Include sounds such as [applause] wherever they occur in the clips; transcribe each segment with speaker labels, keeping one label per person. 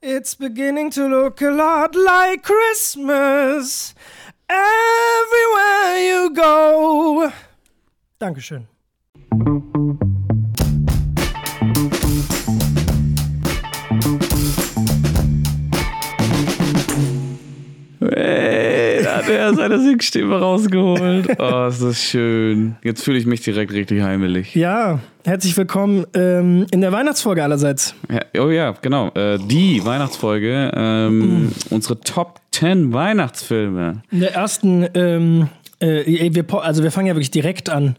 Speaker 1: It's beginning to look a lot like Christmas. Everywhere you go. Dankeschön.
Speaker 2: Hey, da hat er seine Singstimme rausgeholt. [laughs] Oh, ist das schön. Jetzt fühle ich mich direkt richtig heimelig.
Speaker 1: Ja, herzlich willkommen ähm, in der Weihnachtsfolge allerseits.
Speaker 2: Ja, oh ja, genau. Äh, die Weihnachtsfolge. Ähm, Unsere Top 10 Weihnachtsfilme.
Speaker 1: In der ersten, ähm, äh, wir, po- also wir fangen ja wirklich direkt an.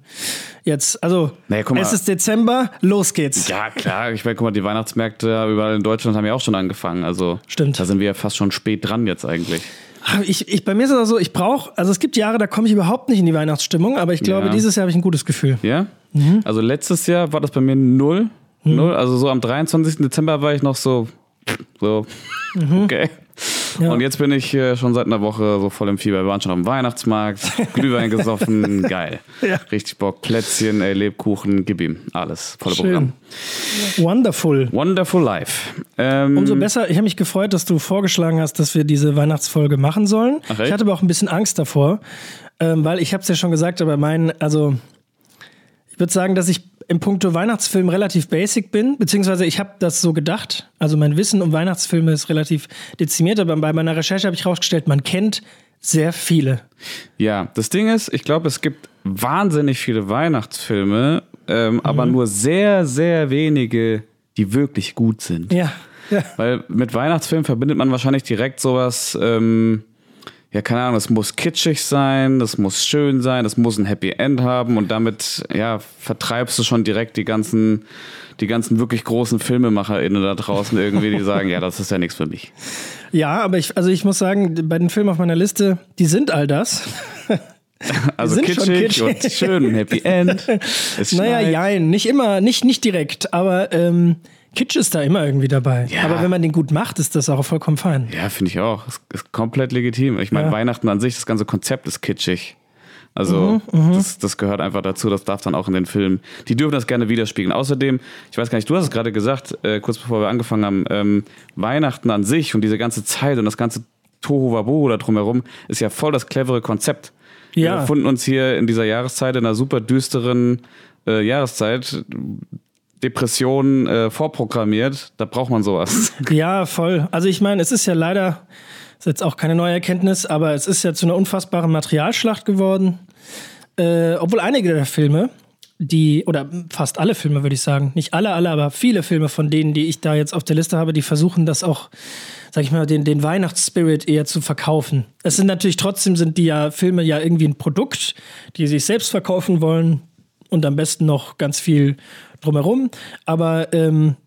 Speaker 1: Jetzt, also
Speaker 2: Naja, guck mal.
Speaker 1: es ist Dezember, los geht's.
Speaker 2: Ja, klar. Ich meine, guck mal, die Weihnachtsmärkte überall in Deutschland haben ja auch schon angefangen. Also
Speaker 1: Stimmt.
Speaker 2: da sind wir ja fast schon spät dran jetzt eigentlich.
Speaker 1: Ah, Ich, ich, bei mir ist es auch so, ich brauche, also es gibt Jahre, da komme ich überhaupt nicht in die Weihnachtsstimmung, aber ich glaube,
Speaker 2: Ja.
Speaker 1: dieses Jahr habe ich ein gutes Gefühl.
Speaker 2: Ja?
Speaker 1: Mhm.
Speaker 2: Also letztes Jahr war das bei mir null. Null. Also so am 23. Dezember war ich noch so. So.
Speaker 1: Mhm.
Speaker 2: Okay. Und jetzt bin ich äh, schon seit einer Woche so voll im Fieber. Wir waren schon am Weihnachtsmarkt, Glühwein
Speaker 1: [laughs]
Speaker 2: gesoffen, geil.
Speaker 1: Ja.
Speaker 2: Richtig Bock. Plätzchen, ey, Lebkuchen, gib ihm. Alles. Volle
Speaker 1: Schön.
Speaker 2: Programm.
Speaker 1: Wonderful.
Speaker 2: Wonderful Life. Ähm,
Speaker 1: Umso besser, ich habe mich gefreut, dass du vorgeschlagen hast, dass wir diese Weihnachtsfolge machen sollen.
Speaker 2: Ach, echt?
Speaker 1: ich hatte aber auch ein bisschen Angst davor, ähm, weil ich habe es ja schon gesagt, aber mein, also ich würde sagen, dass ich im Punkto Weihnachtsfilm relativ basic bin, beziehungsweise ich habe das so gedacht. Also mein Wissen um Weihnachtsfilme ist relativ dezimiert, aber bei meiner Recherche habe ich rausgestellt, man kennt sehr viele.
Speaker 2: Ja, das Ding ist, ich glaube, es gibt wahnsinnig viele Weihnachtsfilme, ähm, aber
Speaker 1: Mhm.
Speaker 2: nur sehr, sehr wenige, die wirklich gut sind.
Speaker 1: Ja, ja.
Speaker 2: Weil mit Weihnachtsfilmen verbindet man wahrscheinlich direkt sowas, ähm, ja, keine Ahnung, es muss kitschig sein, das muss schön sein, das muss ein Happy End haben und damit, ja, vertreibst du schon direkt die ganzen, die ganzen wirklich großen FilmemacherInnen da draußen irgendwie, die sagen, ja, das ist ja nichts für mich.
Speaker 1: Ja, aber ich, also ich muss sagen, bei den Filmen auf meiner Liste, die sind all das. [laughs]
Speaker 2: Also
Speaker 1: sind schon
Speaker 2: kitschig, und
Speaker 1: kitschig.
Speaker 2: schön, ein Happy
Speaker 1: [laughs]
Speaker 2: End. Es
Speaker 1: Naja,
Speaker 2: schneit.
Speaker 1: jein, nicht immer, nicht, nicht direkt, aber ähm, Kitsch ist da immer irgendwie dabei.
Speaker 2: Ja.
Speaker 1: Aber wenn man den gut macht, ist das auch vollkommen fein.
Speaker 2: Ja, finde ich auch. Ist, ist komplett legitim. Ich meine,
Speaker 1: Ja.
Speaker 2: Weihnachten an sich, das ganze Konzept ist kitschig. Also,
Speaker 1: Mhm,
Speaker 2: das, das gehört einfach dazu, das darf dann auch in den Filmen. Die dürfen das gerne widerspiegeln. Außerdem, ich weiß gar nicht, du hast es gerade gesagt, äh, kurz bevor wir angefangen haben, ähm, Weihnachten an sich und diese ganze Zeit und das ganze Tohuwabohu da drumherum ist ja voll das clevere Konzept. Wir
Speaker 1: Ja.
Speaker 2: befinden uns hier in dieser Jahreszeit, in einer super düsteren äh, Jahreszeit. Depressionen äh, vorprogrammiert, da braucht man sowas.
Speaker 1: Ja, voll. Also ich meine, es ist ja leider, ist jetzt auch keine neue Erkenntnis, aber es ist ja zu einer unfassbaren Materialschlacht geworden. Äh, obwohl einige der Filme, die, oder fast alle Filme würde ich sagen, nicht alle, alle, aber viele Filme von denen, die ich da jetzt auf der Liste habe, die versuchen das auch, sag ich mal, den, den Weihnachtsspirit eher zu verkaufen. Es sind natürlich trotzdem, sind die ja Filme ja irgendwie ein Produkt, die sich selbst verkaufen wollen und am besten noch ganz viel drumherum. Aber ähm,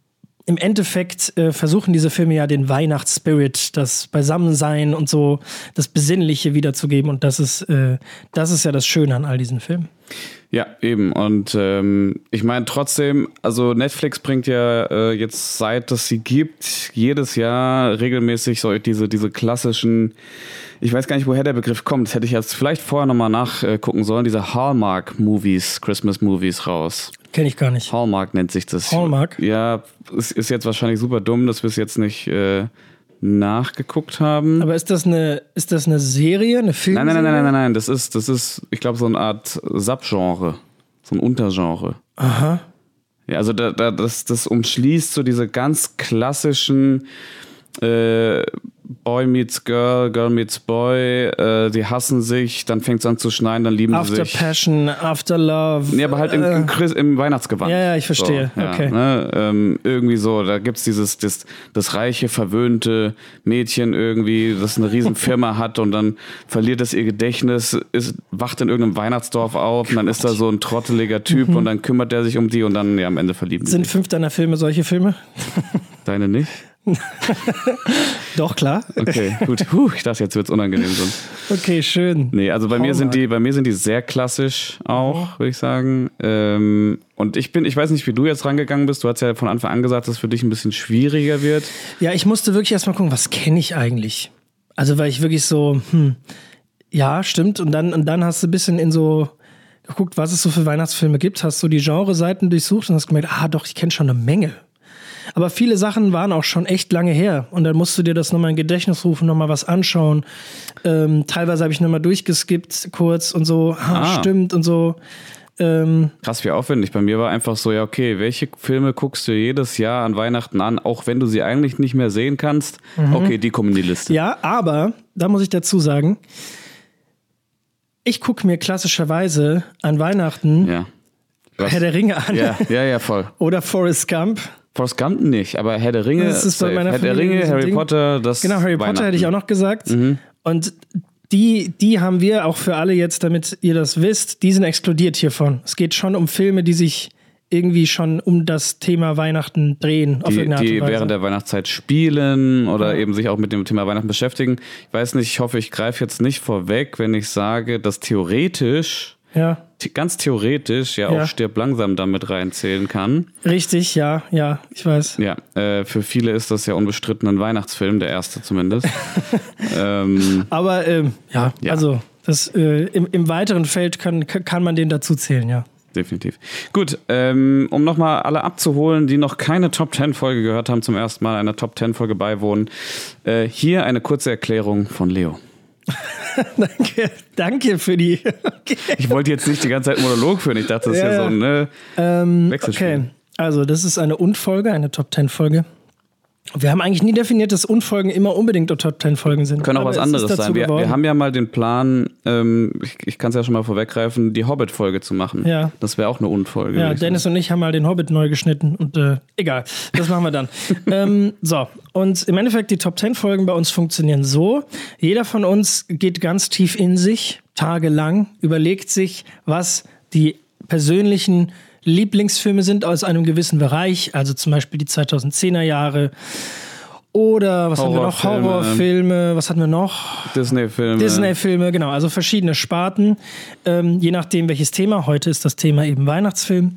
Speaker 1: im Endeffekt äh, versuchen diese Filme ja den Weihnachtsspirit, das Beisammensein und so, das Besinnliche wiederzugeben. Und das ist, äh, das ist ja das Schöne an all diesen Filmen.
Speaker 2: Ja, eben. Und ähm, ich meine trotzdem, also Netflix bringt ja äh, jetzt seit es sie gibt, jedes Jahr regelmäßig so diese, diese klassischen, ich weiß gar nicht, woher der Begriff kommt, das hätte ich jetzt vielleicht vorher nochmal nachgucken äh, sollen, diese Hallmark-Movies, Christmas-Movies raus.
Speaker 1: Kenne ich gar nicht.
Speaker 2: Hallmark nennt sich das.
Speaker 1: Hallmark?
Speaker 2: Ja, es ist jetzt wahrscheinlich super dumm, dass wir es jetzt nicht äh, nachgeguckt haben.
Speaker 1: Aber ist das eine, ist das eine Serie, eine Film?
Speaker 2: Nein, nein, nein, nein, nein, nein, das ist, das ist, ich glaube, so eine Art Subgenre, so ein Untergenre.
Speaker 1: Aha.
Speaker 2: Ja, also da, da, das, das umschließt so diese ganz klassischen äh, Boy meets Girl, Girl meets Boy, äh, die hassen sich, dann fängt es an zu schneien, dann lieben sie
Speaker 1: After
Speaker 2: sich.
Speaker 1: Passion, After Love.
Speaker 2: Ja, aber halt im,
Speaker 1: äh,
Speaker 2: im, Chris, im Weihnachtsgewand.
Speaker 1: Ja, ja, ich verstehe.
Speaker 2: So, ja,
Speaker 1: Okay.
Speaker 2: Ne? Ähm, irgendwie so, da gibt's dieses das, das reiche, verwöhnte Mädchen irgendwie, das eine
Speaker 1: [laughs]
Speaker 2: riesen Firma hat und dann verliert es ihr Gedächtnis, ist, wacht in irgendeinem Weihnachtsdorf
Speaker 1: Oh
Speaker 2: auf und dann ist da so ein trotteliger Typ und dann kümmert der sich um die und dann ja, am Ende verlieben sie
Speaker 1: Mhm. Sind fünf deiner Filme solche Filme?
Speaker 2: Deine nicht?
Speaker 1: Doch, klar.
Speaker 2: Okay, gut. Puh, ich dachte, jetzt wird's unangenehm sein.
Speaker 1: [laughs] Okay, schön.
Speaker 2: Nee, also bei mir sind
Speaker 1: Hallmark.
Speaker 2: die, bei mir sind die sehr klassisch
Speaker 1: Mhm.
Speaker 2: auch, würde ich sagen. Ähm, und ich bin, ich weiß nicht, wie du jetzt rangegangen bist. Du hast ja von Anfang an gesagt, dass es für dich ein bisschen schwieriger wird.
Speaker 1: Ja, ich musste wirklich erstmal gucken, was kenne ich eigentlich? Also, weil ich wirklich so, hm, ja, stimmt. Und dann, und dann hast du ein bisschen in so geguckt, was es so für Weihnachtsfilme gibt, hast so die Genre-Seiten durchsucht und hast gemerkt, ah, doch, ich kenne schon eine Menge. Aber viele Sachen waren auch schon echt lange her. Und dann musst du dir das nochmal in Gedächtnis rufen, nochmal was anschauen. Ähm, teilweise habe ich nochmal durchgeskippt kurz und so, ha,
Speaker 2: Ah.
Speaker 1: stimmt und so. Ähm,
Speaker 2: Krass, wie aufwendig. Bei mir war einfach so, ja, okay, welche Filme guckst du jedes Jahr an Weihnachten an, auch wenn du sie eigentlich nicht mehr sehen kannst?
Speaker 1: Mhm.
Speaker 2: Okay, die kommen in die Liste.
Speaker 1: ja, aber da muss ich dazu sagen, ich gucke mir klassischerweise an Weihnachten
Speaker 2: Ja. Was?
Speaker 1: Herr der Ringe an
Speaker 2: ja, ja, ja, voll.
Speaker 1: [laughs] oder Forrest Gump.
Speaker 2: Forrest Gump nicht, aber Herr der Ringe,
Speaker 1: Das ist bei
Speaker 2: safe.
Speaker 1: meiner
Speaker 2: Herr der
Speaker 1: Familie
Speaker 2: Ringe,
Speaker 1: so ein
Speaker 2: Harry
Speaker 1: Ding.
Speaker 2: Potter, das
Speaker 1: Genau, Harry Potter hätte ich auch noch gesagt.
Speaker 2: Mhm.
Speaker 1: Und die, die haben wir auch für alle jetzt, damit ihr das wisst, die sind explodiert hiervon. Es geht schon um Filme, die sich irgendwie schon um das Thema Weihnachten drehen. Auf
Speaker 2: die,
Speaker 1: irgendeine Art
Speaker 2: die
Speaker 1: und Weise.
Speaker 2: während der Weihnachtszeit spielen oder eben sich auch mit dem Thema Weihnachten beschäftigen. Ich weiß nicht, ich hoffe, ich greife jetzt nicht vorweg, wenn ich sage, dass theoretisch,
Speaker 1: ja,
Speaker 2: the- ganz theoretisch ja,
Speaker 1: Ja.
Speaker 2: auch Stirb langsam damit reinzählen kann.
Speaker 1: richtig, ja, ja, ich weiß.
Speaker 2: Ja, äh, für viele ist das ja unbestritten ein Weihnachtsfilm, der
Speaker 1: [laughs]
Speaker 2: erste zumindest. ähm,
Speaker 1: Aber ähm, ja,
Speaker 2: Ja.
Speaker 1: also das, äh, im, im weiteren Feld kann, kann man den dazu zählen, ja.
Speaker 2: definitiv. Gut, ähm, um nochmal alle abzuholen, die noch keine Top 10 Folge gehört haben, zum ersten Mal einer Top 10 Folge beiwohnen. Äh, hier eine kurze Erklärung von Leo.
Speaker 1: [laughs] Danke, danke für die. Okay.
Speaker 2: Ich wollte jetzt nicht die ganze Zeit Monolog führen. Ich dachte, das ist
Speaker 1: Ja, ja.
Speaker 2: ja,
Speaker 1: Ähm,
Speaker 2: so ein ne, Wechselspiel.
Speaker 1: [laughs] Okay, also das ist eine Und-Folge, eine Top Ten Folge. Wir haben eigentlich nie definiert, dass Und-Folgen immer unbedingt Top Ten Folgen sind.
Speaker 2: Können auch
Speaker 1: Aber
Speaker 2: was
Speaker 1: es ist
Speaker 2: anderes
Speaker 1: dazu
Speaker 2: sein. Wir,
Speaker 1: geworden.
Speaker 2: wir haben ja mal den Plan, ähm, ich, ich kann es ja schon mal vorweggreifen, die Hobbit-Folge zu machen.
Speaker 1: Ja.
Speaker 2: Das wäre auch eine Unfolge.
Speaker 1: ja,
Speaker 2: würd ich
Speaker 1: Dennis und ich haben mal den Hobbit neu geschnitten und äh, egal, das machen wir dann. ähm, so, und im Endeffekt, die Top Ten Folgen bei uns funktionieren so. Jeder von uns geht ganz tief in sich, tagelang, überlegt sich, was die persönlichen Lieblingsfilme sind aus einem gewissen Bereich, also zum Beispiel die 2010er Jahre oder was haben wir noch?
Speaker 2: Horrorfilme.
Speaker 1: Horrorfilme, was hatten wir noch?
Speaker 2: sagen. Disney-Filme.
Speaker 1: Disney-Filme, genau, also verschiedene Sparten, ähm, je nachdem welches Thema. Heute ist das Thema eben Weihnachtsfilm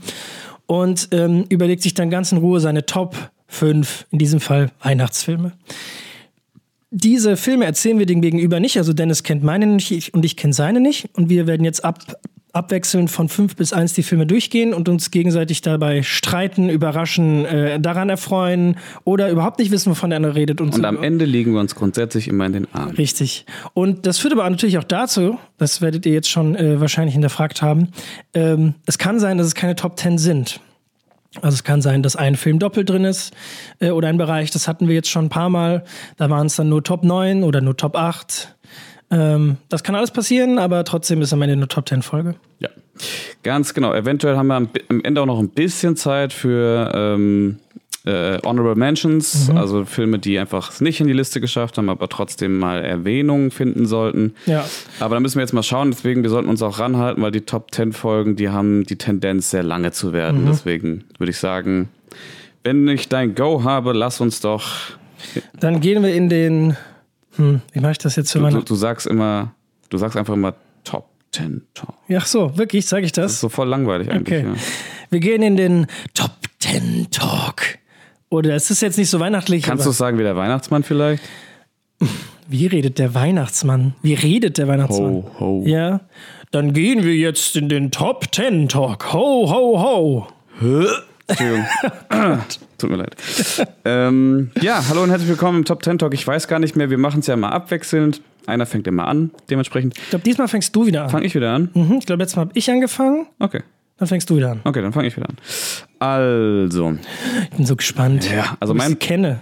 Speaker 1: und ähm, überlegt sich dann ganz in Ruhe seine Top 5, in diesem Fall Weihnachtsfilme. Diese Filme erzählen wir dem Gegenüber nicht, also Dennis kennt meine nicht ich, und ich kenne seine nicht und wir werden jetzt ab, abwechselnd von 5 bis 1 die Filme durchgehen und uns gegenseitig dabei streiten, überraschen, äh, daran erfreuen oder überhaupt nicht wissen, wovon der andere redet und,
Speaker 2: Und
Speaker 1: so.
Speaker 2: am Ende liegen wir uns grundsätzlich immer in den Armen.
Speaker 1: Richtig. Und das führt aber natürlich auch dazu, das werdet ihr jetzt schon äh, wahrscheinlich hinterfragt haben, ähm, es kann sein, dass es keine Top Ten sind. Also es kann sein, dass ein Film doppelt drin ist äh, oder ein Bereich, das hatten wir jetzt schon ein paar Mal, da waren es dann nur Top 9 oder nur Top 8. Ähm, das kann alles passieren, aber trotzdem ist am Ende eine Top 10 Folge.
Speaker 2: Ja. Ganz genau. Eventuell haben wir am, bi- am Ende auch noch ein bisschen Zeit für ähm, äh, Honorable
Speaker 1: Mhm.
Speaker 2: Mentions, also Filme, die einfach es nicht in die Liste geschafft haben, aber trotzdem mal Erwähnung finden sollten.
Speaker 1: Ja.
Speaker 2: Aber da müssen wir jetzt mal schauen, deswegen, wir sollten uns auch ranhalten, weil die Top 10 Folgen, die haben die Tendenz, sehr lange zu werden.
Speaker 1: Mhm.
Speaker 2: Deswegen würde ich sagen, wenn ich dein Go habe, lass uns doch.
Speaker 1: Dann gehen wir in den, hm, wie mache ich das jetzt für
Speaker 2: Du,
Speaker 1: meine...
Speaker 2: du sagst immer, du sagst einfach immer Top 10 Top.
Speaker 1: Ach so, wirklich, sage ich das?
Speaker 2: Das ist so voll langweilig eigentlich.
Speaker 1: Okay.
Speaker 2: Ja.
Speaker 1: Wir gehen in den Top 10 Talk. Oder es ist jetzt nicht so weihnachtlich.
Speaker 2: Kannst du
Speaker 1: aber
Speaker 2: es sagen wie der Weihnachtsmann vielleicht?
Speaker 1: wie redet der Weihnachtsmann? Wie redet der Weihnachtsmann?
Speaker 2: Ho, ho.
Speaker 1: Ja. Dann gehen wir jetzt in den Top 10 Talk. Ho, ho, ho.
Speaker 2: Entschuldigung. [laughs] Tut mir leid. ähm, ja, hallo und herzlich willkommen im Top 10 Talk. Ich weiß gar nicht mehr, wir machen es ja immer abwechselnd. Einer fängt immer an, dementsprechend.
Speaker 1: Ich glaube, diesmal fängst du wieder an.
Speaker 2: Fange ich wieder an?
Speaker 1: Mhm, ich glaube, letztes Mal habe ich angefangen,
Speaker 2: Okay.
Speaker 1: dann fängst du wieder an.
Speaker 2: Okay, dann fange ich wieder an. Also,
Speaker 1: Ich bin so gespannt.
Speaker 2: Ja, also
Speaker 1: ob ich
Speaker 2: mein-
Speaker 1: sie kenne.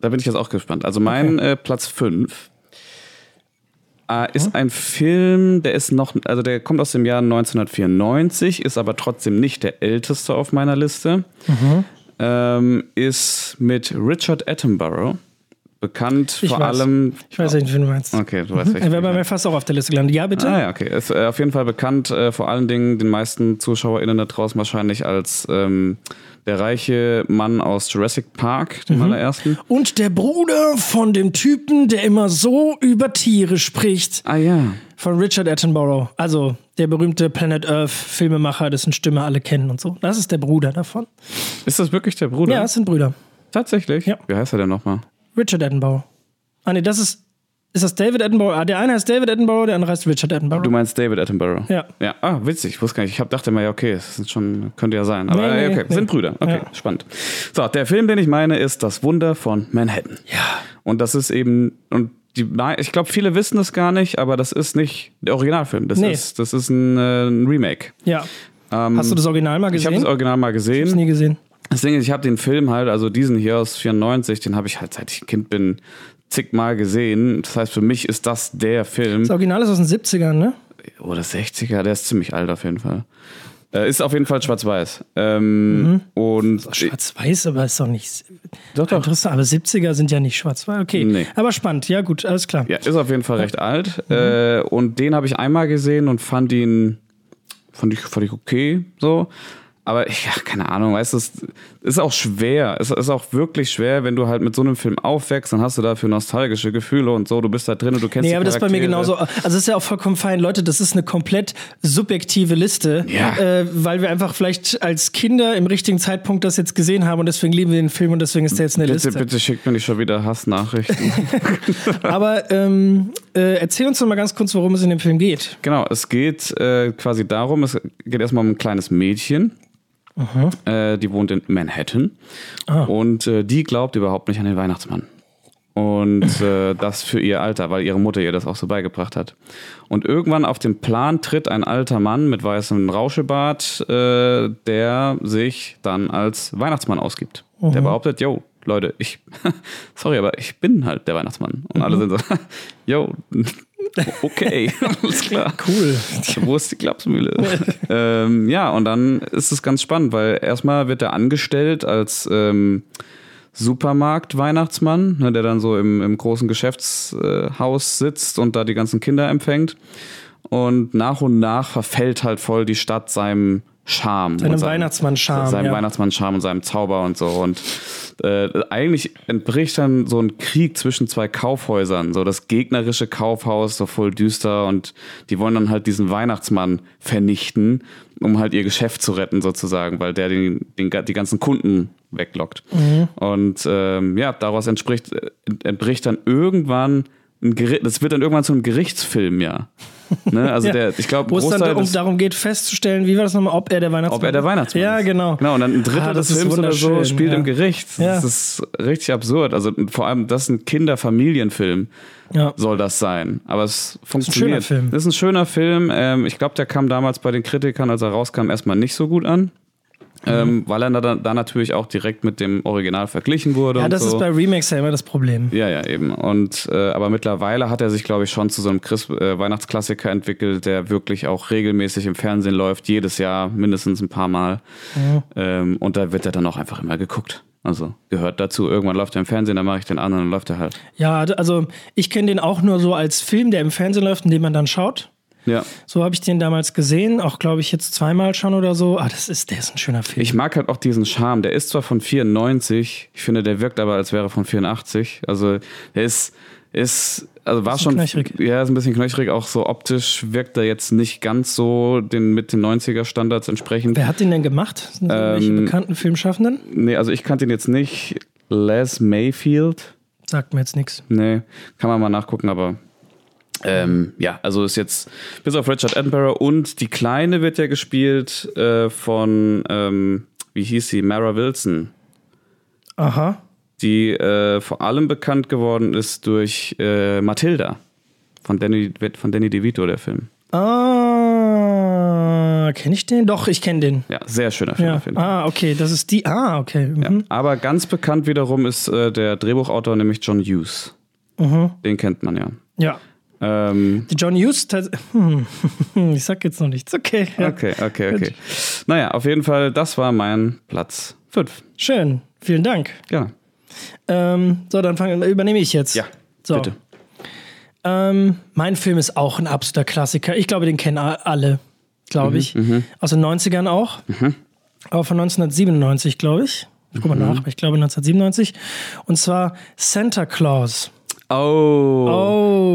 Speaker 2: da bin ich jetzt auch gespannt. Also mein äh, Platz 5 äh, ist ein Film, der ist noch, also der kommt aus dem Jahr 1994, ist aber trotzdem nicht der älteste auf meiner Liste.
Speaker 1: Mhm.
Speaker 2: Ähm, ist mit Richard Attenborough bekannt
Speaker 1: Ich
Speaker 2: vor
Speaker 1: weiß. Mhm.
Speaker 2: allem.
Speaker 1: Ich weiß nicht, wen du meinst.
Speaker 2: Okay, du weißt welchen
Speaker 1: Er wäre
Speaker 2: ich
Speaker 1: bei
Speaker 2: meine.
Speaker 1: mir fast auch auf der Liste gelandet. Ja, bitte.
Speaker 2: Ah ja, okay. Ist äh, auf jeden Fall bekannt, äh, vor allen Dingen den meisten ZuschauerInnen da draußen wahrscheinlich als ähm, der reiche Mann aus Jurassic Park,
Speaker 1: Mhm.
Speaker 2: dem allerersten.
Speaker 1: Und der Bruder von dem Typen, der immer so über Tiere spricht.
Speaker 2: Ah ja.
Speaker 1: Von Richard Attenborough. Also der berühmte Planet Earth-Filmemacher, dessen Stimme alle kennen und so. Das ist der Bruder davon.
Speaker 2: Ist das wirklich der Bruder?
Speaker 1: Ja, es sind Brüder.
Speaker 2: Tatsächlich?
Speaker 1: Ja.
Speaker 2: Wie heißt er denn nochmal?
Speaker 1: Richard Attenborough. Ah, nee, das ist Ist das David Attenborough? Ah, der eine heißt David Attenborough, der andere heißt Richard Attenborough.
Speaker 2: Du meinst David Attenborough?
Speaker 1: Ja.
Speaker 2: Ja, ah, witzig. Ich wusste gar nicht. Ich hab, dachte immer, ja, okay, das sind schon, könnte ja sein. Aber
Speaker 1: Nee, nee,
Speaker 2: okay,
Speaker 1: nee.
Speaker 2: sind Brüder. Okay,
Speaker 1: Ja.
Speaker 2: spannend. So, der Film, den ich meine, ist Das Wunder von Manhattan.
Speaker 1: ja.
Speaker 2: Und das ist eben, und die, nein, ich glaube, viele wissen es gar nicht, aber das ist nicht der Originalfilm. Das
Speaker 1: Nee.
Speaker 2: ist, das ist ein, äh, ein Remake.
Speaker 1: Ja.
Speaker 2: Ähm,
Speaker 1: Hast du das Original mal
Speaker 2: ich habe das
Speaker 1: gesehen?
Speaker 2: Original mal
Speaker 1: Ich
Speaker 2: gesehen.
Speaker 1: nie gesehen.
Speaker 2: Das Ding ist, ich habe den Film halt, also diesen hier aus 94, den habe ich halt seit ich Kind bin zigmal gesehen. Das heißt, für mich ist das der Film.
Speaker 1: Das Original ist aus den 70ern, ne?
Speaker 2: Oder 60er, der ist ziemlich alt auf jeden Fall. Äh, ist auf jeden Fall schwarz-weiß.
Speaker 1: Mhm.
Speaker 2: Ähm, Und
Speaker 1: Schwarz-Weiß, aber ist doch nicht.
Speaker 2: Doch, doch.
Speaker 1: Interessant, aber 70er sind ja nicht schwarz-weiß. Okay.
Speaker 2: Nee.
Speaker 1: Aber spannend. Ja, gut, alles klar.
Speaker 2: ja, ist auf jeden Fall recht alt.
Speaker 1: Mhm.
Speaker 2: Äh, und den habe ich einmal gesehen und fand ihn, fand ich, fand ich okay, so. Aber ich, ja, keine Ahnung, weißt du, es ist auch schwer. Es ist auch wirklich schwer, wenn du halt mit so einem Film aufwächst, dann hast du dafür nostalgische Gefühle und so, du bist da drin und du kennst
Speaker 1: Nee,
Speaker 2: die
Speaker 1: aber das ist bei mir
Speaker 2: Charaktere.
Speaker 1: genauso. Also es ist ja auch vollkommen fein, Leute, das ist eine komplett subjektive Liste,
Speaker 2: Ja.
Speaker 1: äh, weil wir einfach vielleicht als Kinder im richtigen Zeitpunkt das jetzt gesehen haben und deswegen lieben wir den Film und deswegen ist der jetzt eine
Speaker 2: Bitte,
Speaker 1: Liste.
Speaker 2: bitte schickt mir nicht schon wieder
Speaker 1: [laughs]
Speaker 2: Hassnachrichten.
Speaker 1: Aber ähm, äh, erzähl uns doch mal ganz kurz, worum es in dem Film geht.
Speaker 2: Genau, es geht äh, quasi darum, es geht erstmal um ein kleines Mädchen. Äh, die wohnt in Manhattan. Und äh, die glaubt überhaupt nicht an den Weihnachtsmann. Und äh, das für ihr Alter, weil ihre Mutter ihr das auch so beigebracht hat. Und irgendwann auf den Plan tritt ein alter Mann mit weißem Rauschebart, äh, der sich dann als Weihnachtsmann ausgibt. Der behauptet, yo, Leute, ich, [laughs] sorry, aber ich bin halt der Weihnachtsmann. Und alle sind so, [laughs] yo, okay, [laughs] alles klar.
Speaker 1: Cool.
Speaker 2: [laughs] Wo ist die Klapsmühle? ähm, ja, und dann ist es ganz spannend, weil erstmal wird er angestellt als ähm, Supermarkt-Weihnachtsmann, ne, der dann so im, im großen Geschäftshaus äh, sitzt und da die ganzen Kinder empfängt. Und nach und nach verfällt halt voll die Stadt seinem Charme.
Speaker 1: Seinem
Speaker 2: und
Speaker 1: Weihnachtsmann-Charme,
Speaker 2: Seinem
Speaker 1: ja.
Speaker 2: Weihnachtsmann-Charme und seinem Zauber und so. Und äh, eigentlich entbricht dann so ein Krieg zwischen zwei Kaufhäusern. So das gegnerische Kaufhaus, so voll düster. Und die wollen dann halt diesen Weihnachtsmann vernichten, um halt ihr Geschäft zu retten sozusagen, weil der den, den, ga- die ganzen Kunden weglockt.
Speaker 1: Mhm.
Speaker 2: Und ähm, ja, daraus entspricht, äh, ent- entbricht dann irgendwann ein Gericht, das wird dann irgendwann zu einem Gerichtsfilm, ja. Ne?
Speaker 1: [laughs]
Speaker 2: Also
Speaker 1: Ja.
Speaker 2: der, ich glaube,
Speaker 1: Wo es dann um
Speaker 2: Großteil
Speaker 1: darum,
Speaker 2: des,
Speaker 1: darum geht, festzustellen, wie war das nochmal, ob er der Weihnachtsmann
Speaker 2: ob er der Weihnachtsmann
Speaker 1: Ja,
Speaker 2: ist.
Speaker 1: genau.
Speaker 2: Genau, und dann ein Drittel
Speaker 1: Ah, das
Speaker 2: des
Speaker 1: ist
Speaker 2: Films oder so
Speaker 1: wunderschön,
Speaker 2: spielt
Speaker 1: ja.
Speaker 2: im Gericht. Das
Speaker 1: Ja.
Speaker 2: ist richtig absurd. Also vor allem, das ist ein Kinderfamilienfilm,
Speaker 1: Ja.
Speaker 2: soll das sein. Aber es
Speaker 1: schöner
Speaker 2: funktioniert.
Speaker 1: Film.
Speaker 2: Das ist ein schöner Film. Ähm, ich glaube, der kam damals bei den Kritikern, als er rauskam, erstmal nicht so gut an.
Speaker 1: Mhm.
Speaker 2: Ähm, weil er da, da natürlich auch direkt mit dem Original verglichen wurde.
Speaker 1: Ja,
Speaker 2: und
Speaker 1: das
Speaker 2: so.
Speaker 1: ist bei Remakes ja immer das Problem.
Speaker 2: Ja, ja, eben. Und äh, aber mittlerweile hat er sich, glaube ich, schon zu so einem Christ äh, Weihnachtsklassiker entwickelt, der wirklich auch regelmäßig im Fernsehen läuft, jedes Jahr mindestens ein paar Mal. Ähm, und da wird er dann auch einfach immer geguckt. Also gehört dazu. Irgendwann läuft er im Fernsehen, dann mache ich den anderen und läuft er halt.
Speaker 1: Ja, also ich kenne den auch nur so als Film, der im Fernsehen läuft und den man dann schaut.
Speaker 2: Ja.
Speaker 1: So habe ich den damals gesehen, auch glaube ich jetzt zweimal schon oder so. Ah, das ist, der ist ein schöner Film.
Speaker 2: Ich mag halt auch diesen Charme. Der ist zwar von 94, ich finde, der wirkt aber, als wäre er von 84. Also der ist, ist also war schon.
Speaker 1: knöchrig.
Speaker 2: Ja, ist ein bisschen knöchrig. Auch so optisch wirkt er jetzt nicht ganz so den, mit den 90er-Standards entsprechend.
Speaker 1: Wer hat den denn gemacht? Sind das
Speaker 2: Ähm,
Speaker 1: irgendwelche bekannten Filmschaffenden?
Speaker 2: Nee, also ich kannte ihn jetzt nicht. Les Mayfield.
Speaker 1: Sagt mir jetzt nichts.
Speaker 2: Nee, kann man mal nachgucken, aber ähm, ja, also ist jetzt bis auf Richard Attenborough und die Kleine wird ja gespielt äh, von, ähm, wie hieß sie, Mara Wilson,
Speaker 1: Aha.
Speaker 2: die äh, vor allem bekannt geworden ist durch äh, Matilda von Danny, von Danny DeVito, der Film.
Speaker 1: Ah, kenne ich den? Doch, ich kenne den.
Speaker 2: Ja, sehr schöner Film
Speaker 1: Ja.
Speaker 2: auf jeden Fall.
Speaker 1: Ah, okay, das ist die. Ah, okay. Mhm.
Speaker 2: Aber ganz bekannt wiederum ist äh, der Drehbuchautor, nämlich John Hughes.
Speaker 1: Mhm.
Speaker 2: Den kennt man ja.
Speaker 1: Ja.
Speaker 2: Ähm,
Speaker 1: Die John Hughes. tats- [laughs] Hm. Ich sag jetzt noch nichts. Okay. Ja.
Speaker 2: Okay, okay,
Speaker 1: Gut.
Speaker 2: okay. Naja, auf jeden Fall, das war mein Platz 5.
Speaker 1: Schön. Vielen Dank.
Speaker 2: Ja.
Speaker 1: Ähm, so, dann fang, übernehme ich jetzt.
Speaker 2: Ja,
Speaker 1: so.
Speaker 2: bitte.
Speaker 1: Ähm, mein Film ist auch ein absoluter Klassiker. Ich glaube, den kennen a- alle,
Speaker 2: Mhm,
Speaker 1: glaube ich. Aus den 90ern auch. Aber von 1997, glaube ich. Ich gucke
Speaker 2: Mhm.
Speaker 1: mal nach, aber ich glaube 1997. Und zwar Santa Claus.
Speaker 2: Oh.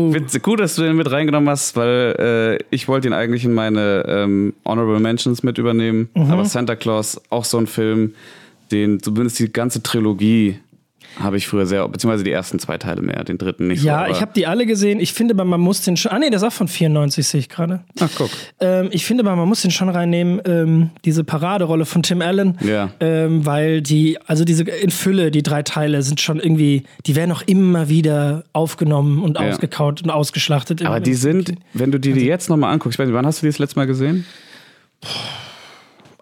Speaker 1: Oh.
Speaker 2: Witz, gut, dass du den mit reingenommen hast, weil äh, ich wollte ihn eigentlich in meine ähm, Honorable Mentions mit
Speaker 1: Mhm.
Speaker 2: übernehmen. Aber Santa Claus, auch so ein Film, den zumindest die ganze Trilogie Habe ich früher sehr, beziehungsweise die ersten zwei Teile mehr, den dritten nicht
Speaker 1: Ja,
Speaker 2: so. aber-
Speaker 1: ich habe die alle gesehen. Ich finde, aber man muss den schon. Ah, nee, das ist auch von 94, sehe ich gerade.
Speaker 2: Ach, guck.
Speaker 1: Ähm, ich finde, aber man muss den schon reinnehmen, ähm, diese Paraderolle von Tim Allen.
Speaker 2: Ja.
Speaker 1: Ähm, weil die, also diese in Fülle, die drei Teile sind schon irgendwie, die werden auch immer wieder aufgenommen und
Speaker 2: Ja.
Speaker 1: ausgekaut und ausgeschlachtet.
Speaker 2: Aber die sind, wenn du die, die jetzt nochmal anguckst, ich weiß nicht, wann hast du die das letzte Mal gesehen?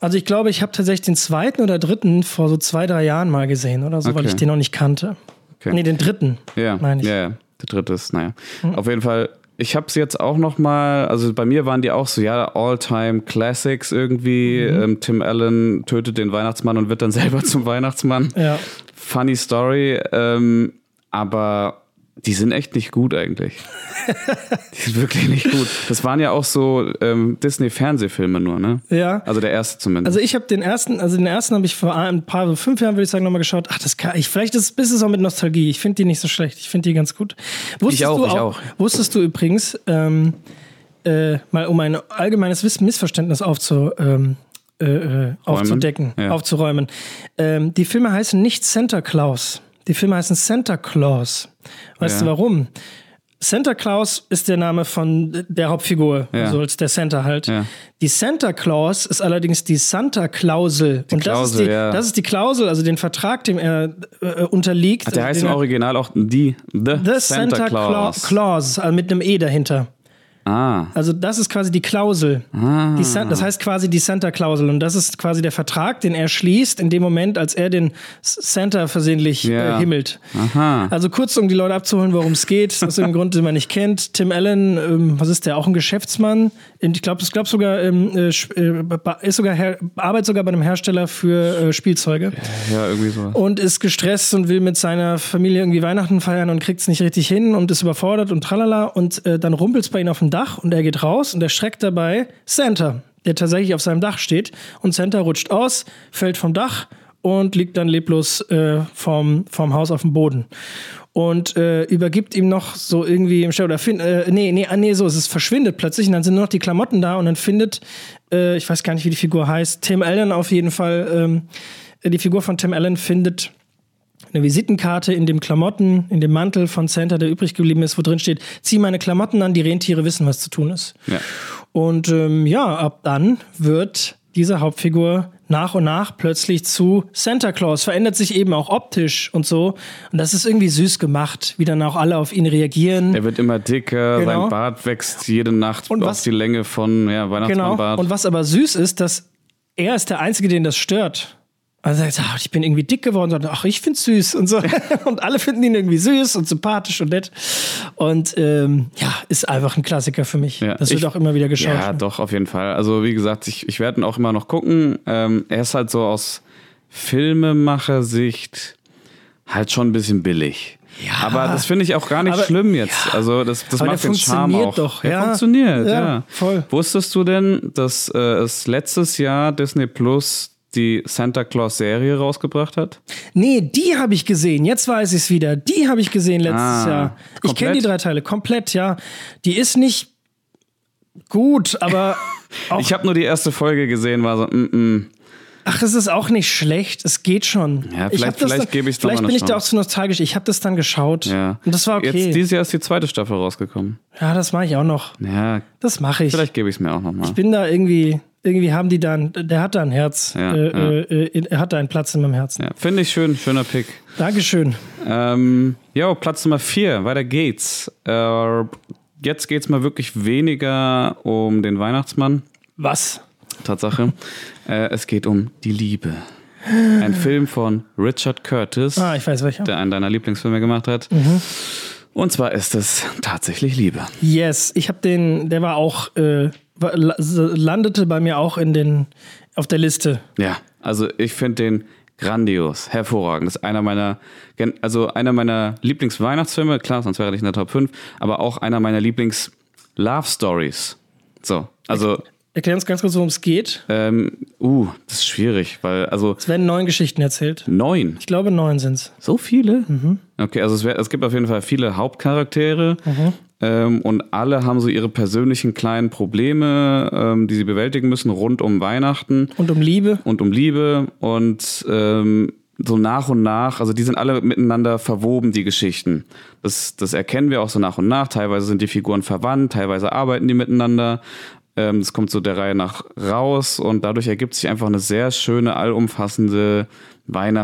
Speaker 1: Also ich glaube, ich habe tatsächlich den zweiten oder dritten vor so zwei, drei Jahren mal gesehen oder so, weil
Speaker 2: Okay.
Speaker 1: ich den noch nicht kannte.
Speaker 2: Okay.
Speaker 1: Nee, den dritten.
Speaker 2: Ja,
Speaker 1: meine ich. Mhm.
Speaker 2: ja, ja. Der dritte ist, naja. Auf jeden Fall, ich habe sie jetzt auch nochmal, also bei mir waren die auch so, ja, All-Time-Classics irgendwie.
Speaker 1: Mhm.
Speaker 2: Ähm, Tim Allen tötet den Weihnachtsmann und wird dann [laughs] selber zum Weihnachtsmann.
Speaker 1: Ja.
Speaker 2: Funny Story, ähm, aber die sind echt nicht
Speaker 1: [laughs]
Speaker 2: gut eigentlich. die sind wirklich nicht gut. Das waren ja auch so ähm, Disney-Fernsehfilme nur, ne?
Speaker 1: Ja.
Speaker 2: Also der erste zumindest.
Speaker 1: Also ich habe den ersten, also den ersten habe ich vor ein paar, so fünf Jahren würde ich sagen, nochmal geschaut. Ach, das kann ich. Vielleicht ist, ist es auch mit Nostalgie. Ich finde die nicht so schlecht. Ich finde die ganz gut. Wusstest
Speaker 2: auch,
Speaker 1: du
Speaker 2: ich auch.
Speaker 1: Wusstest du übrigens, ähm, äh, mal um ein allgemeines Wissen, Missverständnis aufzu, ähm, äh, äh, aufzudecken,
Speaker 2: Ja.
Speaker 1: aufzuräumen. Ähm, die Filme heißen nicht Santa Claus. Die Filme heißen Santa Claus. Weißt
Speaker 2: Ja.
Speaker 1: du warum? Santa Claus ist der Name von der Hauptfigur,
Speaker 2: Ja.
Speaker 1: also als der Santa halt.
Speaker 2: Ja.
Speaker 1: Die Santa Claus ist allerdings die Santa Klausel. und das,
Speaker 2: Klausel,
Speaker 1: ist die,
Speaker 2: ja.
Speaker 1: das ist die Klausel, also den Vertrag, dem er äh, unterliegt.
Speaker 2: der
Speaker 1: also
Speaker 2: heißt
Speaker 1: den
Speaker 2: im
Speaker 1: er-
Speaker 2: Original auch die The,
Speaker 1: The
Speaker 2: Santa,
Speaker 1: Santa
Speaker 2: Claus.
Speaker 1: Claus, Claus also mit einem E dahinter.
Speaker 2: Ah,
Speaker 1: Also das ist quasi die Klausel. Die San das heißt quasi die Santa-Klausel. Und das ist quasi der Vertrag, den er schließt in dem Moment, als er den S- Santa versehentlich
Speaker 2: Ja.
Speaker 1: äh, himmelt.
Speaker 2: aha.
Speaker 1: Also kurz, um die Leute abzuholen, worum es geht, aus dem Grund, den man nicht kennt. Tim Allen, ähm, was ist der, auch ein Geschäftsmann. Und Ich glaube, ich glaub sogar, ähm, äh, sch- äh, ba- ist sogar Her arbeitet sogar bei einem Hersteller für äh, Spielzeuge
Speaker 2: Ja, irgendwie sowas.
Speaker 1: und ist gestresst und will mit seiner Familie irgendwie Weihnachten feiern und kriegt es nicht richtig hin und ist überfordert und tralala. Und äh, dann rumpelt es bei ihm auf dem Dach und er geht raus und erschreckt dabei Santa, der tatsächlich auf seinem Dach steht. Und Santa rutscht aus, fällt vom Dach und liegt dann leblos äh, vom, vom Haus auf dem Boden. Und äh, übergibt ihm noch so irgendwie im Stall oder find, äh, nee, nee, ah, nee, so, es ist verschwindet plötzlich und dann sind nur noch die Klamotten da und dann findet, äh, ich weiß gar nicht, wie die Figur heißt, Tim Allen auf jeden Fall, ähm, die Figur von Tim Allen findet eine Visitenkarte in dem Klamotten, in dem Mantel von Santa, der übrig geblieben ist, wo drin steht, zieh meine Klamotten an, die Rentiere wissen, was zu tun ist.
Speaker 2: Ja.
Speaker 1: Und ähm, ja, ab dann wird diese Hauptfigur nach und nach plötzlich zu Santa Claus, verändert sich eben auch optisch und so. Und das ist irgendwie süß gemacht, wie dann auch alle auf ihn reagieren.
Speaker 2: Er wird immer dicker,
Speaker 1: Genau.
Speaker 2: sein Bart wächst jede Nacht
Speaker 1: Und
Speaker 2: auf
Speaker 1: was-
Speaker 2: die Länge von ja,
Speaker 1: Genau.
Speaker 2: Weihnachtsmannbart.
Speaker 1: Und was aber süß ist, dass er ist der Einzige, den das stört. Also er sagt, ach, ich bin irgendwie dick geworden, sondern ach, ich find's süß und so. [laughs] Und alle finden ihn irgendwie süß und sympathisch und nett. Und ähm, ja, ist einfach ein Klassiker für mich.
Speaker 2: Ja,
Speaker 1: das wird
Speaker 2: ich-
Speaker 1: auch immer wieder geschaut.
Speaker 2: Ja, doch, auf jeden Fall. Also, wie gesagt, ich, ich werde ihn auch immer noch gucken. Ähm, er ist halt so aus Filmemacher-Sicht halt schon ein bisschen billig.
Speaker 1: Ja.
Speaker 2: aber das finde ich auch gar nicht
Speaker 1: Aber-
Speaker 2: schlimm jetzt. Also, das, das
Speaker 1: Aber
Speaker 2: macht
Speaker 1: der
Speaker 2: den Charme
Speaker 1: funktioniert
Speaker 2: auch.
Speaker 1: doch,
Speaker 2: Der
Speaker 1: ja.
Speaker 2: funktioniert,
Speaker 1: Ja,
Speaker 2: ja,
Speaker 1: voll.
Speaker 2: Wusstest du denn, dass äh, es letztes Jahr Disney Plus die Santa Claus-Serie rausgebracht hat?
Speaker 1: Nee, die habe ich gesehen. Jetzt weiß ich's wieder. Die habe ich gesehen letztes
Speaker 2: Ah,
Speaker 1: Jahr. Ich kenne die
Speaker 2: komplett?
Speaker 1: drei Teile komplett, ja. Die ist nicht gut,
Speaker 2: [laughs]
Speaker 1: aber auch,
Speaker 2: Ich habe nur die erste Folge gesehen, war so, mm, mm,
Speaker 1: Ach, es ist auch nicht schlecht. Es geht schon.
Speaker 2: Ja,
Speaker 1: Ich
Speaker 2: vielleicht-
Speaker 1: hab das
Speaker 2: vielleicht
Speaker 1: dann-
Speaker 2: gebe ich's doch
Speaker 1: Vielleicht
Speaker 2: mal
Speaker 1: bin
Speaker 2: eine
Speaker 1: ich da auch
Speaker 2: Chance.
Speaker 1: zu nostalgisch. Ich habe das dann geschaut.
Speaker 2: Ja.
Speaker 1: Und das war okay.
Speaker 2: Jetzt dieses Jahr ist die zweite Staffel rausgekommen.
Speaker 1: ja, das mache ich auch noch.
Speaker 2: Ja,
Speaker 1: Das mache ich.
Speaker 2: vielleicht gebe ich es mir auch nochmal.
Speaker 1: Ich bin da irgendwie, irgendwie haben die dann, der hat da ein Herz.
Speaker 2: Ja,
Speaker 1: äh,
Speaker 2: ja.
Speaker 1: Äh, äh, er hat da einen Platz in meinem Herzen.
Speaker 2: Ja, Finde ich schön, schöner Pick.
Speaker 1: Dankeschön.
Speaker 2: Ähm, jo, Platz Nummer vier, weiter geht's. Äh, jetzt geht's mal wirklich weniger um den Weihnachtsmann.
Speaker 1: Was? [laughs]
Speaker 2: Tatsache. äh, es geht um die Liebe. Ein Film von Richard Curtis,
Speaker 1: Ah, Mhm. ich weiß welcher.
Speaker 2: der einen deiner Lieblingsfilme gemacht hat. Und zwar ist es tatsächlich Liebe.
Speaker 1: Yes, ich habe den, der war auch, äh, war- la- landete bei mir auch in den, auf der Liste.
Speaker 2: Ja, also ich finde den grandios, hervorragend. Das ist einer meiner, gen- also einer meiner Lieblingsweihnachtsfilme, klar, sonst wäre er nicht in der Top 5, aber auch einer meiner Lieblings-Love-Stories. So, also,
Speaker 1: Erklär uns ganz kurz, worum es geht.
Speaker 2: ähm, uh, das ist schwierig, weil, also
Speaker 1: Es werden neun Geschichten erzählt.
Speaker 2: neun.
Speaker 1: Ich glaube, neun sind's.
Speaker 2: So viele? Okay, also es, wär, es gibt auf jeden Fall viele Hauptcharaktere ähm, und alle haben so ihre persönlichen kleinen Probleme, ähm, die sie bewältigen müssen rund um Weihnachten.
Speaker 1: Und um Liebe.
Speaker 2: und um Liebe und ähm, so nach und nach, also die sind alle miteinander verwoben, die Geschichten. Das, das erkennen wir auch so nach und nach. Teilweise sind die Figuren verwandt, teilweise arbeiten die miteinander. Ähm, das kommt so der Reihe nach raus und dadurch ergibt sich einfach eine sehr schöne, allumfassende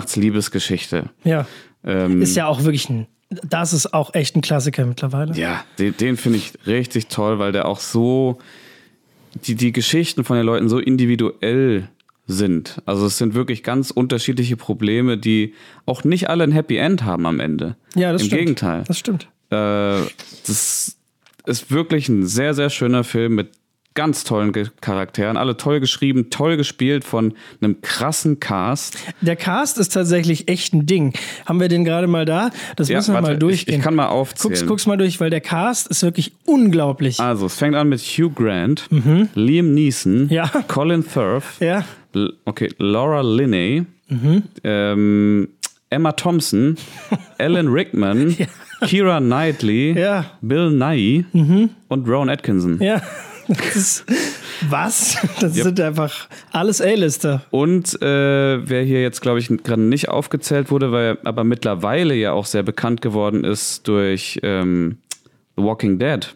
Speaker 2: Weihnachtsliebesgeschichte.
Speaker 1: Ja.
Speaker 2: Ähm,
Speaker 1: Ist ja auch wirklich ein, das ist auch echt ein Klassiker mittlerweile.
Speaker 2: ja, den, den finde ich richtig toll, weil der auch so, die, die Geschichten von den Leuten so individuell sind. Also es sind wirklich ganz unterschiedliche Probleme, die auch nicht alle ein Happy End haben am Ende.
Speaker 1: Ja, das
Speaker 2: Im
Speaker 1: stimmt.
Speaker 2: Gegenteil.
Speaker 1: Das stimmt.
Speaker 2: Äh, das ist wirklich ein sehr, sehr schöner Film mit ganz tollen Ge Charakteren. Alle toll geschrieben, toll gespielt von einem krassen Cast.
Speaker 1: Der Cast ist tatsächlich echt ein Ding. Haben wir den gerade mal da? Das müssen wir
Speaker 2: warte,
Speaker 1: mal durchgehen.
Speaker 2: Ich, ich kann mal
Speaker 1: guck's,
Speaker 2: aufzählen.
Speaker 1: guck's mal durch, weil der Cast ist wirklich unglaublich.
Speaker 2: Also, es fängt an mit Hugh Grant, Liam Neeson,
Speaker 1: Mhm. Ja. [laughs]
Speaker 2: Colin Firth,
Speaker 1: Ja,
Speaker 2: L- okay, Laura Linney, ähm,
Speaker 1: [laughs]
Speaker 2: Emma Thompson, Alan Rickman, Kira Knightley,
Speaker 1: Ja. Mhm.
Speaker 2: Bill Nye und Rowan Atkinson.
Speaker 1: ja. [laughs] Das ist, was? Das sind einfach alles A-Lister.
Speaker 2: Und äh, wer hier jetzt, glaube ich, gerade nicht aufgezählt wurde, weil er aber mittlerweile ja auch sehr bekannt geworden ist durch ähm, The Walking Dead.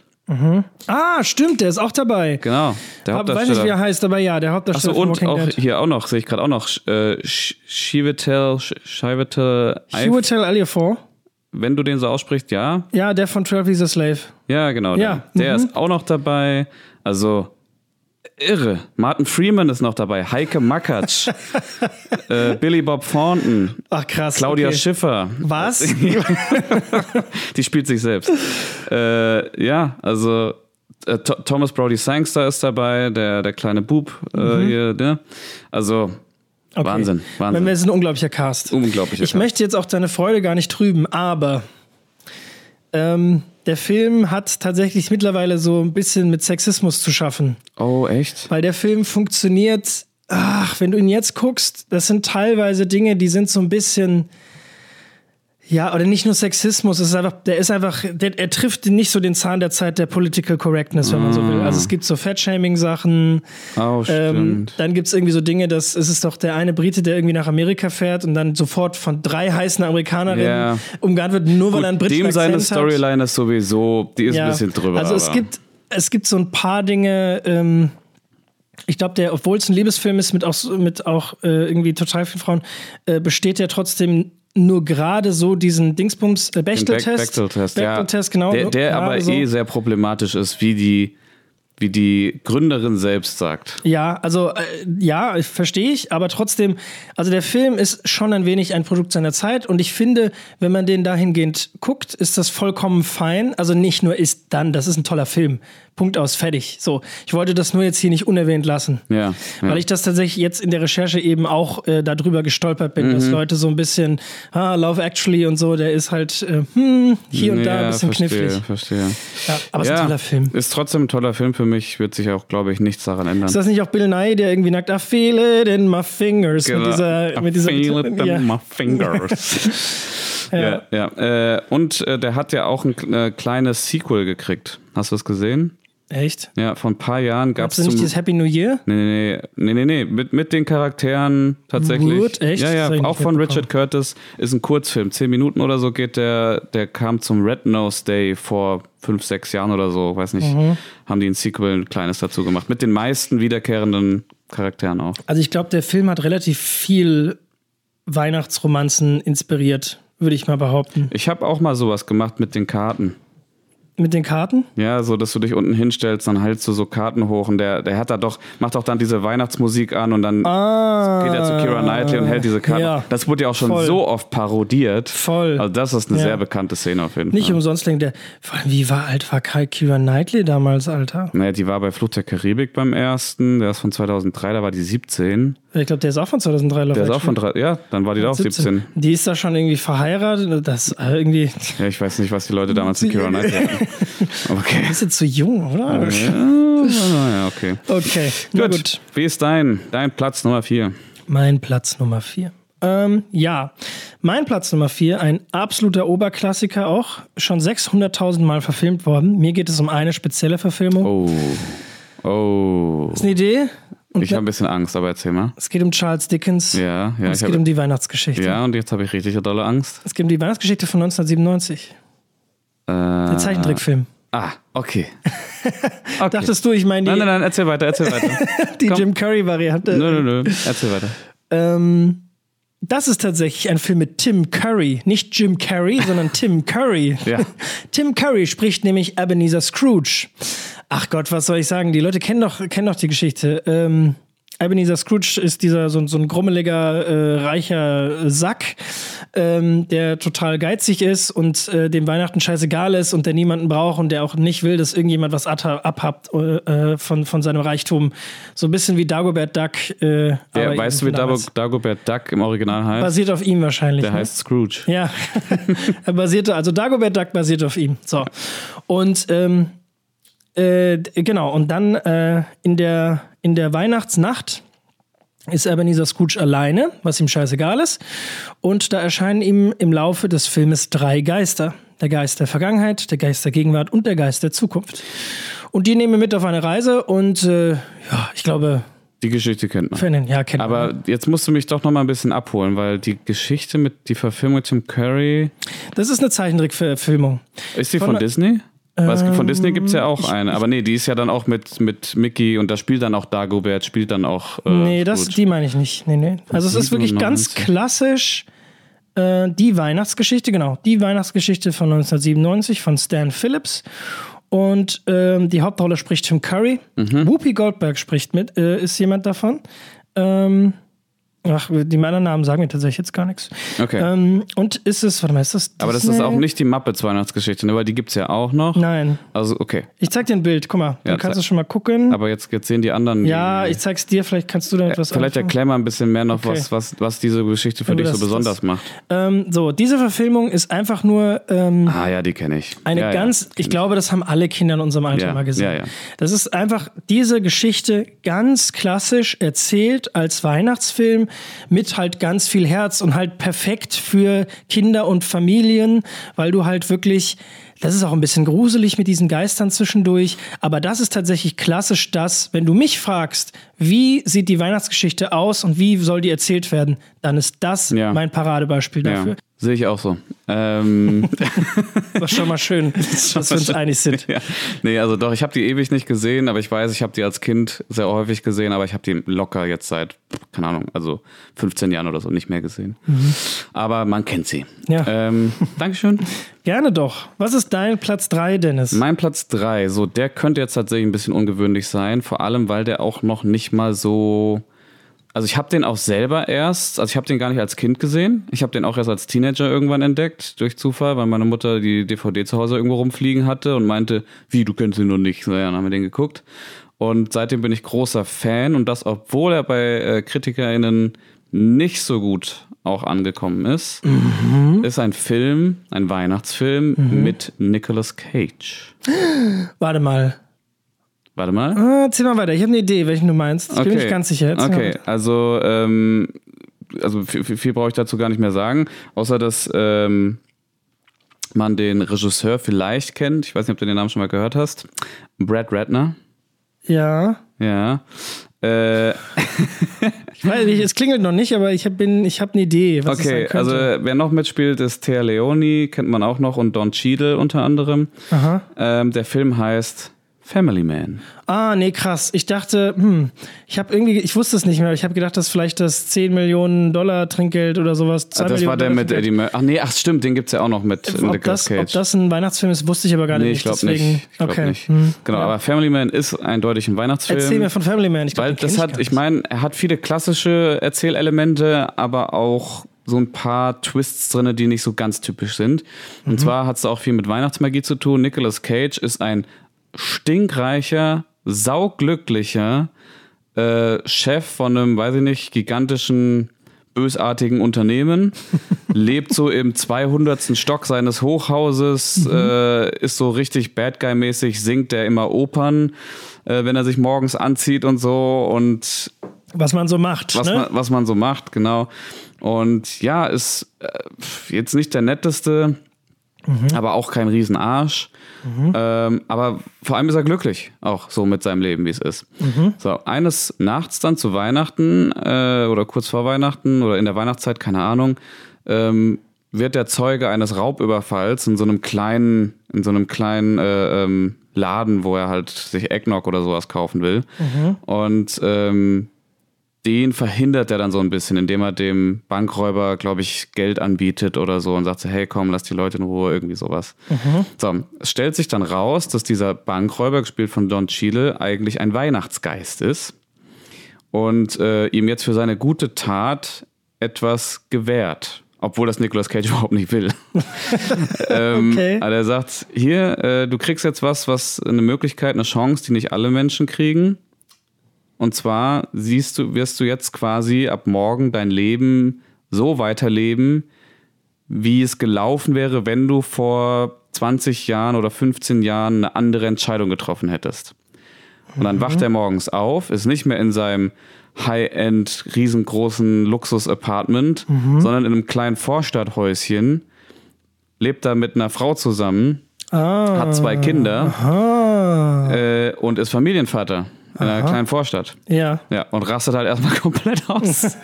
Speaker 1: Ah, stimmt, der ist auch dabei.
Speaker 2: Genau, der
Speaker 1: Hab, weiß nicht, wie er
Speaker 2: Hauptdarsteller.
Speaker 1: heißt, aber ja, der Hauptdarsteller
Speaker 2: Achso,
Speaker 1: von
Speaker 2: und
Speaker 1: Walking
Speaker 2: auch
Speaker 1: Dead.
Speaker 2: hier auch noch, sehe ich gerade auch noch, Sch- äh, Sch- Chiwetel, Sch- Chiwetel, Eif-
Speaker 1: Chiwetel Ejiofor.
Speaker 2: wenn du den so aussprichst, ja,
Speaker 1: Ja, der von 12 Years a Slave.
Speaker 2: Ja, genau.
Speaker 1: Ja, mhm.
Speaker 2: Der, der ist auch noch dabei. Also irre. Martin Freeman ist noch dabei.
Speaker 1: [laughs]
Speaker 2: Heike Makatsch. äh, Billy Bob Thornton.
Speaker 1: Ach krass.
Speaker 2: Claudia
Speaker 1: okay.
Speaker 2: Schiffer. [laughs]
Speaker 1: Was?
Speaker 2: Die spielt sich selbst. äh, ja, also äh, Tho- Thomas Brody Sangster ist dabei. Der, der kleine Bub äh, hier. Ne? Also
Speaker 1: Mhm. Okay.
Speaker 2: Wahnsinn.
Speaker 1: Wenn wir-
Speaker 2: Wahnsinn.
Speaker 1: Es ist ein unglaublicher Cast.
Speaker 2: Also Unglaublicher
Speaker 1: Ich
Speaker 2: Cast.
Speaker 1: möchte jetzt auch deine Freude gar nicht trüben, aber ähm, der Film hat tatsächlich mittlerweile so ein bisschen mit Sexismus zu schaffen,
Speaker 2: Oh, echt?
Speaker 1: weil der Film funktioniert. Ach, wenn du ihn jetzt guckst, das sind teilweise Dinge, die sind so ein bisschen ja, oder nicht nur Sexismus, es ist einfach, der ist einfach, der, er trifft nicht so den Zahn der Zeit der Political Correctness, wenn man so will. Also es gibt so Fat-Shaming-Sachen,
Speaker 2: Oh,
Speaker 1: ähm,
Speaker 2: stimmt.
Speaker 1: dann gibt es irgendwie so Dinge, dass es ist doch der eine Brite, der irgendwie nach Amerika fährt und dann sofort von drei heißen Amerikanerinnen
Speaker 2: Ja.
Speaker 1: umgarnt wird, nur weil er einen
Speaker 2: Gut,
Speaker 1: britischen
Speaker 2: dem seine
Speaker 1: Akzent hat.
Speaker 2: Storyline ist sowieso, die ist ein bisschen drüber.
Speaker 1: Also es
Speaker 2: aber-
Speaker 1: gibt, es gibt so ein paar Dinge, ähm, ich glaube, der, obwohl es ein Liebesfilm ist, mit auch, mit auch äh, irgendwie total vielen Frauen, äh, besteht ja trotzdem nur gerade so diesen Dingsbums äh, Bechteltest.
Speaker 2: Den Be- Bechteltest, ja.
Speaker 1: Bechteltest, genau.
Speaker 2: Der, der
Speaker 1: gerade
Speaker 2: aber
Speaker 1: so.
Speaker 2: eh sehr problematisch ist, wie die, wie die Gründerin selbst sagt.
Speaker 1: Ja, also äh, ja, verstehe ich, aber trotzdem, also der Film ist schon ein wenig ein Produkt seiner Zeit und ich finde, wenn man den dahingehend guckt, ist das vollkommen fein. Also nicht nur ist dann, das ist ein toller Film. Punkt aus, fertig. So, ich wollte das nur jetzt hier nicht unerwähnt lassen.
Speaker 2: Ja, ja.
Speaker 1: Weil ich das tatsächlich jetzt in der Recherche eben auch äh, darüber gestolpert bin,
Speaker 2: Mhm.
Speaker 1: dass Leute so ein bisschen, ah, Love Actually und so, der ist halt äh, hm, hier und da ein
Speaker 2: Ja,
Speaker 1: bisschen
Speaker 2: verstehe,
Speaker 1: knifflig.
Speaker 2: Verstehe.
Speaker 1: Ja, aber es ist ein toller Film.
Speaker 2: Ist trotzdem ein toller Film für mich, wird sich auch, glaube ich, nichts daran ändern.
Speaker 1: Ist das nicht auch Bill Nye, der irgendwie nackt I feel it in my fingers mit dieser,
Speaker 2: Genau. I
Speaker 1: mit dieser
Speaker 2: feel it in
Speaker 1: ja.
Speaker 2: my fingers.
Speaker 1: [laughs]
Speaker 2: ja, ja. Äh, und äh, der hat ja auch ein äh, kleines Sequel gekriegt. Hast du das gesehen?
Speaker 1: Echt?
Speaker 2: Ja, vor ein paar Jahren gab
Speaker 1: Hast
Speaker 2: es
Speaker 1: du nicht
Speaker 2: zum
Speaker 1: dieses Happy New Year?
Speaker 2: Nee, nee, nee, nee, nee. Mit, mit den Charakteren tatsächlich.
Speaker 1: Gut, echt? Das
Speaker 2: Ja,
Speaker 1: hab ich
Speaker 2: ja,
Speaker 1: nicht
Speaker 2: auch von
Speaker 1: mitbekommen.
Speaker 2: Richard Curtis. Ist ein Kurzfilm. Zehn Minuten oder so geht der. Der kam zum Red Nose Day vor fünf, sechs Jahren oder so. Weiß nicht.
Speaker 1: Mhm.
Speaker 2: Haben die ein Sequel, ein kleines dazu gemacht. Mit den meisten wiederkehrenden Charakteren auch.
Speaker 1: Also ich glaube, der Film hat relativ viel Weihnachtsromanzen inspiriert, würde ich mal behaupten.
Speaker 2: Ich habe auch mal sowas gemacht mit den Karten.
Speaker 1: Mit den Karten?
Speaker 2: Ja, so, dass du dich unten hinstellst, dann hältst du so Karten hoch und der, der hat da doch, macht auch dann diese Weihnachtsmusik an und dann
Speaker 1: Ah.
Speaker 2: geht er zu Kira Knightley und hält diese Karten.
Speaker 1: Ja.
Speaker 2: Das wurde ja auch schon
Speaker 1: Voll.
Speaker 2: so oft parodiert.
Speaker 1: Voll.
Speaker 2: Also das ist eine
Speaker 1: Äh, Ja.
Speaker 2: sehr bekannte Szene auf jeden
Speaker 1: Nicht um-
Speaker 2: Fall.
Speaker 1: umsonst denkt der, vor allem, wie war alt war Kai Kira Knightley damals, Alter?
Speaker 2: Naja, die war bei Fluch der Karibik beim ersten, der ist von 2003, da war die 17.
Speaker 1: Ich glaube, der ist auch von 2003. Love
Speaker 2: Der ist auch
Speaker 1: Actually.
Speaker 2: von drei, ja, dann war die da auch 17.
Speaker 1: Die ist da schon irgendwie verheiratet. Das äh, irgendwie.
Speaker 2: Ja, ich weiß nicht, was die Leute damals
Speaker 1: [laughs]
Speaker 2: zu Kira Knightley hatten. Aber Okay.
Speaker 1: Bist du zu jung, oder?
Speaker 2: Ja, naja, okay.
Speaker 1: Okay, na
Speaker 2: Gut.
Speaker 1: gut.
Speaker 2: wie ist dein, dein Platz Nummer 4?
Speaker 1: Mein Platz Nummer 4. Ähm, ja, mein Platz Nummer 4, ein absoluter Oberklassiker auch, schon 600.000 Mal verfilmt worden. Mir geht es um eine spezielle Verfilmung.
Speaker 2: Oh. Oh.
Speaker 1: Ist eine Idee? Und
Speaker 2: ich habe ein bisschen Angst, aber erzähl mal.
Speaker 1: Es geht um Charles Dickens.
Speaker 2: Ja, ja,
Speaker 1: und es
Speaker 2: ich hab-
Speaker 1: geht um die Weihnachtsgeschichte.
Speaker 2: Ja, und jetzt habe ich richtig dolle Angst.
Speaker 1: Es geht um die Weihnachtsgeschichte von 1997.
Speaker 2: Äh,
Speaker 1: Der Zeichentrickfilm.
Speaker 2: Ah,
Speaker 1: [laughs]
Speaker 2: okay. okay.
Speaker 1: Dachtest du, ich meine
Speaker 2: nein,
Speaker 1: die,
Speaker 2: nein, nein, erzähl weiter, erzähl
Speaker 1: [laughs]
Speaker 2: weiter.
Speaker 1: die
Speaker 2: komm.
Speaker 1: Jim Curry-Variante?
Speaker 2: nö, nö, nö, erzähl weiter.
Speaker 1: Ähm, das ist tatsächlich ein Film mit Tim Curry. Nicht Jim Carrey, [laughs] sondern Tim Curry.
Speaker 2: Ja.
Speaker 1: [laughs] Tim Curry spricht nämlich Ebenezer Scrooge. Ach Gott, was soll ich sagen? Die Leute kennen doch, kennen doch die Geschichte. Ähm, Ebenezer Scrooge ist dieser so, so ein grummeliger, äh, reicher Sack, ähm, der total geizig ist und äh, dem Weihnachten scheißegal ist und der niemanden braucht und der auch nicht will, dass irgendjemand was abha- abhabt äh, äh, von, von seinem Reichtum. So ein bisschen wie Dagobert Duck. Äh,
Speaker 2: Ja,
Speaker 1: aber
Speaker 2: weißt du, wie
Speaker 1: eben damals.
Speaker 2: Dago- Dagobert Duck im Original heißt?
Speaker 1: Basiert auf ihm wahrscheinlich.
Speaker 2: Der
Speaker 1: ne?
Speaker 2: heißt Scrooge.
Speaker 1: Ja, [laughs] er basierte, also Dagobert Duck basiert auf ihm. So. Und ähm, äh, d- genau, und dann äh, in, der, in der Weihnachtsnacht ist Ebenezer Scrooge alleine, was ihm scheißegal ist. Und da erscheinen ihm im Laufe des Filmes drei Geister. Der Geist der Vergangenheit, der Geist der Gegenwart und der Geist der Zukunft. Und die nehmen ihn mit auf eine Reise und äh, ja, ich glaube,
Speaker 2: Die Geschichte kennt man.
Speaker 1: Fennen, ja, kennt man.
Speaker 2: Aber jetzt musst du mich doch noch mal ein bisschen abholen, weil die Geschichte mit die Verfilmung mit Tim Curry,
Speaker 1: Das ist eine Zeichentrickverfilmung.
Speaker 2: ist die von, Disney? Weil es gibt, von Disney gibt es ja
Speaker 1: Ähm,
Speaker 2: auch eine, aber nee, die ist ja dann auch mit, mit Mickey und da spielt dann auch Dagobert, spielt dann auch. Äh,
Speaker 1: Nee, das,
Speaker 2: Scrooge.
Speaker 1: die meine ich nicht. Nee, nee. Also es ist wirklich ganz
Speaker 2: 97.
Speaker 1: klassisch äh, die Weihnachtsgeschichte, genau. Die Weihnachtsgeschichte von 1997 von Stan Phillips. Und ähm, die Hauptrolle spricht Tim Curry.
Speaker 2: Mhm.
Speaker 1: Whoopi Goldberg spricht mit, äh, ist jemand davon. Ähm, ach, die meiner Namen sagen mir tatsächlich jetzt gar nichts.
Speaker 2: Okay.
Speaker 1: Ähm, und ist es, warte mal, ist das.
Speaker 2: aber das ist auch nicht die Muppets Weihnachtsgeschichte, ne? weil die gibt es ja auch noch.
Speaker 1: Nein.
Speaker 2: Also, okay.
Speaker 1: Ich zeig dir ein Bild, guck mal. Du
Speaker 2: Ja,
Speaker 1: kannst
Speaker 2: zeig-
Speaker 1: es schon mal gucken.
Speaker 2: Aber jetzt, jetzt sehen die anderen.
Speaker 1: ja,
Speaker 2: die,
Speaker 1: ich zeig's dir, vielleicht kannst du da etwas
Speaker 2: Vielleicht
Speaker 1: anfangen.
Speaker 2: erklär mal ein bisschen mehr noch,
Speaker 1: Okay.
Speaker 2: was, was, was diese Geschichte für
Speaker 1: du
Speaker 2: dich so
Speaker 1: das-
Speaker 2: besonders
Speaker 1: das-
Speaker 2: macht.
Speaker 1: Ähm, so, diese Verfilmung ist einfach nur ähm,
Speaker 2: Ah ja, die kenne ich.
Speaker 1: eine
Speaker 2: ja,
Speaker 1: ganz,
Speaker 2: Ja.
Speaker 1: ich glaube, das haben alle Kinder in unserem Alter
Speaker 2: Ja,
Speaker 1: mal gesehen.
Speaker 2: ja, ja.
Speaker 1: Das ist einfach diese Geschichte ganz klassisch erzählt als Weihnachtsfilm mit halt ganz viel Herz und halt perfekt für Kinder und Familien, weil du halt wirklich, das ist auch ein bisschen gruselig mit diesen Geistern zwischendurch, aber das ist tatsächlich klassisch das, wenn du mich fragst, wie sieht die Weihnachtsgeschichte aus und wie soll die erzählt werden, dann ist das
Speaker 2: Ja.
Speaker 1: mein Paradebeispiel dafür.
Speaker 2: Ja, sehe ich auch so.
Speaker 1: [laughs]
Speaker 2: Ähm,
Speaker 1: Das ist schon mal
Speaker 2: [laughs]
Speaker 1: schön, dass wir uns einig sind.
Speaker 2: ja. Nee, also doch, ich habe die ewig nicht gesehen, aber ich weiß, ich habe die als Kind sehr häufig gesehen, aber ich habe die locker jetzt seit, keine Ahnung, also 15 Jahren oder so nicht mehr gesehen. Aber man kennt sie.
Speaker 1: Mhm. Ja. [laughs]
Speaker 2: Ähm, Dankeschön.
Speaker 1: Gerne doch. Was ist dein Platz 3, Dennis?
Speaker 2: Mein Platz 3, so der könnte jetzt tatsächlich ein bisschen ungewöhnlich sein, vor allem weil der auch noch nicht mal so also ich habe den auch selber erst, also ich habe den gar nicht als Kind gesehen. Ich habe den auch erst als Teenager irgendwann entdeckt durch Zufall, weil meine Mutter die DVD zu Hause irgendwo rumfliegen hatte und meinte, wie du kennst ihn noch nicht. Naja, dann haben wir den geguckt. Und seitdem bin ich großer Fan und das, obwohl er bei äh, KritikerInnen nicht so gut auch angekommen ist, ist ein Film, ein Weihnachtsfilm mit Nicolas Cage.
Speaker 1: Warte mal.
Speaker 2: Warte mal.
Speaker 1: Ah, Erzähl mal weiter. Ich habe eine Idee, welchen du meinst. Ich bin nicht ganz sicher. Erzähl mal
Speaker 2: okay,
Speaker 1: weiter.
Speaker 2: also, ähm, also viel, viel, viel brauche ich dazu gar nicht mehr sagen, außer dass ähm, man den Regisseur vielleicht kennt. Ich weiß nicht, ob du den Namen schon mal gehört hast. Brad Ratner.
Speaker 1: Ja.
Speaker 2: Ja. Äh,
Speaker 1: Ich weiß nicht, es klingelt noch nicht, aber ich habe ich hab eine Idee, was es sein
Speaker 2: okay, also
Speaker 1: könnte.
Speaker 2: wer noch mitspielt, ist Thea Leoni, kennt man auch noch, und Don Cheadle unter anderem.
Speaker 1: Aha.
Speaker 2: Ähm, der Film heißt Family Man.
Speaker 1: Ah, nee, krass. Ich dachte, hm, ich habe irgendwie, ich wusste es nicht mehr. Ich habe gedacht, dass vielleicht das 10 Millionen Dollar Trinkgeld oder sowas. 2
Speaker 2: das
Speaker 1: Millionen
Speaker 2: war der
Speaker 1: Dollar
Speaker 2: mit Eddie
Speaker 1: Trinkgeld.
Speaker 2: Murphy. Ach nee, ach stimmt, den gibt's ja auch noch mit äh,
Speaker 1: ob das, ob das ein Weihnachtsfilm ist, wusste ich aber gar
Speaker 2: Nee, ich
Speaker 1: nicht.
Speaker 2: glaube
Speaker 1: Deswegen,
Speaker 2: nicht. Ich glaub
Speaker 1: okay.
Speaker 2: nicht.
Speaker 1: Hm.
Speaker 2: Genau, aber Family Man ist eindeutig ein Weihnachtsfilm.
Speaker 1: Erzähl mir von Family Man. Ich glaub,
Speaker 2: weil
Speaker 1: den kenn
Speaker 2: das hat,
Speaker 1: gar
Speaker 2: ich
Speaker 1: nicht.
Speaker 2: meine, er hat viele klassische Erzählelemente, aber auch so ein paar Twists drinne, die nicht so ganz typisch sind. Und
Speaker 1: Mhm.
Speaker 2: zwar hat es auch viel mit Weihnachtsmagie zu tun. Nicolas Cage ist ein stinkreicher, sauglücklicher äh, Chef von einem, weiß ich nicht, gigantischen bösartigen Unternehmen, lebt so im 200. Stock seines Hochhauses, äh, ist so richtig Bad Guy-mäßig, singt der immer Opern, äh, wenn er sich morgens anzieht und so und
Speaker 1: was man so macht.
Speaker 2: was,
Speaker 1: ne?
Speaker 2: man, was man so macht, genau. Und ja, ist äh, jetzt nicht der netteste, aber auch kein Riesenarsch. Ähm, aber vor allem ist er glücklich, auch so mit seinem Leben, wie es ist. So, eines Nachts dann zu Weihnachten äh, oder kurz vor Weihnachten oder in der Weihnachtszeit, keine Ahnung, ähm, wird der Zeuge eines Raubüberfalls in so einem kleinen, in so einem kleinen äh, ähm, Laden, wo er halt sich Eggnog oder sowas kaufen will. Und ähm, den verhindert er dann so ein bisschen, indem er dem Bankräuber, glaube ich, Geld anbietet oder so und sagt so, hey, komm, lass die Leute in Ruhe, irgendwie sowas. So, es stellt sich dann raus, dass dieser Bankräuber, gespielt von Don Cheadle, eigentlich ein Weihnachtsgeist ist und äh, ihm jetzt für seine gute Tat etwas gewährt. Obwohl das Nicolas Cage [laughs] überhaupt nicht will.
Speaker 1: okay.
Speaker 2: Aber er sagt, hier, äh, du kriegst jetzt was, was eine Möglichkeit, eine Chance, die nicht alle Menschen kriegen. Und zwar siehst du, wirst du jetzt quasi ab morgen dein Leben so weiterleben, wie es gelaufen wäre, wenn du vor 20 Jahren oder 15 Jahren eine andere Entscheidung getroffen hättest. Und dann wacht er morgens auf, ist nicht mehr in seinem High-End, riesengroßen Luxus-Apartment, sondern in einem kleinen Vorstadthäuschen, lebt da mit einer Frau zusammen, hat zwei Kinder äh, und ist Familienvater in einer kleinen Vorstadt.
Speaker 1: Ja.
Speaker 2: Ja, und rastet halt erstmal [laughs] komplett aus.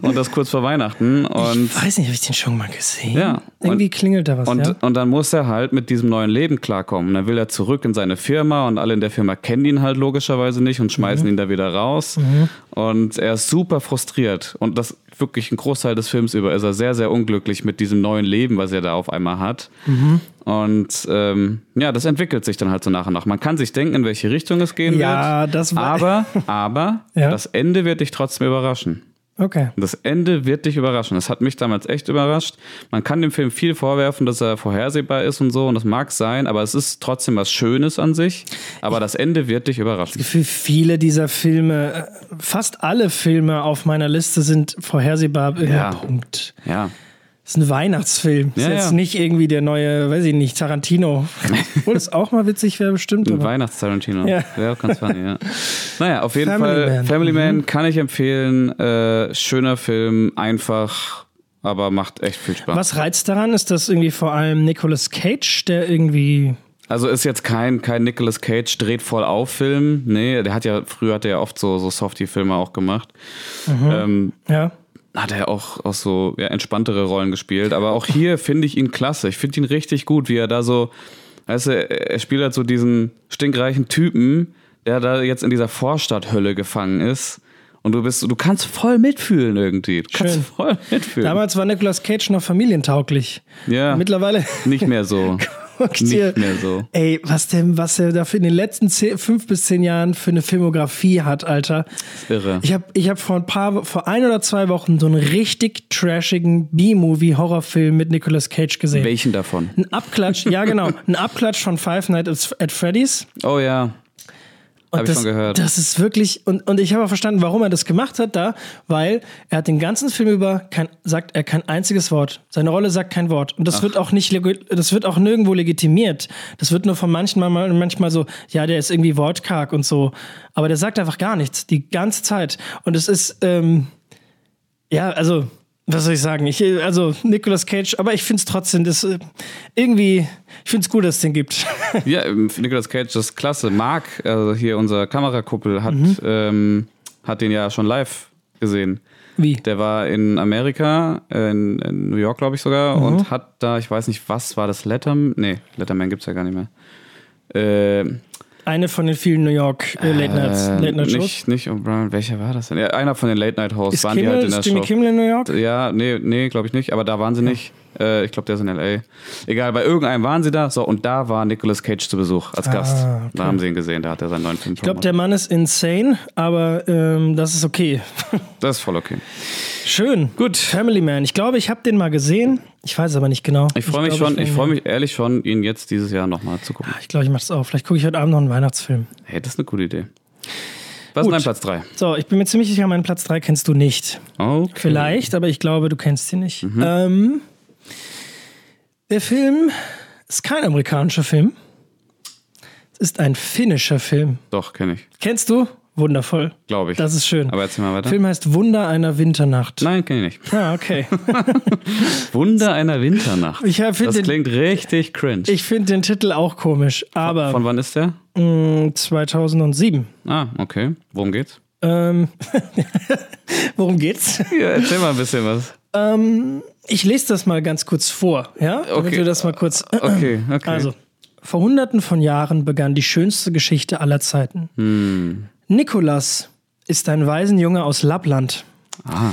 Speaker 2: und das kurz vor Weihnachten. Und
Speaker 1: Ich weiß nicht, habe ich den schon mal gesehen?
Speaker 2: Ja, und-
Speaker 1: Irgendwie klingelt da was,
Speaker 2: und,
Speaker 1: ja?
Speaker 2: und dann muss er halt mit diesem neuen Leben klarkommen. Und dann will er zurück in seine Firma und alle in der Firma kennen ihn halt logischerweise nicht und schmeißen
Speaker 1: Mhm.
Speaker 2: ihn da wieder raus. Und er ist super frustriert. Und das wirklich ein Großteil des Films über ist er sehr, sehr unglücklich mit diesem neuen Leben, was er da auf einmal hat.
Speaker 1: Mhm.
Speaker 2: Und ähm, ja, das entwickelt sich dann halt so nach und nach. Man kann sich denken, in welche Richtung es gehen
Speaker 1: Ja,
Speaker 2: wird.
Speaker 1: das war- [laughs]
Speaker 2: Aber, aber
Speaker 1: Ja.
Speaker 2: das Ende wird dich trotzdem überraschen.
Speaker 1: Okay.
Speaker 2: Das Ende wird dich überraschen. Das hat mich damals echt überrascht. Man kann dem Film viel vorwerfen, dass er vorhersehbar ist und so, und das mag sein, aber es ist trotzdem was Schönes an sich. Aber das Ende wird dich überraschen.
Speaker 1: Für viele dieser Filme, äh, fast alle Filme auf meiner Liste sind vorhersehbar im
Speaker 2: Ja.
Speaker 1: Punkt.
Speaker 2: Ja.
Speaker 1: Ist ein Weihnachtsfilm. Ist
Speaker 2: Ja,
Speaker 1: jetzt
Speaker 2: ja.
Speaker 1: nicht irgendwie der neue, weiß ich nicht,
Speaker 2: [laughs]
Speaker 1: Tarantino. Obwohl es auch mal witzig wäre, bestimmt.
Speaker 2: Ein
Speaker 1: Aber.
Speaker 2: Weihnachts-Tarantino.
Speaker 1: Ja.
Speaker 2: Ja. Wäre auch ganz funny, ja. Naja, auf jeden
Speaker 1: Family
Speaker 2: Fall,
Speaker 1: Man. Mhm.
Speaker 2: Family Man kann ich empfehlen. Äh, schöner Film, einfach, aber macht echt viel Spaß.
Speaker 1: Was reizt daran? Ist das irgendwie vor allem Nicolas Cage, der irgendwie.
Speaker 2: Also ist jetzt kein, kein Nicolas Cage dreht voll auf Film. Nee, der hat ja, früher hat er ja oft so, so Softie-Filme auch gemacht. Ähm,
Speaker 1: Ja.
Speaker 2: hat er auch, auch so ja, entspanntere Rollen gespielt. Aber
Speaker 1: [laughs]
Speaker 2: auch hier finde ich ihn klasse. Ich finde ihn richtig gut, wie er da so, weißt du, er spielt halt so diesen stinkreichen Typen, der da jetzt in dieser Vorstadthölle gefangen ist. Und du bist, du kannst voll mitfühlen irgendwie. Du kannst
Speaker 1: Schön.
Speaker 2: voll mitfühlen.
Speaker 1: Damals war Nicolas Cage noch familientauglich.
Speaker 2: ja,
Speaker 1: Mittlerweile.
Speaker 2: nicht
Speaker 1: [laughs]
Speaker 2: mehr so.
Speaker 1: Guck
Speaker 2: nicht
Speaker 1: dir-
Speaker 2: mehr so.
Speaker 1: Ey, was denn, was er da für in den letzten zehn, fünf bis zehn Jahren für eine Filmografie hat, Alter.
Speaker 2: Irre.
Speaker 1: Ich habe ich hab vor ein paar, vor ein oder zwei Wochen so einen richtig trashigen B-Movie-Horrorfilm mit Nicolas Cage gesehen.
Speaker 2: Welchen davon?
Speaker 1: Ein Abklatsch, ja genau, ein Abklatsch von Five Nights at Freddy's.
Speaker 2: Oh ja.
Speaker 1: Und
Speaker 2: Hab ich
Speaker 1: das,
Speaker 2: schon gehört.
Speaker 1: Das ist wirklich, und, und ich habe auch verstanden, warum er das gemacht hat da, weil er hat den ganzen Film über, kein, sagt er kein einziges Wort. Seine Rolle sagt kein Wort. Und das wird auch nicht, legi- das wird auch nirgendwo legitimiert. Das wird nur von manchen mal, manchmal so, ja, der ist irgendwie wortkarg und so. Aber der sagt einfach gar nichts, die ganze Zeit. Und es ist, ähm, ja, also, was soll ich sagen? Ich, äh, also, Nicolas Cage, aber ich finde es trotzdem, das äh, irgendwie, ich finde es gut, dass es den gibt. [laughs]
Speaker 2: Ja, ähm, Nicolas Cage das ist klasse. Marc, also hier unser Kamerakuppel, hat,
Speaker 1: Mhm.
Speaker 2: ähm, hat den ja schon live gesehen.
Speaker 1: Wie?
Speaker 2: Der war in Amerika, äh, in, in New York, glaube ich sogar,
Speaker 1: Mhm.
Speaker 2: und hat da, ich weiß nicht, was war das, Letterman? Nee, Letterman gibt's ja gar nicht mehr. Äh,
Speaker 1: Eine von den vielen New York äh, Late Nights,
Speaker 2: äh,
Speaker 1: Late Night Shows.
Speaker 2: Nicht, nicht O'Brien, welcher war das denn? Ja, einer von den Late Night Hosts
Speaker 1: Ist
Speaker 2: waren die
Speaker 1: Kimmel,
Speaker 2: halt in der
Speaker 1: ist Jimmy
Speaker 2: Show.
Speaker 1: Kimmel in New York?
Speaker 2: Ja, nee, nee, glaube ich nicht. Aber da waren sie nicht. Äh, ich glaube, der ist in L.A. Egal, bei irgendeinem waren sie da. So, und da war Nicolas Cage zu Besuch als Gast. Da haben sie ihn gesehen, da hat er seinen neuen Film
Speaker 1: Ah, Ich glaube, der Mann ist insane, aber ähm, das ist okay.
Speaker 2: Das ist voll okay.
Speaker 1: Schön. Gut. Family Man. Ich glaube, ich habe den mal gesehen. Ich weiß aber nicht genau.
Speaker 2: Ich freue mich
Speaker 1: glaube,
Speaker 2: schon, ich
Speaker 1: will-
Speaker 2: freue mich ehrlich schon, ihn jetzt dieses Jahr nochmal zu gucken.
Speaker 1: Ich glaube, ich mache es auch. Vielleicht gucke ich heute Abend noch einen Weihnachtsfilm.
Speaker 2: Hey, das ist eine gute Idee. Was
Speaker 1: Gut.
Speaker 2: ist dein Platz 3?
Speaker 1: So, ich bin mir ziemlich sicher, meinen Platz 3 kennst du nicht.
Speaker 2: Okay. Mhm.
Speaker 1: Vielleicht, aber ich glaube, du kennst ihn nicht. Ähm, der Film ist kein amerikanischer Film. Es ist ein finnischer Film.
Speaker 2: Doch, kenne ich.
Speaker 1: Kennst du? Wundervoll.
Speaker 2: glaube ich.
Speaker 1: Das ist schön.
Speaker 2: Aber ne? erzähl mal
Speaker 1: der
Speaker 2: weiter.
Speaker 1: Film heißt Wunder einer
Speaker 2: [laughs]
Speaker 1: Winternacht.
Speaker 2: Nein, kenn ich nicht.
Speaker 1: Ah, okay.
Speaker 2: Wunder einer Winternacht.
Speaker 1: Ich hab- find
Speaker 2: das
Speaker 1: den-
Speaker 2: klingt richtig cringe.
Speaker 1: Ich finde den Titel auch komisch, aber mm,
Speaker 2: Von wann ist der?
Speaker 1: mh, 2007.
Speaker 2: Ah, okay. Worum geht's?
Speaker 1: Ähm, [laughs] worum geht's? Ähm,
Speaker 2: Ja, erzähl mal ein
Speaker 1: [clears throat]
Speaker 2: bisschen was.
Speaker 1: Ich lese das mal ganz kurz vor, ja? Damit
Speaker 2: Okay.
Speaker 1: wir das mal kurz.
Speaker 2: Okay, okay.
Speaker 1: Also, vor hunderten von Jahren begann die schönste Geschichte aller Zeiten.
Speaker 2: Hm.
Speaker 1: Nikolas ist ein Waisenjunge aus Lappland.
Speaker 2: Ah,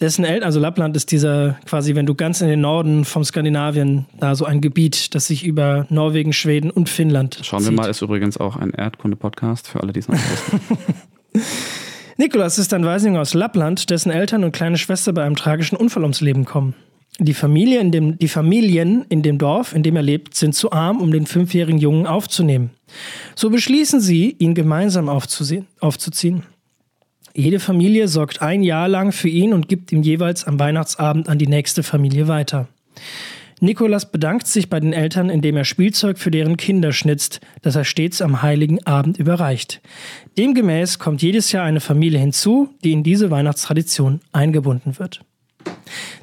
Speaker 1: Dessen Eltern, also Lappland ist dieser quasi, wenn du ganz in den Norden vom Skandinavien, da so ein Gebiet, das sich über Norwegen, Schweden und Finnland
Speaker 2: schauen wir
Speaker 1: zieht.
Speaker 2: mal, ist übrigens auch ein Erdkunde-Podcast für alle, die es
Speaker 1: [laughs]
Speaker 2: noch nicht wissen.
Speaker 1: Nikolas ist ein Waisinger aus Lappland, dessen Eltern und kleine Schwester bei einem tragischen Unfall ums Leben kommen. Die, Familie in dem, die Familien in dem Dorf, in dem er lebt, sind zu arm, um den fünfjährigen Jungen aufzunehmen. So beschließen sie, ihn gemeinsam aufzusehen, aufzuziehen. Jede Familie sorgt ein Jahr lang für ihn und gibt ihm jeweils am Weihnachtsabend an die nächste Familie weiter. Nikolas bedankt sich bei den Eltern, indem er Spielzeug für deren Kinder schnitzt, das er stets am heiligen Abend überreicht. Demgemäß kommt jedes Jahr eine Familie hinzu, die in diese Weihnachtstradition eingebunden wird.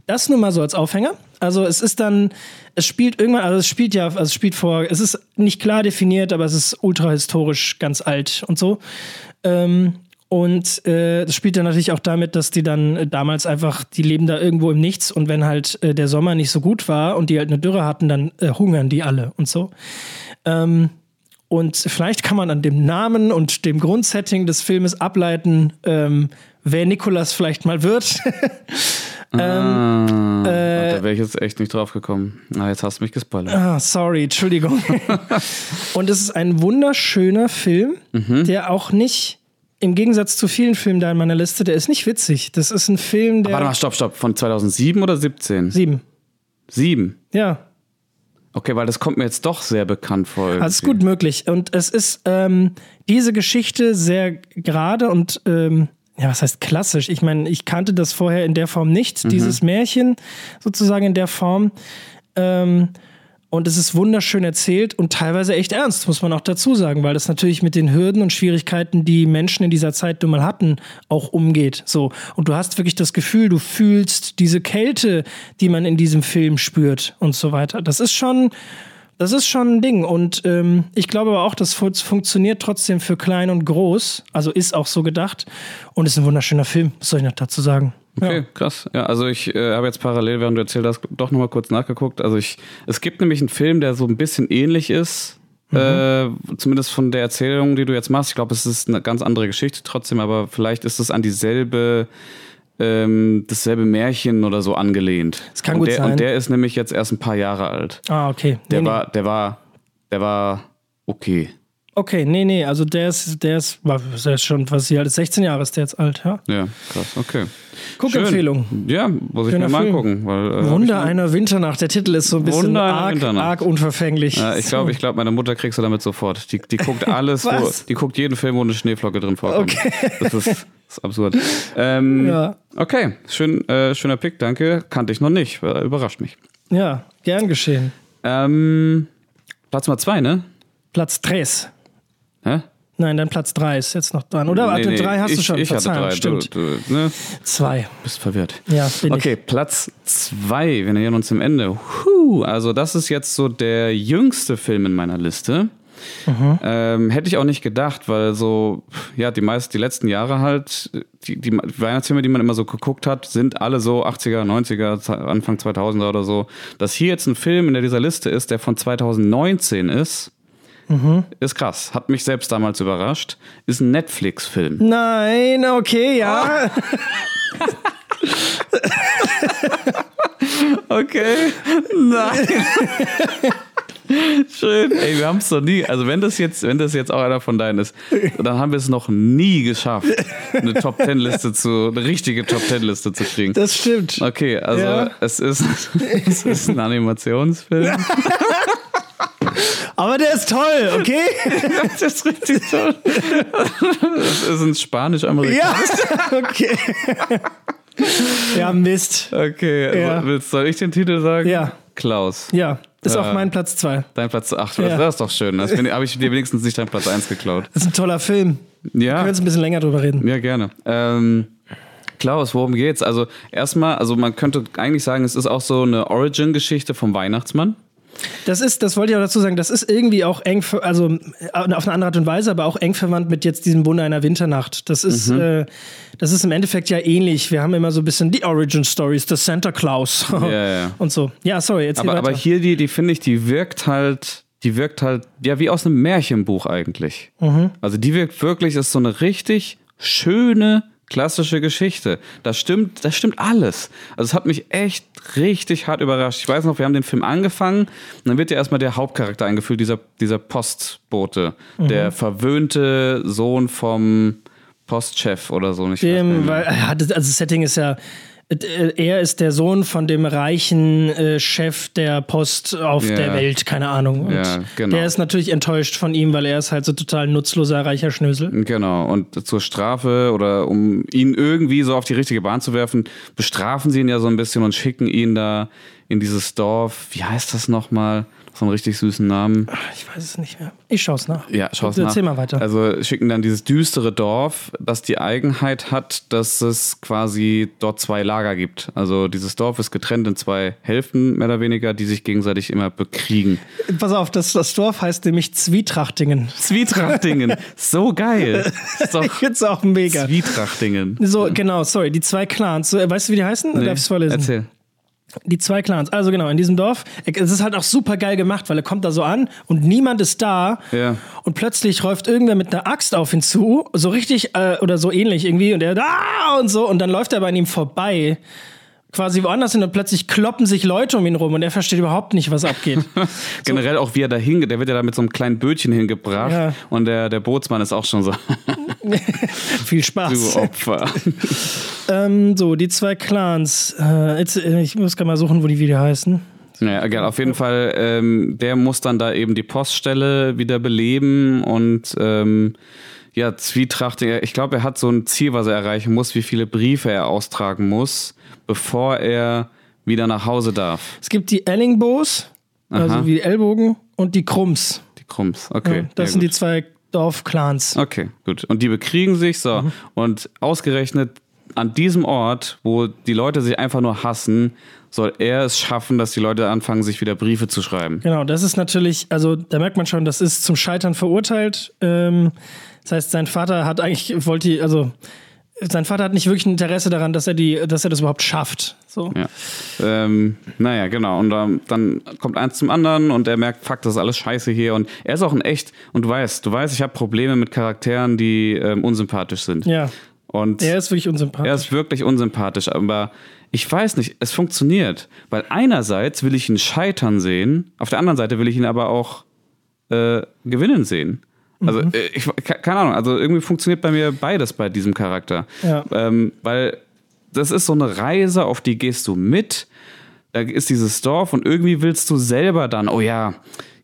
Speaker 1: Das nur mal so als Aufhänger. Also es ist dann, es spielt irgendwann, also es spielt ja, also es spielt vor, es ist nicht klar definiert, aber es ist ultra historisch ganz alt und so. Ähm, und äh, das spielt dann natürlich auch damit, dass die dann äh, damals einfach, die leben da irgendwo im Nichts und wenn halt äh, der Sommer nicht so gut war und die halt eine Dürre hatten, dann äh, hungern die alle und so. Ähm, und vielleicht kann man an dem Namen und dem Grundsetting des Filmes ableiten, ähm, wer Nikolas vielleicht mal wird. [laughs]
Speaker 2: ah,
Speaker 1: Äh,
Speaker 2: da wäre ich jetzt echt nicht drauf gekommen. Na, jetzt hast du mich gespoilert.
Speaker 1: Ah, sorry, Entschuldigung. und es ist ein wunderschöner Film, der auch nicht, im Gegensatz zu vielen Filmen da in meiner Liste, der ist nicht witzig. Das ist ein Film, der.
Speaker 2: Warte mal, stopp, stopp. Von 2007 oder 17?
Speaker 1: Sieben.
Speaker 2: Sieben.
Speaker 1: Ja,
Speaker 2: Okay, weil das kommt mir jetzt doch sehr bekannt vor.
Speaker 1: also es ist
Speaker 2: irgendwie.
Speaker 1: gut möglich. Und es ist ähm, diese Geschichte sehr gerade und. Ähm, ja, was heißt klassisch? Ich meine, ich kannte das vorher in der Form nicht, dieses Märchen sozusagen in der Form. Ähm, Und es ist wunderschön erzählt und teilweise echt ernst, muss man auch dazu sagen, weil das natürlich mit den Hürden und Schwierigkeiten, die Menschen in dieser Zeit nun mal hatten, auch umgeht. So. Und du hast wirklich das Gefühl, du fühlst diese Kälte, die man in diesem Film spürt und so weiter. Das ist schon, das ist schon ein Ding. Und ähm, ich glaube aber auch, das fu- funktioniert trotzdem für klein und groß. Also ist auch so gedacht. Und ist ein wunderschöner Film, was soll ich noch dazu sagen?
Speaker 2: Okay, krass. Ja, also ich äh, habe jetzt parallel, während du erzählt hast, doch nochmal kurz nachgeguckt. Also ich, es gibt nämlich einen Film, der so ein bisschen ähnlich ist,
Speaker 1: Mhm.
Speaker 2: äh, zumindest von der Erzählung, die du jetzt machst. Ich glaube, es ist eine ganz andere Geschichte trotzdem, aber vielleicht ist es an dieselbe, ähm, dasselbe Märchen oder so angelehnt.
Speaker 1: Es kann
Speaker 2: und
Speaker 1: gut
Speaker 2: der,
Speaker 1: sein.
Speaker 2: Und der ist nämlich jetzt erst ein paar Jahre alt.
Speaker 1: Ja. Ah, okay.
Speaker 2: Der
Speaker 1: Nee, nee.
Speaker 2: war, der war, der war okay.
Speaker 1: Okay, nee, nee, also der ist, der ist, war- ist ja schon, was sie alt ist, 16 Jahre ist der jetzt alt, ja.
Speaker 2: Ja, krass, okay.
Speaker 1: Guckempfehlung.
Speaker 2: Ja, muss ich
Speaker 1: Schöner
Speaker 2: mir mal
Speaker 1: Film.
Speaker 2: angucken. Weil, äh, hab ich
Speaker 1: Wunder einer Winternacht, der Titel ist so ein bisschen
Speaker 2: Wunder einer
Speaker 1: arg,
Speaker 2: Winternacht.
Speaker 1: arg unverfänglich.
Speaker 2: Ja, ich glaube, ich glaub, meine Mutter kriegst du damit sofort. Die, die guckt alles, wo,
Speaker 1: Was?
Speaker 2: die guckt jeden Film, wo eine Schneeflocke drin vorkommt.
Speaker 1: Okay.
Speaker 2: Das ist, das ist absurd. Ähm,
Speaker 1: Ja.
Speaker 2: Okay, Schön, äh, schöner Pick, danke. Kannte ich noch nicht, äh, überrascht mich.
Speaker 1: Ja, gern geschehen.
Speaker 2: Ähm, Platz mal zwei, ne?
Speaker 1: Platz 3.
Speaker 2: Hä?
Speaker 1: Nein, dann Platz 3 ist jetzt noch dran. Oder? Warte, 3 hast
Speaker 2: ich,
Speaker 1: du schon.
Speaker 2: Ich hatte
Speaker 1: Verzeihung,
Speaker 2: drei.
Speaker 1: Stimmt.
Speaker 2: Du, du, ne?
Speaker 1: Zwei.
Speaker 2: Bist verwirrt.
Speaker 1: Ja, bin
Speaker 2: okay, Platz zwei. Wir nähern uns dem Ende. Huh, also das ist jetzt so der jüngste Film in meiner Liste.
Speaker 1: Mhm.
Speaker 2: Ähm, hätte ich auch nicht gedacht, weil so, ja, die meisten, die letzten Jahre halt, die, die Weihnachtsfilme, die man immer so geguckt hat, sind alle so 80er, 90er, Ze- Anfang 2000er oder so. Dass hier jetzt ein Film in der- dieser Liste ist, der von 2019 ist,
Speaker 1: Mhm.
Speaker 2: ist krass. Hat mich selbst damals überrascht. Ist ein Netflix-Film.
Speaker 1: ich. Nein, okay,
Speaker 2: Ah!
Speaker 1: ja.
Speaker 2: Okay. [laughs] Nein. Schön. Ey, wir haben es noch nie. Also wenn das jetzt, wenn das jetzt auch einer von deinen ist, dann haben wir es noch nie geschafft, eine Top Ten Liste zu, eine richtige Top Ten Liste zu kriegen.
Speaker 1: Das stimmt.
Speaker 2: Okay, also
Speaker 1: Ja.
Speaker 2: es, ist, es ist ein Animationsfilm.
Speaker 1: Aber der ist toll, okay?
Speaker 2: [laughs] [laughs] Das ist richtig toll. Es ist ein spanisch-amerikanischer.
Speaker 1: ja. [laughs] okay.
Speaker 2: [laughs]
Speaker 1: ja, Mist.
Speaker 2: Okay,
Speaker 1: Ja.
Speaker 2: so- willst, soll ich den Titel sagen?
Speaker 1: Ja.
Speaker 2: Klaus.
Speaker 1: Ja, ist auch
Speaker 2: Äh.
Speaker 1: mein Platz 2.
Speaker 2: Dein Platz 8,
Speaker 1: Ja.
Speaker 2: das ist doch schön. Das habe ich dir wenigstens nicht dein Platz 1 geklaut.
Speaker 1: Ist ein toller Film. Wir
Speaker 2: Ja.
Speaker 1: können jetzt ein bisschen länger drüber reden.
Speaker 2: Ja, gerne. Ähm, Klaus, worum geht's? Also erstmal, also man könnte eigentlich sagen, es ist auch so eine Origin-Geschichte vom Weihnachtsmann.
Speaker 1: Das ist, das wollte ich auch dazu sagen, das ist irgendwie auch eng, ver- also äh, auf eine andere Art und Weise, aber auch eng verwandt mit jetzt diesem Wunder einer Winternacht. Das ist,
Speaker 2: Mhm.
Speaker 1: äh, das ist im Endeffekt ja ähnlich. Wir haben immer so ein bisschen die Origin Stories, das Santa Claus
Speaker 2: ja.
Speaker 1: [laughs] und so. Ja, sorry, jetzt
Speaker 2: Aber, aber
Speaker 1: weiter.
Speaker 2: hier, die, die finde ich, die wirkt halt, die wirkt halt, ja, wie aus einem Märchenbuch eigentlich.
Speaker 1: Mhm.
Speaker 2: Also die wirkt wirklich, ist so eine richtig schöne, klassische Geschichte. Das stimmt, das stimmt alles. Also es hat mich echt richtig hart überrascht. Ich weiß noch, wir haben den Film angefangen und dann wird ja erstmal der Hauptcharakter eingeführt, dieser, dieser Postbote,
Speaker 1: Mhm.
Speaker 2: der verwöhnte Sohn vom Postchef oder so. Ich weiß nicht
Speaker 1: dem,
Speaker 2: mehr.
Speaker 1: weil, ja, das- also das Setting ist ja, äh, er ist der Sohn von dem reichen äh, Chef der Post auf
Speaker 2: Ja.
Speaker 1: der Welt, keine Ahnung. Und
Speaker 2: Ja, genau.
Speaker 1: der ist natürlich enttäuscht von ihm, weil er ist halt so total nutzloser, reicher Schnösel.
Speaker 2: Genau, und zur Strafe oder um ihn irgendwie so auf die richtige Bahn zu werfen, bestrafen sie ihn ja so ein bisschen und schicken ihn da in dieses Dorf. Wie heißt das nochmal? So einen richtig süßen Namen.
Speaker 1: Ich weiß es nicht mehr. Ich schau's nach.
Speaker 2: Ja, schau's
Speaker 1: Erzähl
Speaker 2: nach.
Speaker 1: mal weiter.
Speaker 2: Also schicken dann dieses düstere Dorf, das die Eigenheit hat, dass es quasi dort zwei Lager gibt. Also dieses Dorf ist getrennt in zwei Hälften, mehr oder weniger, die sich gegenseitig immer bekriegen.
Speaker 1: Pass auf, das, das Dorf heißt nämlich Zwietrachtingen.
Speaker 2: Zwietrachtingen, [laughs] so geil. Ist
Speaker 1: Ich
Speaker 2: doch
Speaker 1: find's auch [laughs] mega.
Speaker 2: Zwietrachtingen.
Speaker 1: So, genau, sorry, die zwei Clans. So, äh, Weißt du, wie die heißen? Nee, Darf ich's vorlesen?
Speaker 2: Erzähl.
Speaker 1: Die zwei Clans. Also genau, in diesem Dorf. Es ist halt auch super geil gemacht, weil er kommt da so an und niemand ist da.
Speaker 2: Ja.
Speaker 1: Und plötzlich läuft irgendwer mit einer Axt auf ihn zu, so richtig äh, oder so ähnlich irgendwie. Und er da und so. Und dann läuft er aber an ihm vorbei, quasi woanders hin. Und plötzlich kloppen sich Leute um ihn rum und er versteht überhaupt nicht, was
Speaker 2: [laughs]
Speaker 1: abgeht.
Speaker 2: Generell auch, wie er da hingeht. Der wird ja da mit so einem kleinen Bötchen hingebracht.
Speaker 1: Ja.
Speaker 2: Und der, der Bootsmann ist auch schon so, [laughs]
Speaker 1: Viel Spaß.
Speaker 2: du Opfer.
Speaker 1: Ähm, so, die zwei Clans. Äh, jetzt, äh, ich muss gerade mal suchen, wo die wieder heißen.
Speaker 2: Ja, egal. Auf jeden Fall, ähm, der muss dann da eben die Poststelle wieder beleben und ähm, ja, Zwietracht. er- Ich glaube, er hat so ein Ziel, was er erreichen muss, wie viele Briefe er austragen muss, bevor er wieder nach Hause darf.
Speaker 1: Es gibt die Ellingbos, also
Speaker 2: Aha.
Speaker 1: wie die Ellbogen, und die Krumms.
Speaker 2: Die Krumms. Okay.
Speaker 1: das
Speaker 2: ja,
Speaker 1: sind
Speaker 2: gut.
Speaker 1: die zwei Dorfclans.
Speaker 2: Okay, gut. Und die bekriegen sich so.
Speaker 1: Mhm.
Speaker 2: Und ausgerechnet an diesem Ort, wo die Leute sich einfach nur hassen, soll er es schaffen, dass die Leute anfangen, sich wieder Briefe zu schreiben.
Speaker 1: Genau, das ist natürlich, also da merkt man schon, das ist zum Scheitern verurteilt. Ähm, das heißt, sein Vater hat eigentlich, wollte, also sein Vater hat nicht wirklich ein Interesse daran, dass er die, dass er das überhaupt schafft. So.
Speaker 2: Ja. Ähm, naja, genau. Und ähm, dann kommt eins zum anderen und er merkt, fuck, das ist alles scheiße hier. Und er ist auch ein echt, und du weißt, du weißt, ich habe Probleme mit Charakteren, die ähm, unsympathisch sind.
Speaker 1: Ja.
Speaker 2: Und
Speaker 1: Er ist wirklich
Speaker 2: Er
Speaker 1: unsympathisch.
Speaker 2: ist wirklich unsympathisch, aber ich weiß nicht, es funktioniert. Weil einerseits will ich ihn scheitern sehen, auf der anderen Seite will ich ihn aber auch äh, gewinnen sehen. Also, äh, ich, ke- keine Ahnung, also irgendwie funktioniert bei mir beides bei diesem Charakter.
Speaker 1: Ja.
Speaker 2: Ähm, weil das ist so eine Reise, auf die gehst du mit. Da ist dieses Dorf und irgendwie willst du selber dann, oh ja,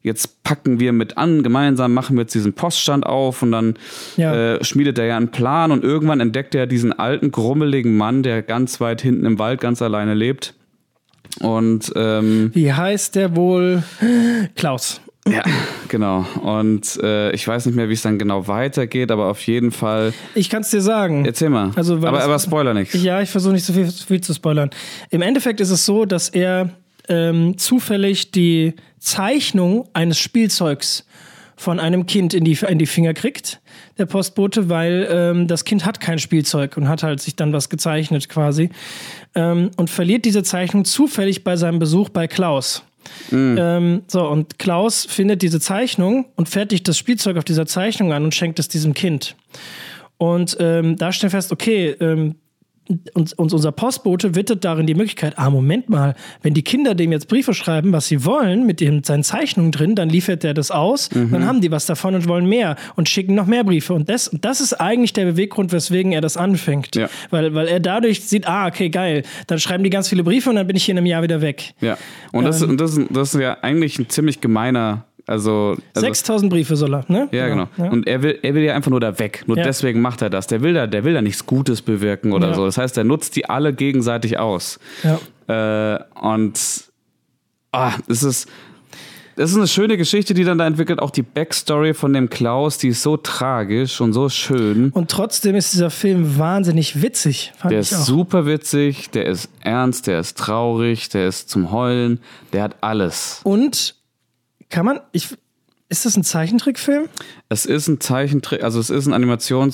Speaker 2: jetzt packen wir mit an, gemeinsam machen wir jetzt diesen Poststand auf und dann
Speaker 1: Ja.
Speaker 2: äh, schmiedet er ja einen Plan und irgendwann entdeckt er diesen alten, grummeligen Mann, der ganz weit hinten im Wald ganz alleine lebt. Und ähm,
Speaker 1: [laughs] Wie heißt der wohl? Klaus.
Speaker 2: ja, genau. Und äh, ich weiß nicht mehr, wie es dann genau weitergeht, aber auf jeden Fall.
Speaker 1: Ich kann es dir sagen.
Speaker 2: Erzähl mal.
Speaker 1: Also, weil
Speaker 2: aber,
Speaker 1: das-
Speaker 2: aber spoiler nichts.
Speaker 1: Ja, ich versuche nicht so viel, so viel zu spoilern. Im Endeffekt ist es so, dass er ähm, zufällig die Zeichnung eines Spielzeugs von einem Kind in die, in die Finger kriegt, der Postbote, weil ähm, das Kind hat kein Spielzeug und hat halt sich dann was gezeichnet quasi ähm, und verliert diese Zeichnung zufällig bei seinem Besuch bei Klaus. Ähm, so, und Klaus findet diese Zeichnung und fertigt das Spielzeug auf dieser Zeichnung an und schenkt es diesem Kind. Und ähm, da stellen wir fest, okay, ähm, uns, uns unser Postbote wittert darin die Möglichkeit, ah, Moment mal, wenn die Kinder dem jetzt Briefe schreiben, was sie wollen, mit dem, seinen Zeichnungen drin, dann liefert er das aus,
Speaker 2: Mhm.
Speaker 1: dann haben die was davon und wollen mehr und schicken noch mehr Briefe. Und das, das ist eigentlich der Beweggrund, weswegen er das anfängt.
Speaker 2: Ja.
Speaker 1: Weil, weil er dadurch sieht, ah, okay, geil, dann schreiben die ganz viele Briefe und dann bin ich hier in einem Jahr wieder weg.
Speaker 2: Ja. Und
Speaker 1: Ähm.
Speaker 2: das, und das, ist- das ist ja eigentlich ein ziemlich gemeiner. Also, also
Speaker 1: 6000 Briefe soll er, ne?
Speaker 2: Ja, genau. Und er will, er will ja einfach nur da weg. Nur
Speaker 1: Ja.
Speaker 2: deswegen macht er das. Der will da, der will da nichts Gutes bewirken oder
Speaker 1: Ja.
Speaker 2: so. Das heißt, er nutzt die alle gegenseitig aus.
Speaker 1: Ja.
Speaker 2: Äh, und ah, es ist Das ist eine schöne Geschichte, die dann da entwickelt. Auch die Backstory von dem Klaus, die ist so tragisch und so schön.
Speaker 1: Und trotzdem ist dieser Film wahnsinnig witzig, fand
Speaker 2: Der
Speaker 1: ich auch.
Speaker 2: ist super witzig, der ist ernst, der ist traurig, der ist zum Heulen, der hat alles.
Speaker 1: Und kann man, ich, ist das ein Zeichentrickfilm?
Speaker 2: Es ist ein Zeichentrick, also es ist ein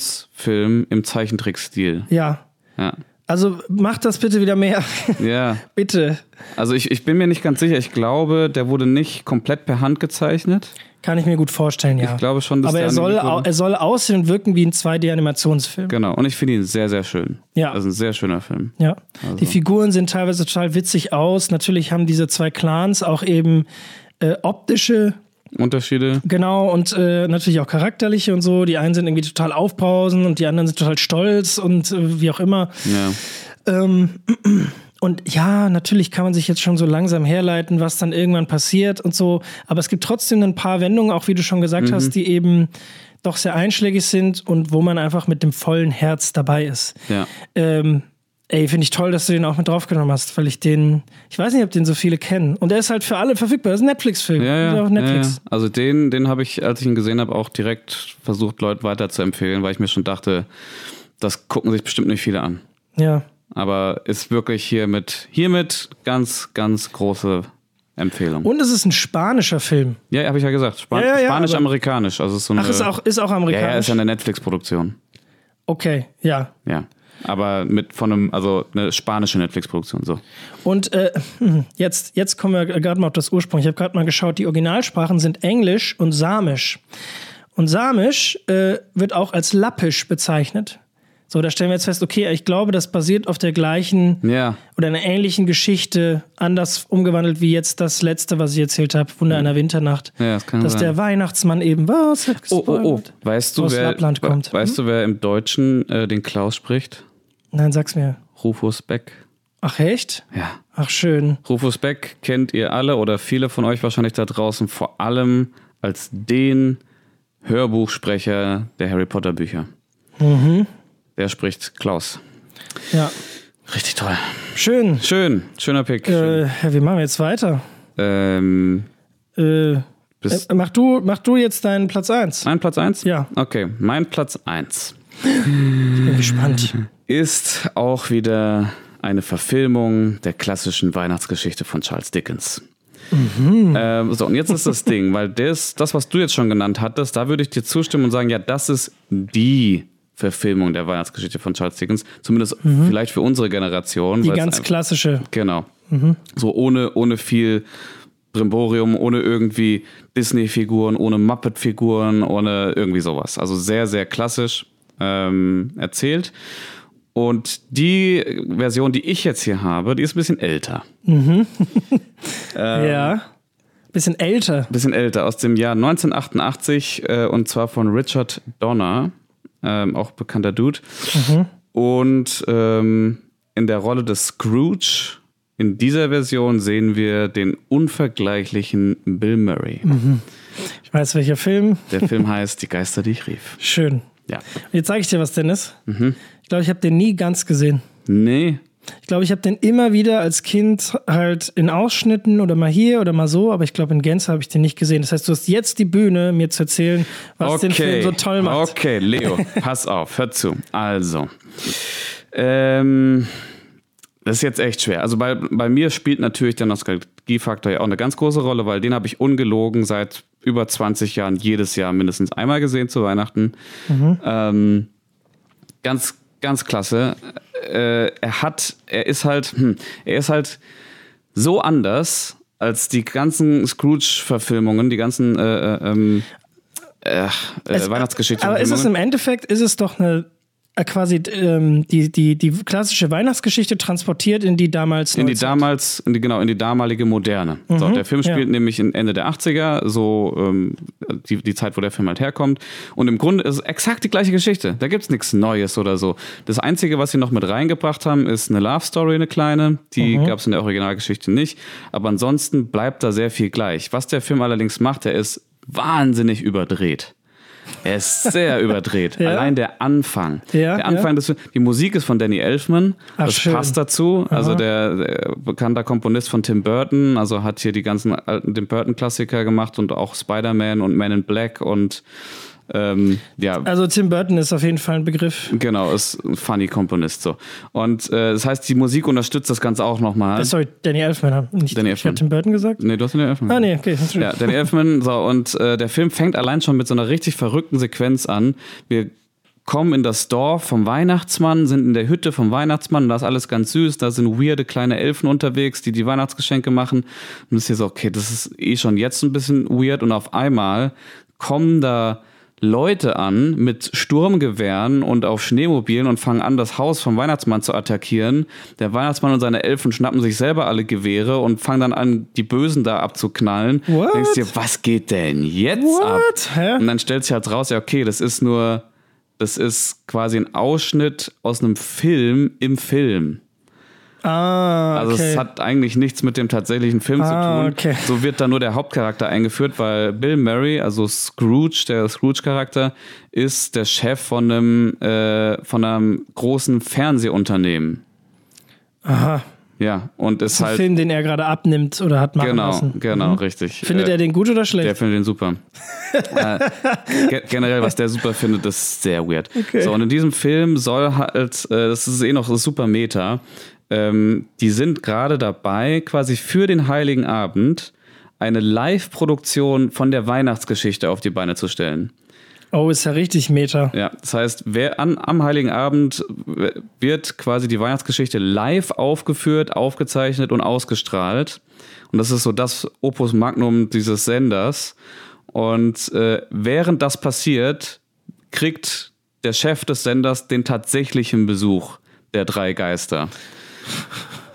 Speaker 2: Animationsfilm im Zeichentrickstil.
Speaker 1: Ja.
Speaker 2: Ja.
Speaker 1: Also macht das bitte wieder mehr. [laughs]
Speaker 2: ja.
Speaker 1: bitte.
Speaker 2: Also ich, ich bin mir nicht ganz sicher. Ich glaube, der wurde nicht komplett per Hand gezeichnet.
Speaker 1: Kann ich mir gut vorstellen, ja.
Speaker 2: Ich glaube schon, dass
Speaker 1: Aber
Speaker 2: der ne?
Speaker 1: er soll,
Speaker 2: animiert
Speaker 1: au-
Speaker 2: wurde.
Speaker 1: er soll aussehen und wirken wie ein 2D-Animationsfilm.
Speaker 2: Genau, und ich finde ihn sehr, sehr schön.
Speaker 1: Ja.
Speaker 2: Das ist ein sehr schöner Film.
Speaker 1: Ja,
Speaker 2: Also.
Speaker 1: die Figuren sehen teilweise total witzig aus. Natürlich haben diese zwei Clans auch eben äh, optische,
Speaker 2: Unterschiede.
Speaker 1: genau, und äh, natürlich auch charakterliche und so. Die einen sind irgendwie total aufbrausend und die anderen sind total stolz und äh, wie auch immer.
Speaker 2: Ja.
Speaker 1: Ähm, und ja, natürlich kann man sich jetzt schon so langsam herleiten, was dann irgendwann passiert und so. Aber es gibt trotzdem ein paar Wendungen, auch wie du schon gesagt
Speaker 2: Mhm.
Speaker 1: hast, die eben doch sehr einschlägig sind und wo man einfach mit dem vollen Herz dabei ist.
Speaker 2: ja.
Speaker 1: Ähm, ey, finde ich toll, dass du den auch mit draufgenommen hast, weil ich den, ich weiß nicht, ob den so viele kennen. Und er ist halt für alle verfügbar. Das ist ein Netflix-Film.
Speaker 2: Ja,
Speaker 1: Ist
Speaker 2: ja,
Speaker 1: auf
Speaker 2: ja, ja.
Speaker 1: Netflix.
Speaker 2: Also den, den habe ich, als ich ihn gesehen habe, auch direkt versucht, Leuten weiterzuempfehlen, weil ich mir schon dachte, das gucken sich bestimmt nicht viele an.
Speaker 1: Ja.
Speaker 2: Aber ist wirklich hiermit, hiermit ganz, ganz große Empfehlung.
Speaker 1: Und es ist ein spanischer Film.
Speaker 2: ja, habe ich ja gesagt. Span
Speaker 1: Ja, ja, ja,
Speaker 2: Spanisch-amerikanisch. Also ist so eine,
Speaker 1: Ach, ist auch, ist auch
Speaker 2: ja, ja,
Speaker 1: amerikanisch.
Speaker 2: ist ja eine Netflix-Produktion.
Speaker 1: okay, ja.
Speaker 2: Ja. Aber mit von einem, also eine spanische Netflix-Produktion, so.
Speaker 1: Und äh, jetzt, jetzt kommen wir gerade mal auf das Ursprung. Ich habe gerade mal geschaut, die Originalsprachen sind Englisch und Samisch. Und Samisch äh, wird auch als Lappisch bezeichnet. So, da stellen wir jetzt fest, okay, ich glaube, das basiert auf der gleichen
Speaker 2: Ja.
Speaker 1: oder einer ähnlichen Geschichte anders umgewandelt wie jetzt das letzte, was ich erzählt habe, Wunder einer Winternacht.
Speaker 2: Ja, das kann
Speaker 1: dass
Speaker 2: sein.
Speaker 1: der Weihnachtsmann eben was hat
Speaker 2: Oh, oh, oh.
Speaker 1: gespoilert?
Speaker 2: Weißt du,
Speaker 1: Aus
Speaker 2: wer,
Speaker 1: Lappland kommt. Hm?
Speaker 2: weißt du, wer im Deutschen äh, den Klaus spricht?
Speaker 1: Nein, sag's mir.
Speaker 2: Rufus Beck.
Speaker 1: Ach echt?
Speaker 2: Ja.
Speaker 1: Ach schön.
Speaker 2: Rufus Beck kennt ihr alle oder viele von euch wahrscheinlich da draußen vor allem als den Hörbuchsprecher der Harry Potter Bücher.
Speaker 1: Mhm.
Speaker 2: Der spricht Klaus.
Speaker 1: Ja,
Speaker 2: Richtig toll.
Speaker 1: schön.
Speaker 2: Schön, schöner Pick.
Speaker 1: Äh, ja, wie machen wir jetzt weiter?
Speaker 2: Ähm,
Speaker 1: Äh, äh,
Speaker 2: bis,
Speaker 1: mach du, mach du jetzt deinen Platz 1.
Speaker 2: mein Platz 1?
Speaker 1: Ja.
Speaker 2: Okay, mein Platz 1
Speaker 1: Bin gespannt.
Speaker 2: Mhm. ist auch wieder eine Verfilmung der klassischen Weihnachtsgeschichte von Charles Dickens.
Speaker 1: Mhm.
Speaker 2: Ähm, so, und jetzt ist das Ding, weil das, das, was du jetzt schon genannt hattest, da würde ich dir zustimmen und sagen, ja, das ist die Verfilmung der Weihnachtsgeschichte von Charles Dickens, zumindest vielleicht für unsere Generation.
Speaker 1: Mhm. Die
Speaker 2: weil es
Speaker 1: ganz
Speaker 2: ein-
Speaker 1: klassische.
Speaker 2: Genau. So ohne, ohne viel Brimborium, ohne irgendwie Disney-Figuren, ohne Muppet-Figuren, ohne irgendwie sowas. Also sehr, sehr klassisch ähm, erzählt. Und die Version, die ich jetzt hier habe, die ist ein bisschen älter. Ähm.
Speaker 1: Ja. Bisschen älter.
Speaker 2: bisschen älter, aus dem Jahr 1988 äh, und zwar von Richard Donner, ähm, auch bekannter Dude. Und ähm, in der Rolle des Scrooge, in dieser Version sehen wir den unvergleichlichen Bill Murray.
Speaker 1: Ich weiß welcher Film.
Speaker 2: Der Film heißt Die Geister, die ich rief.
Speaker 1: Schön.
Speaker 2: Ja.
Speaker 1: Jetzt zeige ich dir was, Dennis.
Speaker 2: Mhm.
Speaker 1: Ich glaube, ich habe den nie ganz gesehen.
Speaker 2: Nee,
Speaker 1: Ich glaube, ich habe den immer wieder als Kind halt in Ausschnitten oder mal hier oder mal so, aber ich glaube, in Gänze habe ich den nicht gesehen. Das heißt, du hast jetzt die Bühne, mir zu erzählen, was den Film so toll macht.
Speaker 2: Okay,
Speaker 1: [laughs]
Speaker 2: Leo, pass auf, hör zu. Also, ähm, das ist jetzt echt schwer. Also bei, bei mir spielt natürlich der Nostalgiefaktor ja auch eine ganz große Rolle, weil den habe ich ungelogen seit über 20 Jahren jedes Jahr mindestens einmal gesehen zu Weihnachten. Ähm, ganz, ganz klasse. Äh, er hat, er ist halt, hm, er ist halt so anders als die ganzen Scrooge-Verfilmungen, die ganzen äh, äh, ähm, äh, äh, Weihnachtsgeschichten.
Speaker 1: Aber ist es im Endeffekt, ist es doch eine äh, quasi ähm, die, die, die klassische Weihnachtsgeschichte transportiert in die damals.
Speaker 2: in die
Speaker 1: 19
Speaker 2: damals, in die, genau, in die damalige Moderne. so, der Film spielt
Speaker 1: ja.
Speaker 2: nämlich in Ende der 80er, so ähm, die, die Zeit, wo der Film halt herkommt. Und im Grunde ist es exakt die gleiche Geschichte. Da gibt's nichts Neues oder so. Das Einzige, was sie noch mit reingebracht haben, ist eine Love Story, eine kleine. Die
Speaker 1: Mhm.
Speaker 2: gab's in der Originalgeschichte nicht. Aber ansonsten bleibt da sehr viel gleich. Was der Film allerdings macht, der ist wahnsinnig überdreht. Er ist sehr [laughs] überdreht.
Speaker 1: Ja.
Speaker 2: Allein der Anfang.
Speaker 1: Ja,
Speaker 2: der Anfang
Speaker 1: ja.
Speaker 2: des Die Musik ist von Danny Elfman.
Speaker 1: Ach,
Speaker 2: das
Speaker 1: schön.
Speaker 2: passt dazu. Also der, der bekannter Komponist von Tim Burton, also hat hier die ganzen alten Tim Burton Klassiker gemacht und auch Spider-Man und Man in Black und ähm, ja,
Speaker 1: Also Tim Burton ist auf jeden Fall ein Begriff.
Speaker 2: genau, ist ein funny Komponist so. Und äh, das heißt, die Musik unterstützt das Ganze auch nochmal.
Speaker 1: Äh, Sorry, Danny Elfman. Nicht,
Speaker 2: Danny
Speaker 1: Ich habe
Speaker 2: Elfman.
Speaker 1: Tim Burton gesagt?
Speaker 2: Nee, du hast den Elfman.
Speaker 1: Ah, nee, okay.
Speaker 2: Ja, Danny Elfman. So, und äh, der Film fängt allein schon mit so einer richtig verrückten Sequenz an. Wir kommen in das Dorf vom Weihnachtsmann, sind in der Hütte vom Weihnachtsmann, da ist alles ganz süß, da sind weirde kleine Elfen unterwegs, die die Weihnachtsgeschenke machen. Und es ist hier so, okay, das ist eh schon jetzt ein bisschen weird und auf einmal kommen da Leute an mit Sturmgewehren und auf Schneemobilen und fangen an, das Haus vom Weihnachtsmann zu attackieren. Der Weihnachtsmann und seine Elfen schnappen sich selber alle Gewehre und fangen dann an, die Bösen da abzuknallen.
Speaker 1: What?
Speaker 2: Denkst dir, was geht denn jetzt ab?
Speaker 1: What? Hä?
Speaker 2: Und dann stellt sich halt raus, ja, okay, das ist nur, das ist quasi ein Ausschnitt aus einem Film im Film.
Speaker 1: Ah,
Speaker 2: Also
Speaker 1: okay.
Speaker 2: es hat eigentlich nichts mit dem tatsächlichen Film
Speaker 1: Ah,
Speaker 2: zu tun.
Speaker 1: okay.
Speaker 2: So wird da nur der Hauptcharakter eingeführt, weil Bill Murray, also Scrooge, der Scrooge-Charakter, ist der Chef von einem, äh, von einem großen Fernsehunternehmen.
Speaker 1: Aha.
Speaker 2: Ja, und ist
Speaker 1: Ein
Speaker 2: halt.
Speaker 1: Film, den er gerade abnimmt oder hat machen
Speaker 2: Genau,
Speaker 1: lassen. Mhm.
Speaker 2: genau, richtig.
Speaker 1: Findet
Speaker 2: Äh,
Speaker 1: er den gut oder schlecht?
Speaker 2: Der findet den super. äh, ge- generell, was der super findet, ist sehr weird. So, und in diesem Film soll halt, äh, das ist eh noch so super Meta, ähm, die sind gerade dabei, quasi für den Heiligen Abend eine Live-Produktion von der Weihnachtsgeschichte auf die Beine zu stellen.
Speaker 1: oh, ist ja richtig Meter.
Speaker 2: Ja, das heißt, wer an, am Heiligen Abend w- wird quasi die Weihnachtsgeschichte live aufgeführt, aufgezeichnet und ausgestrahlt. Und das ist so das Opus Magnum dieses Senders. Und äh, während das passiert, kriegt der Chef des Senders den tatsächlichen Besuch der drei Geister.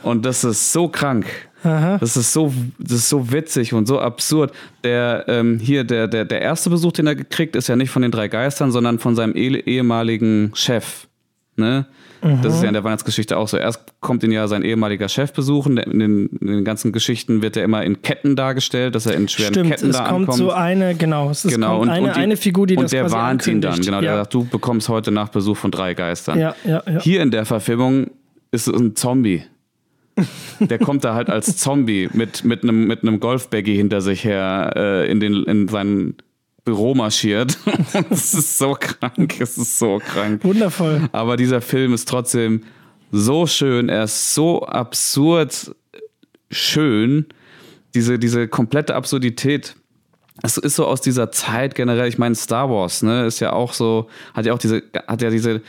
Speaker 2: Und das ist so krank. Das ist so, das ist so witzig und so absurd. Der ähm, hier der, der der erste Besuch, den er gekriegt, ist ja nicht von den drei Geistern, sondern von seinem eh- ehemaligen Chef. Ne?
Speaker 1: Mhm.
Speaker 2: Das ist ja in der Weihnachtsgeschichte auch so. Erst kommt ihn ja sein ehemaliger Chef besuchen. In den, in den ganzen Geschichten wird er immer in Ketten dargestellt, dass er in schweren
Speaker 1: Stimmt,
Speaker 2: Ketten
Speaker 1: es
Speaker 2: da
Speaker 1: kommt
Speaker 2: ankommt.
Speaker 1: so eine, genau, es ist
Speaker 2: genau
Speaker 1: kommt eine,
Speaker 2: die-
Speaker 1: eine Figur, die
Speaker 2: und
Speaker 1: das
Speaker 2: der
Speaker 1: quasi
Speaker 2: warnt ihn dann.
Speaker 1: ankündigt.
Speaker 2: Genau, der
Speaker 1: ja.
Speaker 2: sagt, du bekommst heute Nacht Besuch von drei Geistern.
Speaker 1: ja, ja, ja.
Speaker 2: Hier in der Verfilmung ist es
Speaker 1: [laughs]
Speaker 2: ein Zombie. Der kommt da halt als Zombie mit, mit einem, mit einem Golfbaggy hinter sich her äh, in, den, in sein Büro marschiert. [laughs] Es ist so krank, es ist so krank.
Speaker 1: Wundervoll.
Speaker 2: Aber dieser Film ist trotzdem so schön, er ist so absurd schön. Diese, diese komplette Absurdität. Es ist so aus dieser Zeit generell, ich meine, Star Wars, ne, ist ja auch so, hat ja auch diese, hat ja diese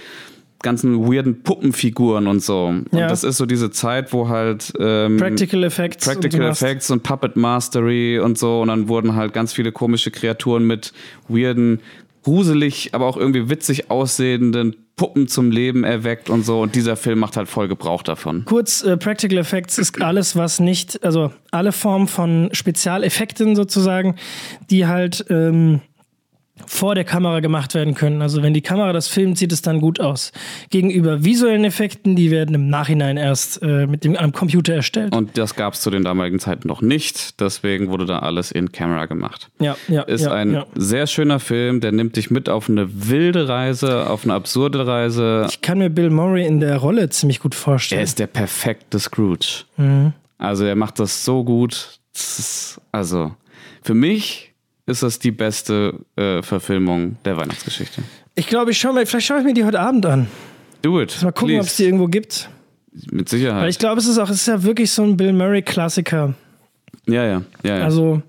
Speaker 2: ganzen weirden Puppenfiguren und so. Und
Speaker 1: Ja.
Speaker 2: das ist so diese Zeit, wo halt ähm,
Speaker 1: Practical Effects.
Speaker 2: Practical
Speaker 1: und sowas.
Speaker 2: Effects und Puppet Mastery und so. Und dann wurden halt ganz viele komische Kreaturen mit weirden, gruselig, aber auch irgendwie witzig aussehenden Puppen zum Leben erweckt und so. Und dieser Film macht halt voll Gebrauch davon.
Speaker 1: Kurz, äh, Practical Effects
Speaker 2: [laughs]
Speaker 1: ist alles, was nicht, also alle Formen von Spezialeffekten sozusagen, die halt ähm, vor der Kamera gemacht werden können. Also wenn die Kamera das filmt, sieht es dann gut aus. Gegenüber visuellen Effekten, die werden im Nachhinein erst äh, mit dem, am Computer erstellt.
Speaker 2: Und das gab es zu den damaligen Zeiten noch nicht. Deswegen wurde da alles in Camera gemacht.
Speaker 1: ja, ja,
Speaker 2: Ist
Speaker 1: ja,
Speaker 2: ein
Speaker 1: ja.
Speaker 2: sehr schöner Film, der nimmt dich mit auf eine wilde Reise, auf eine absurde Reise.
Speaker 1: Ich kann mir Bill Murray in der Rolle ziemlich gut
Speaker 2: Er
Speaker 1: vorstellen.
Speaker 2: ist der perfekte Scrooge.
Speaker 1: Mhm.
Speaker 2: Also er macht das so gut. Das ist- Also für mich ist das die beste äh, Verfilmung der Weihnachtsgeschichte.
Speaker 1: Ich glaube, ich schaue mir, vielleicht schaue ich mir die heute Abend an.
Speaker 2: Do it.
Speaker 1: Mal gucken, ob es die
Speaker 2: please.
Speaker 1: irgendwo gibt.
Speaker 2: Mit
Speaker 1: Weil
Speaker 2: Sicherheit.
Speaker 1: ich glaube, es ist auch, es ist ja wirklich so ein Bill Murray-Klassiker.
Speaker 2: ja, ja, ja, ja. Also,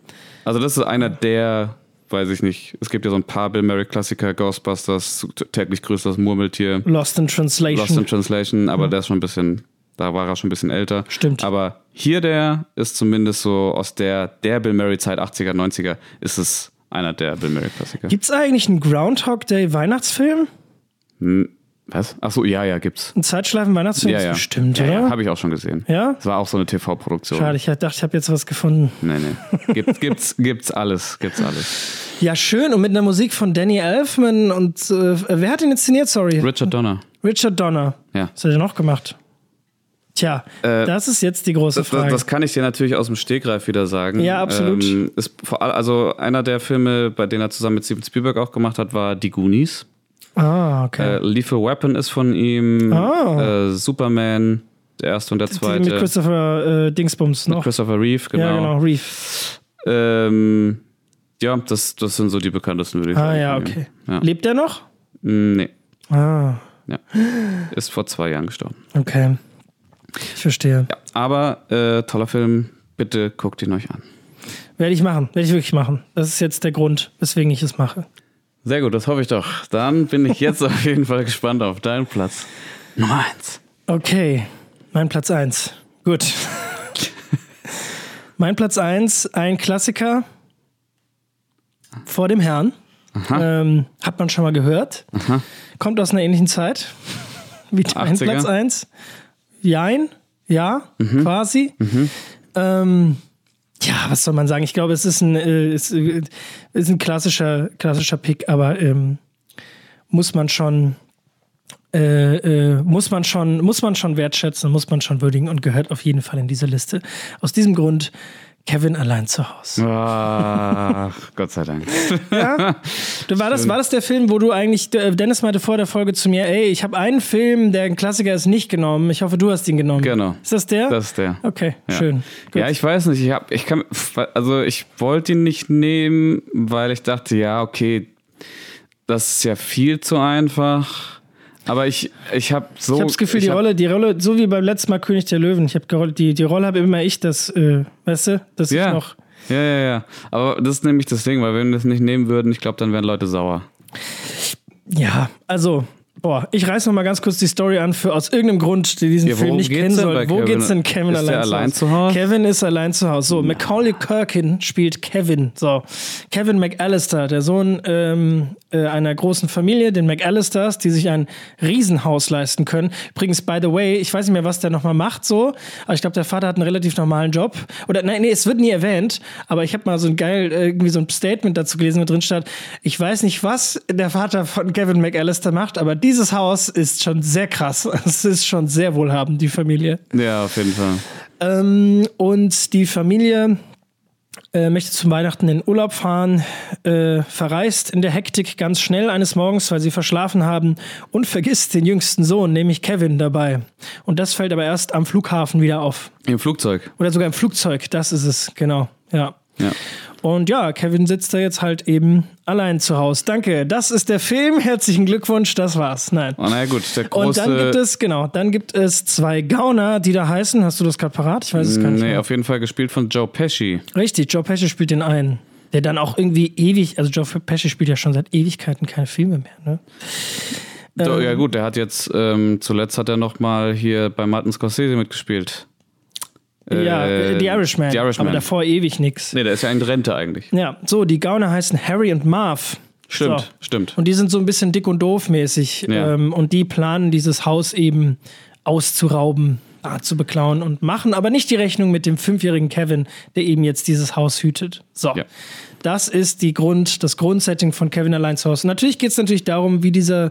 Speaker 1: Also,
Speaker 2: das ist einer der, weiß ich nicht, es gibt ja so ein paar Bill Murray Klassiker, Ghostbusters, täglich grüßt das Murmeltier,
Speaker 1: Lost in Translation. Mhm.
Speaker 2: Lost in Translation, aber der ist schon ein bisschen, da war er schon ein bisschen älter.
Speaker 1: Stimmt.
Speaker 2: Aber hier der ist zumindest so aus der, der Bill Murray Zeit 80er, 90er ist es einer der Bill Murray Klassiker.
Speaker 1: Gibt's eigentlich einen Groundhog Day Weihnachtsfilm?
Speaker 2: Was? Ach so, ja, ja, gibt's.
Speaker 1: Einen Zeitschleifen Weihnachtsfilm?
Speaker 2: Ja, ja.
Speaker 1: Bestimmt,
Speaker 2: ja,
Speaker 1: oder?
Speaker 2: ja, habe ich auch schon gesehen.
Speaker 1: Ja?
Speaker 2: Das war auch so eine TV-Produktion.
Speaker 1: Schade, ich dachte, ich habe jetzt was gefunden.
Speaker 2: Nee, nee. Gibt, gibt's, gibt's alles, gibt's alles.
Speaker 1: Ja, schön. Und mit einer Musik von Danny Elfman und äh, wer hat ihn inszeniert? Sorry.
Speaker 2: Richard Donner.
Speaker 1: Richard Donner.
Speaker 2: Ja.
Speaker 1: Was hat er noch gemacht? Tja, das ist jetzt die große
Speaker 2: Äh, Das, das,
Speaker 1: Frage.
Speaker 2: das kann ich dir natürlich aus dem Stegreif wieder sagen.
Speaker 1: Ja, absolut.
Speaker 2: Ähm, ist vor allem, also einer der Filme, bei denen er zusammen mit Steven Spielberg auch gemacht hat, war Die Goonies.
Speaker 1: ah, okay.
Speaker 2: Äh, Lethal Weapon ist von ihm.
Speaker 1: Ah.
Speaker 2: Äh, Superman, der erste und der
Speaker 1: Die mit
Speaker 2: zweite.
Speaker 1: Christopher äh, Dingsbums noch.
Speaker 2: Christopher Reeve, genau.
Speaker 1: Ja, genau, Reef.
Speaker 2: Ähm, ja, das, das sind so die bekanntesten, würde ich
Speaker 1: Ah,
Speaker 2: sagen.
Speaker 1: ja, okay.
Speaker 2: Ja. Mm,
Speaker 1: Lebt er noch?
Speaker 2: Nee,
Speaker 1: Ah,
Speaker 2: ja. ist vor zwei Jahren gestorben.
Speaker 1: okay. Ich verstehe.
Speaker 2: Ja, aber äh, toller Film. Bitte guckt ihn euch an.
Speaker 1: Werde ich machen, werde ich wirklich machen. Das ist jetzt der Grund, weswegen ich es mache.
Speaker 2: Sehr gut, das hoffe ich doch. Dann bin ich [laughs] jetzt auf jeden Fall gespannt auf deinen Platz. Nummer eins.
Speaker 1: Okay, mein Platz 1. Gut. mein Platz 1, ein Klassiker vor dem Herrn. Ähm, hat man schon mal gehört. Kommt aus einer ähnlichen Zeit [laughs] wie dein
Speaker 2: 80er?
Speaker 1: Platz 1. Jein, ja, quasi. Ähm, ja, was soll man sagen? Ich glaube, es ist ein, äh, es, äh, ist ein klassischer, klassischer Pick, aber ähm, muss man schon äh, äh, muss man schon, muss man schon wertschätzen, muss man schon würdigen und gehört auf jeden Fall in diese Liste. Aus diesem Grund Kevin allein zu Hause.
Speaker 2: Ach, Gott sei Dank.
Speaker 1: War das, war das der Film, wo du eigentlich, äh, Dennis meinte vor der Folge zu mir, ey, ich habe einen Film, der ein Klassiker ist, nicht genommen. Ich hoffe, du hast ihn genommen.
Speaker 2: Genau.
Speaker 1: Ist das der?
Speaker 2: Das ist der.
Speaker 1: okay,
Speaker 2: Ja.
Speaker 1: schön. Gut.
Speaker 2: Ja, ich weiß nicht. Ich hab, ich kann, also ich wollte ihn nicht nehmen, weil ich dachte, ja, okay, das ist ja viel zu einfach. Aber ich, ich habe so.
Speaker 1: Ich habe das Gefühl, die
Speaker 2: hab-
Speaker 1: Rolle, die Rolle, so wie beim letzten Mal König der Löwen, ich habe die, die Rolle habe immer ich, das, äh, weißt du, dass
Speaker 2: Ja.
Speaker 1: ich noch.
Speaker 2: Ja, ja, ja. Aber das ist nämlich das Ding, weil wenn wir das nicht nehmen würden, ich glaube, dann wären Leute sauer.
Speaker 1: Ja, also, boah, ich reiß noch mal ganz kurz die Story an für aus irgendeinem Grund, der diesen
Speaker 2: Ja,
Speaker 1: Film
Speaker 2: worum
Speaker 1: nicht
Speaker 2: geht's
Speaker 1: kennen
Speaker 2: denn bei
Speaker 1: soll. Wo
Speaker 2: Kevin?
Speaker 1: geht's denn Kevin
Speaker 2: Ist der allein zu Hause?
Speaker 1: Kevin ist allein zu Hause. So, Macaulay Kirkin spielt Kevin. So, Kevin McAllister, der Sohn ähm, äh, einer großen Familie, den McAllisters, die sich ein Riesenhaus leisten können. Übrigens, by the way, ich weiß nicht mehr, was der nochmal macht so, aber ich glaube, der Vater hat einen relativ normalen Job. Oder nein, nee, es wird nie erwähnt, aber ich habe mal so ein geil, äh, irgendwie so ein Statement dazu gelesen, wo drin stand, ich weiß nicht, was der Vater von Kevin McAllister macht, aber dieses Haus ist schon sehr krass. [laughs] Es ist schon sehr wohlhabend, die Familie.
Speaker 2: Ja, auf jeden Fall.
Speaker 1: Ähm, und die Familie äh, möchte zum Weihnachten in Urlaub fahren, äh, verreist in der Hektik ganz schnell eines Morgens, weil sie verschlafen haben und vergisst den jüngsten Sohn, nämlich Kevin, dabei. Und das fällt aber erst am Flughafen wieder auf.
Speaker 2: Im Flugzeug.
Speaker 1: Oder sogar im Flugzeug, das ist es, genau. Ja.
Speaker 2: Ja.
Speaker 1: Und ja, Kevin sitzt da jetzt halt eben allein zu Hause. Danke, das ist der Film. Herzlichen Glückwunsch, das war's. Nein.
Speaker 2: Oh, na ja, gut, der große.
Speaker 1: Und dann gibt es, genau, dann gibt es zwei Gauner, die da heißen. Hast du das gerade parat? Ich weiß es gar nicht.
Speaker 2: Nee,
Speaker 1: mehr.
Speaker 2: auf jeden Fall gespielt von Joe Pesci.
Speaker 1: Richtig, Joe Pesci spielt den einen. Der dann auch irgendwie ewig, also Joe Pesci spielt ja schon seit Ewigkeiten keine Filme mehr, ne?
Speaker 2: So,
Speaker 1: Ähm.
Speaker 2: ja gut, der hat jetzt, ähm, zuletzt hat er nochmal hier bei Martin Scorsese mitgespielt.
Speaker 1: ja,
Speaker 2: Äh,
Speaker 1: The Irishman.
Speaker 2: The Irishman.
Speaker 1: Aber davor ewig nix.
Speaker 2: Nee, der ist ja in Rente eigentlich.
Speaker 1: Ja, so, die Gauner heißen Harry und Marv.
Speaker 2: Stimmt,
Speaker 1: So.
Speaker 2: stimmt.
Speaker 1: Und die sind so ein bisschen dick und doof mäßig.
Speaker 2: Ja.
Speaker 1: Ähm, und die planen, dieses Haus eben auszurauben, ah, zu beklauen und machen aber nicht die Rechnung mit dem fünfjährigen Kevin, der eben jetzt dieses Haus hütet. So.
Speaker 2: Ja.
Speaker 1: Das ist die Grund, das Grundsetting von Kevin Allein zu Hause. Natürlich geht es natürlich darum, wie dieser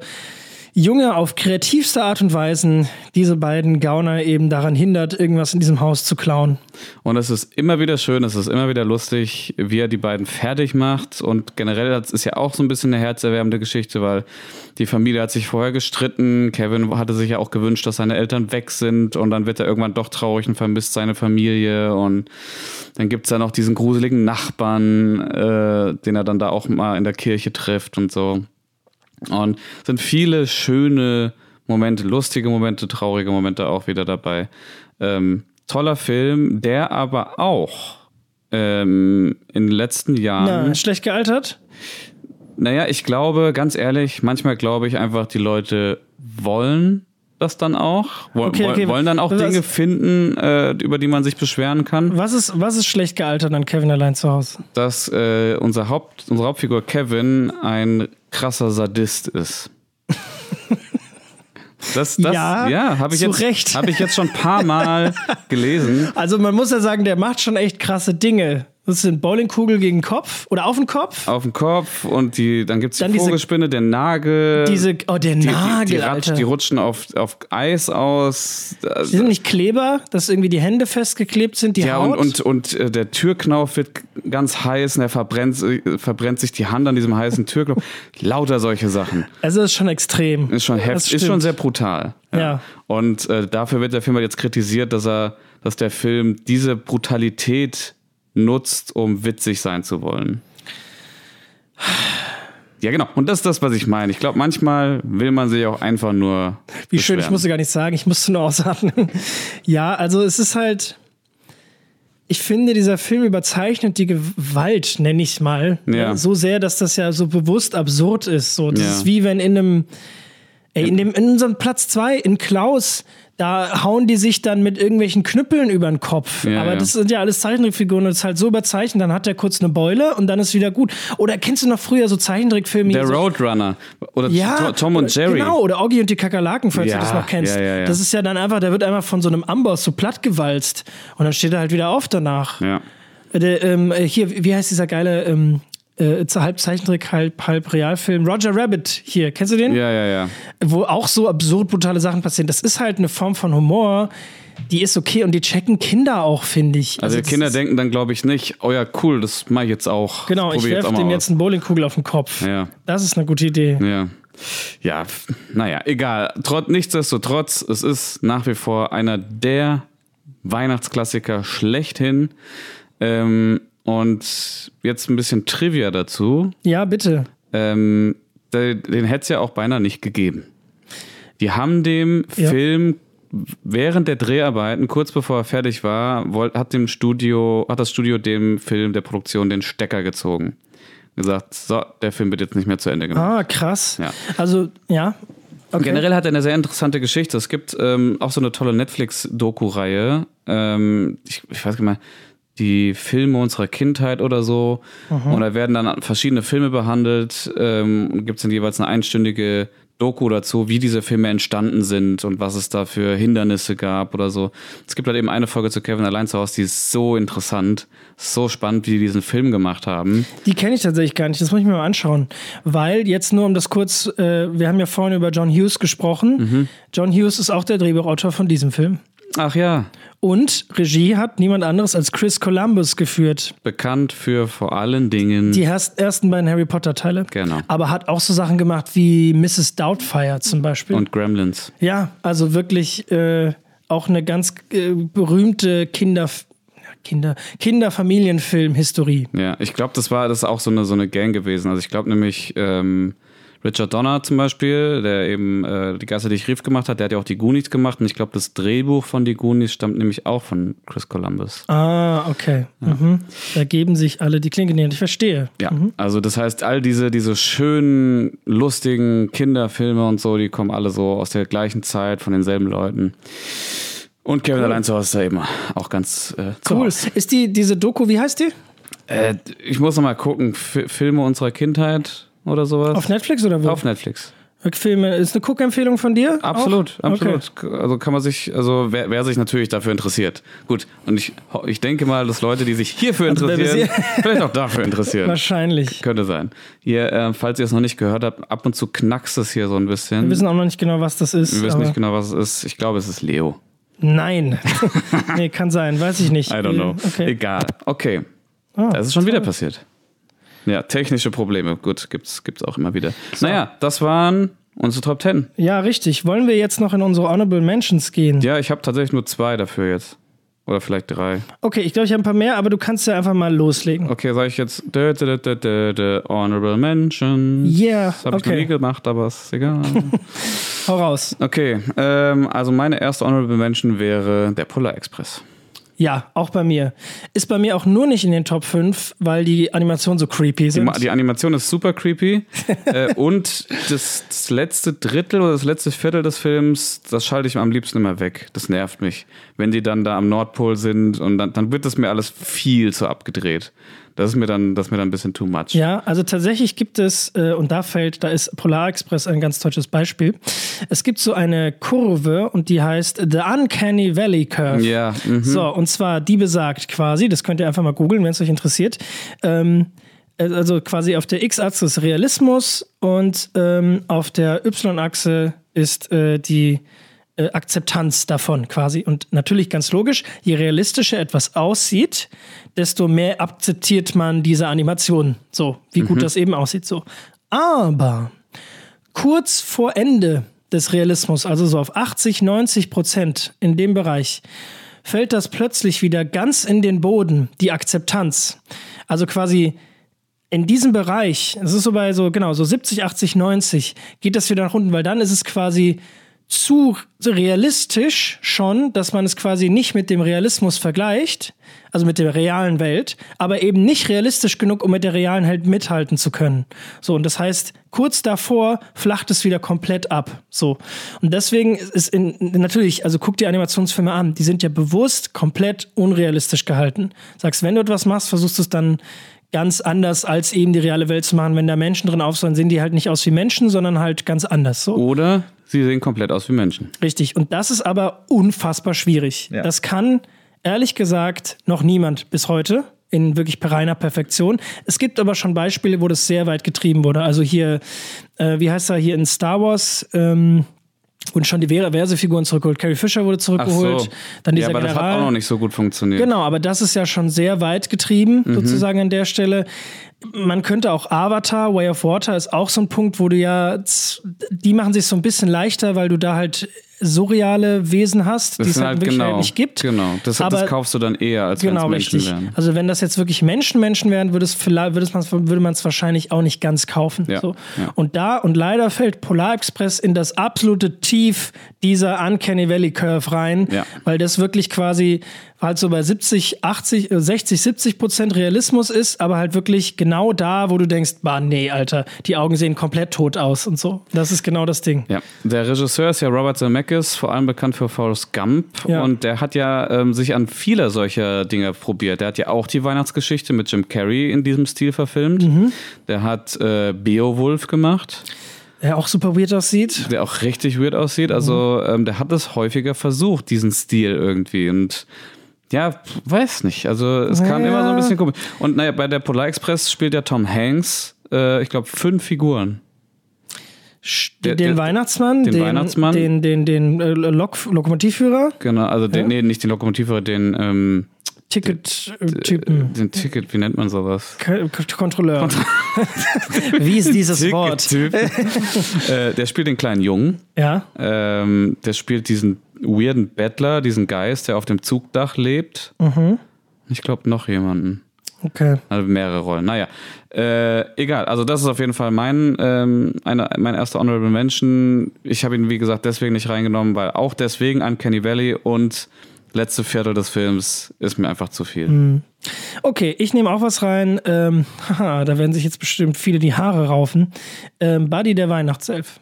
Speaker 1: Junge auf kreativste Art und Weise diese beiden Gauner eben daran hindert, irgendwas in diesem Haus zu klauen.
Speaker 2: Und es ist immer wieder schön, es ist immer wieder lustig, wie er die beiden fertig macht. Und generell das ist ja auch so ein bisschen eine herzerwärmende Geschichte, weil die Familie hat sich vorher gestritten. Kevin hatte sich ja auch gewünscht, dass seine Eltern weg sind. Und dann wird er irgendwann doch traurig und vermisst seine Familie. Und dann gibt's da noch diesen gruseligen Nachbarn, äh, den er dann da auch mal in der Kirche trifft und so. Und es sind viele schöne Momente, lustige Momente, traurige Momente auch wieder dabei. Ähm, toller Film, der aber auch ähm, in den letzten Jahren.
Speaker 1: Na, schlecht gealtert?
Speaker 2: Naja, ich glaube, ganz ehrlich, manchmal glaube ich einfach, die Leute wollen das dann auch. Woll,
Speaker 1: Okay,
Speaker 2: woll-
Speaker 1: okay.
Speaker 2: Wollen dann auch
Speaker 1: Was-
Speaker 2: Dinge finden, äh, über die man sich beschweren kann.
Speaker 1: Was ist, was ist schlecht gealtert an Kevin Allein zu Hause?
Speaker 2: Dass äh, unser Haupt, unsere Hauptfigur Kevin ein krasser
Speaker 1: [laughs]
Speaker 2: Sadist ist. Das, das,
Speaker 1: Ja,
Speaker 2: ja, habe ich,
Speaker 1: zu
Speaker 2: jetzt-
Speaker 1: Recht. [laughs]
Speaker 2: hab ich jetzt schon ein paar Mal gelesen.
Speaker 1: Also man muss ja sagen, der macht schon echt krasse Dinge. Das sind Bowlingkugel gegen Kopf oder auf den Kopf.
Speaker 2: Auf dem Kopf und die, dann gibt's
Speaker 1: Dann
Speaker 2: die
Speaker 1: diese-
Speaker 2: Vogelspinne, den Nagel.
Speaker 1: Diese, oh, der
Speaker 2: die,
Speaker 1: Nagel,
Speaker 2: die, die,
Speaker 1: Alter.
Speaker 2: die rutschen auf, auf Eis aus.
Speaker 1: Die sind nicht Kleber, dass irgendwie die Hände festgeklebt sind, die
Speaker 2: Ja, und,
Speaker 1: Haut.
Speaker 2: und, und äh, der Türknauf wird ganz heiß und er verbrennt, äh, verbrennt sich die Hand an diesem heißen Türknauf. Lauter solche Sachen.
Speaker 1: also das ist schon extrem.
Speaker 2: Ist schon heftig, ist schon sehr brutal.
Speaker 1: Ja.
Speaker 2: Und äh, dafür wird der Film halt jetzt kritisiert, dass er, dass der Film diese Brutalität nutzt, um witzig sein zu wollen. Ja, genau. Und das ist das, was ich meine. Ich glaube, manchmal will man sich auch einfach nur.
Speaker 1: Wie schön, ich
Speaker 2: beschweren.
Speaker 1: musste gar nicht sagen, ich musste nur ausatmen. [laughs] ja, also es ist halt. Ich finde, dieser Film überzeichnet die Gewalt, nenne ich es mal, äh,
Speaker 2: Ja.
Speaker 1: so sehr, dass das ja so bewusst absurd ist. So, das
Speaker 2: Ja.
Speaker 1: ist wie wenn in einem, ey, in, dem, in unserem Platz 2, in Klaus, da hauen die sich dann mit irgendwelchen Knüppeln über den Kopf.
Speaker 2: Ja,
Speaker 1: Aber
Speaker 2: ja.
Speaker 1: das sind ja alles Zeichentrickfiguren und das ist halt so überzeichnet, dann hat er kurz eine Beule und dann ist wieder gut. Oder kennst du noch früher so Zeichentrickfilme?
Speaker 2: Der
Speaker 1: hier so-
Speaker 2: Roadrunner oder
Speaker 1: ja,
Speaker 2: To- Tom und
Speaker 1: oder-
Speaker 2: Jerry.
Speaker 1: Genau, oder Oggi und die Kakerlaken, falls
Speaker 2: Ja,
Speaker 1: du das noch kennst.
Speaker 2: ja, ja, ja.
Speaker 1: Das ist ja dann einfach, der wird einfach von so einem Amboss so plattgewalzt und dann steht er halt wieder auf danach.
Speaker 2: Ja.
Speaker 1: Äh, Der, ähm, äh, hier, wie heißt dieser geile ähm, äh, zu- halb Zeichentrick, halb, halb Realfilm? Roger Rabbit hier, kennst du den?
Speaker 2: ja, ja, ja.
Speaker 1: Wo auch so absurd brutale Sachen passieren. Das ist halt eine Form von Humor, die ist okay und die checken Kinder auch, finde ich.
Speaker 2: Also,
Speaker 1: das
Speaker 2: Kinder
Speaker 1: ist-
Speaker 2: denken dann, glaube ich, nicht, oh ja, cool, das mache ich jetzt auch.
Speaker 1: Genau,
Speaker 2: das
Speaker 1: ich
Speaker 2: probier
Speaker 1: werfe
Speaker 2: auch
Speaker 1: dem
Speaker 2: mal
Speaker 1: jetzt eine Bowlingkugel auf den Kopf.
Speaker 2: Ja.
Speaker 1: Das ist eine gute Idee.
Speaker 2: Ja. Ja, f- naja, egal. Trot, nichtsdestotrotz, es ist nach wie vor einer der Weihnachtsklassiker schlechthin. Ähm, und jetzt ein bisschen Trivia dazu.
Speaker 1: Ja, bitte.
Speaker 2: Ähm, de- den hätte es ja auch beinahe nicht gegeben. Die haben dem
Speaker 1: Ja.
Speaker 2: Film während der Dreharbeiten, kurz bevor er fertig war, wollt, hat dem Studio, hat das Studio dem Film der Produktion den Stecker gezogen. Gesagt, so, der Film wird jetzt nicht mehr zu Ende gemacht.
Speaker 1: Ah, krass.
Speaker 2: Ja.
Speaker 1: Also, ja. Okay.
Speaker 2: Generell hat er eine sehr interessante Geschichte. Es gibt ähm, auch so eine tolle Netflix-Doku-Reihe. Ähm, ich, ich weiß gar nicht mal, die Filme unserer Kindheit oder so.
Speaker 1: Mhm.
Speaker 2: Und da werden dann verschiedene Filme behandelt. Ähm, und gibt es dann jeweils eine einstündige Doku dazu, wie diese Filme entstanden sind und was es da für Hindernisse gab oder so. Es gibt halt eben eine Folge zu Kevin allein zu Hause, die ist so interessant, so spannend, wie die diesen Film gemacht haben.
Speaker 1: Die kenne ich tatsächlich gar nicht. Das muss ich mir mal anschauen. Weil jetzt nur um das kurz, äh, wir haben ja vorhin über John Hughes gesprochen.
Speaker 2: Mhm.
Speaker 1: John Hughes ist auch der Drehbuchautor von diesem Film.
Speaker 2: Ach ja,
Speaker 1: Und Regie hat niemand anderes als Chris Columbus geführt.
Speaker 2: bekannt für vor allen Dingen.
Speaker 1: Die erst, ersten beiden Harry Potter Teile.
Speaker 2: Genau.
Speaker 1: Aber hat auch so Sachen gemacht wie Mrs. Doubtfire zum Beispiel.
Speaker 2: und Gremlins.
Speaker 1: ja, also wirklich äh, auch eine ganz äh, berühmte Kinder, Kinder, Kinderfamilienfilm-Historie.
Speaker 2: Ja, ich glaube, das war das ist auch so eine, so eine Gang gewesen. Also ich glaube nämlich ähm, Richard Donner zum Beispiel, der eben äh, die Geister, die ich rief gemacht hat, der hat ja auch die Goonies gemacht. Und ich glaube, das Drehbuch von die Goonies stammt nämlich auch von Chris Columbus.
Speaker 1: Ah, okay. Mhm. Da geben sich alle die Klinke näher. Ich verstehe.
Speaker 2: Ja, also das heißt, all diese, diese schönen, lustigen Kinderfilme und so, die kommen alle so aus der gleichen Zeit, von denselben Leuten. Und Kevin allein zu Hause ist da eben auch ganz äh, zu
Speaker 1: Cool.
Speaker 2: Hause.
Speaker 1: Ist die diese Doku, wie heißt die?
Speaker 2: Äh, ich muss noch mal gucken, Fi- Filme unserer Kindheit oder sowas.
Speaker 1: Auf Netflix oder wo? Äh,
Speaker 2: auf Netflix.
Speaker 1: Filme. Ist eine Cook-Empfehlung von dir?
Speaker 2: Absolut,
Speaker 1: Auch?
Speaker 2: absolut. Also kann man sich, also wer, wer sich natürlich dafür interessiert. Gut, und ich, ho- ich denke mal, dass Leute, die sich hierfür
Speaker 1: Also wer
Speaker 2: interessieren, vielleicht auch dafür
Speaker 1: Okay.
Speaker 2: interessieren.
Speaker 1: Wahrscheinlich.
Speaker 2: Könnte sein. Ihr, äh, falls ihr es noch nicht gehört habt, ab und zu knackst es hier so ein bisschen.
Speaker 1: Wir wissen auch noch nicht genau, was das ist. aber
Speaker 2: nicht genau, was es ist. Ich glaube, es ist Leo.
Speaker 1: Nein. [laughs] nee, kann sein. Weiß ich nicht.
Speaker 2: I don't know.
Speaker 1: Okay. Ah.
Speaker 2: Egal. Okay. das ist schon wieder passiert. Ja, technische Probleme. Gut, gibt's, gibt's auch immer wieder. Naja, das waren unsere Top 10.
Speaker 1: Ja, richtig. Wollen wir jetzt noch in unsere Honorable Mentions gehen?
Speaker 2: Ja, ich habe tatsächlich nur zwei dafür jetzt. Oder vielleicht drei.
Speaker 1: Okay, ich glaube, ich habe ein paar mehr, aber du kannst ja einfach mal loslegen.
Speaker 2: Okay, sage ich jetzt dö, dö, dö, dö, dö, Honorable Mention.
Speaker 1: Yeah,
Speaker 2: Das habe ich noch nie
Speaker 1: okay.
Speaker 2: gemacht, aber
Speaker 1: [laughs]
Speaker 2: ist egal.
Speaker 1: Hau raus.
Speaker 2: okay, ähm, also meine erste Honorable Mention wäre der Polar Express.
Speaker 1: Ja, auch bei mir. Ist bei mir auch nur nicht in den Top 5, weil die Animationen so creepy
Speaker 2: Die,
Speaker 1: sind.
Speaker 2: Ma- die Animation ist
Speaker 1: [laughs]
Speaker 2: super creepy. äh, und das, das letzte Drittel oder das letzte Viertel des Films, das schalte ich am liebsten immer weg. Das nervt mich. Wenn die dann da am Nordpol sind und dann, dann wird das mir alles viel zu abgedreht. Das ist mir dann, das ist mir dann ein bisschen too much.
Speaker 1: Ja, also tatsächlich gibt es, äh, und da fällt, da ist Polar Express ein ganz tolles Beispiel. Es gibt so eine Kurve und die heißt The Uncanny Valley Curve.
Speaker 2: Ja, mhm.
Speaker 1: So, und zwar, die besagt quasi, das könnt ihr einfach mal googeln, wenn es euch interessiert, ähm, also quasi auf der X-Achse ist Realismus und ähm, auf der Y-Achse ist äh, die äh, Akzeptanz davon quasi. Und natürlich ganz logisch, je realistischer etwas aussieht, desto mehr akzeptiert man diese Animation. So, wie gut das eben aussieht. So. Aber kurz vor Ende des Realismus, also so auf 80, 90 Prozent in dem Bereich, fällt das plötzlich wieder ganz in den Boden, die Akzeptanz. Also quasi in diesem Bereich, es ist so bei so, genau, so 70, 80, 90, geht das wieder nach unten, weil dann ist es quasi zu realistisch schon, dass man es quasi nicht mit dem Realismus vergleicht, also mit der realen Welt, aber eben nicht realistisch genug, um mit der realen Welt mithalten zu können. So, und das heißt, kurz davor flacht es wieder komplett ab. So. Und deswegen ist in, natürlich, also guck dir Animationsfilme an, die sind ja bewusst komplett unrealistisch gehalten. Sagst, wenn du etwas machst, versuchst du es dann ganz anders als eben die reale Welt zu machen. Wenn da Menschen drin auf sind, sehen die halt nicht aus wie Menschen, sondern halt ganz anders. So.
Speaker 2: Oder sie sehen komplett aus wie Menschen.
Speaker 1: Richtig. Und das ist aber unfassbar schwierig.
Speaker 2: Ja.
Speaker 1: Das kann, ehrlich gesagt, noch niemand bis heute in wirklich reiner Perfektion. Es gibt aber schon Beispiele, wo das sehr weit getrieben wurde. Also hier, äh, wie heißt er hier in Star Wars? Ähm, und schon die diverse Figuren zurückgeholt. Carrie Fisher wurde zurückgeholt. Dann
Speaker 2: ja,
Speaker 1: dieser
Speaker 2: aber das
Speaker 1: General.
Speaker 2: hat auch noch nicht so gut funktioniert.
Speaker 1: Genau, aber das ist ja schon sehr weit getrieben,
Speaker 2: Mhm.
Speaker 1: sozusagen an der Stelle. Man könnte auch Avatar, Way of Water ist auch so ein Punkt, wo du ja, z- die machen sich so ein bisschen leichter, weil du da halt surreale Wesen hast, die
Speaker 2: Das
Speaker 1: es
Speaker 2: sind
Speaker 1: halt
Speaker 2: halt
Speaker 1: wirklich
Speaker 2: genau,
Speaker 1: nicht gibt.
Speaker 2: Genau, das,
Speaker 1: aber
Speaker 2: das kaufst du dann eher, als wenn
Speaker 1: Genau,
Speaker 2: es Menschen
Speaker 1: richtig.
Speaker 2: wären.
Speaker 1: Also wenn das jetzt wirklich Menschenmenschen wären, würde es vielleicht, würde man es würde man's wahrscheinlich auch nicht ganz kaufen.
Speaker 2: Ja,
Speaker 1: So.
Speaker 2: ja.
Speaker 1: Und da, und leider fällt Polar Express in das absolute Tief dieser Uncanny Valley Curve rein,
Speaker 2: Ja.
Speaker 1: weil das wirklich quasi halt so bei 70, 80, äh, 60, 70 Prozent Realismus ist, aber halt wirklich genau da, wo du denkst, bah, nee, Alter, die Augen sehen komplett tot aus und so. Das ist genau das Ding.
Speaker 2: Ja, der Regisseur ist ja Robert Zemeckis, vor allem bekannt für Forrest Gump.
Speaker 1: Ja.
Speaker 2: Und der hat ja ähm, sich an vieler solcher Dinge probiert. Der hat ja auch die Weihnachtsgeschichte mit Jim Carrey in diesem Stil verfilmt.
Speaker 1: Mhm.
Speaker 2: Der hat äh, Beowulf gemacht,
Speaker 1: Der auch super weird aussieht.
Speaker 2: der auch richtig weird aussieht. Also ähm, der hat es häufiger versucht, diesen Stil irgendwie. Und ja, pf, weiß nicht. Also es kam
Speaker 1: Ja.
Speaker 2: immer so ein bisschen komisch. Und naja, bei der Polar Express spielt ja Tom Hanks, äh, ich glaube, fünf Figuren. Der-
Speaker 1: den
Speaker 2: der-
Speaker 1: Weihnachtsmann,
Speaker 2: den Weihnachtsmann.
Speaker 1: den, den, den, äh, Lok Lokomotivführer.
Speaker 2: Genau, also den, nee, nicht den Lokomotivführer, den... Ähm, äh,
Speaker 1: Ticket-Typen.
Speaker 2: Den Ticket, wie nennt man sowas?
Speaker 1: K- K- Kontrolleur. [laughs] Wie ist dieses Wort?
Speaker 2: Ticket-Typ. äh, der spielt den kleinen Jungen.
Speaker 1: Ja.
Speaker 2: Ähm, der spielt diesen weirden Bettler, diesen Geist, der auf dem Zugdach lebt. Ich glaube, noch jemanden.
Speaker 1: Okay.
Speaker 2: Also mehrere Rollen. Naja, äh, egal. Also das ist auf jeden Fall mein, ähm, eine, mein erster Honorable Mention. Ich habe ihn, wie gesagt, deswegen nicht reingenommen, weil auch deswegen Uncanny Valley und letzte Viertel des Films ist mir einfach zu viel.
Speaker 1: Hm. Okay, ich nehme auch was rein. Ähm, haha, da werden sich jetzt bestimmt viele die Haare raufen. Ähm, Buddy der Weihnachtself.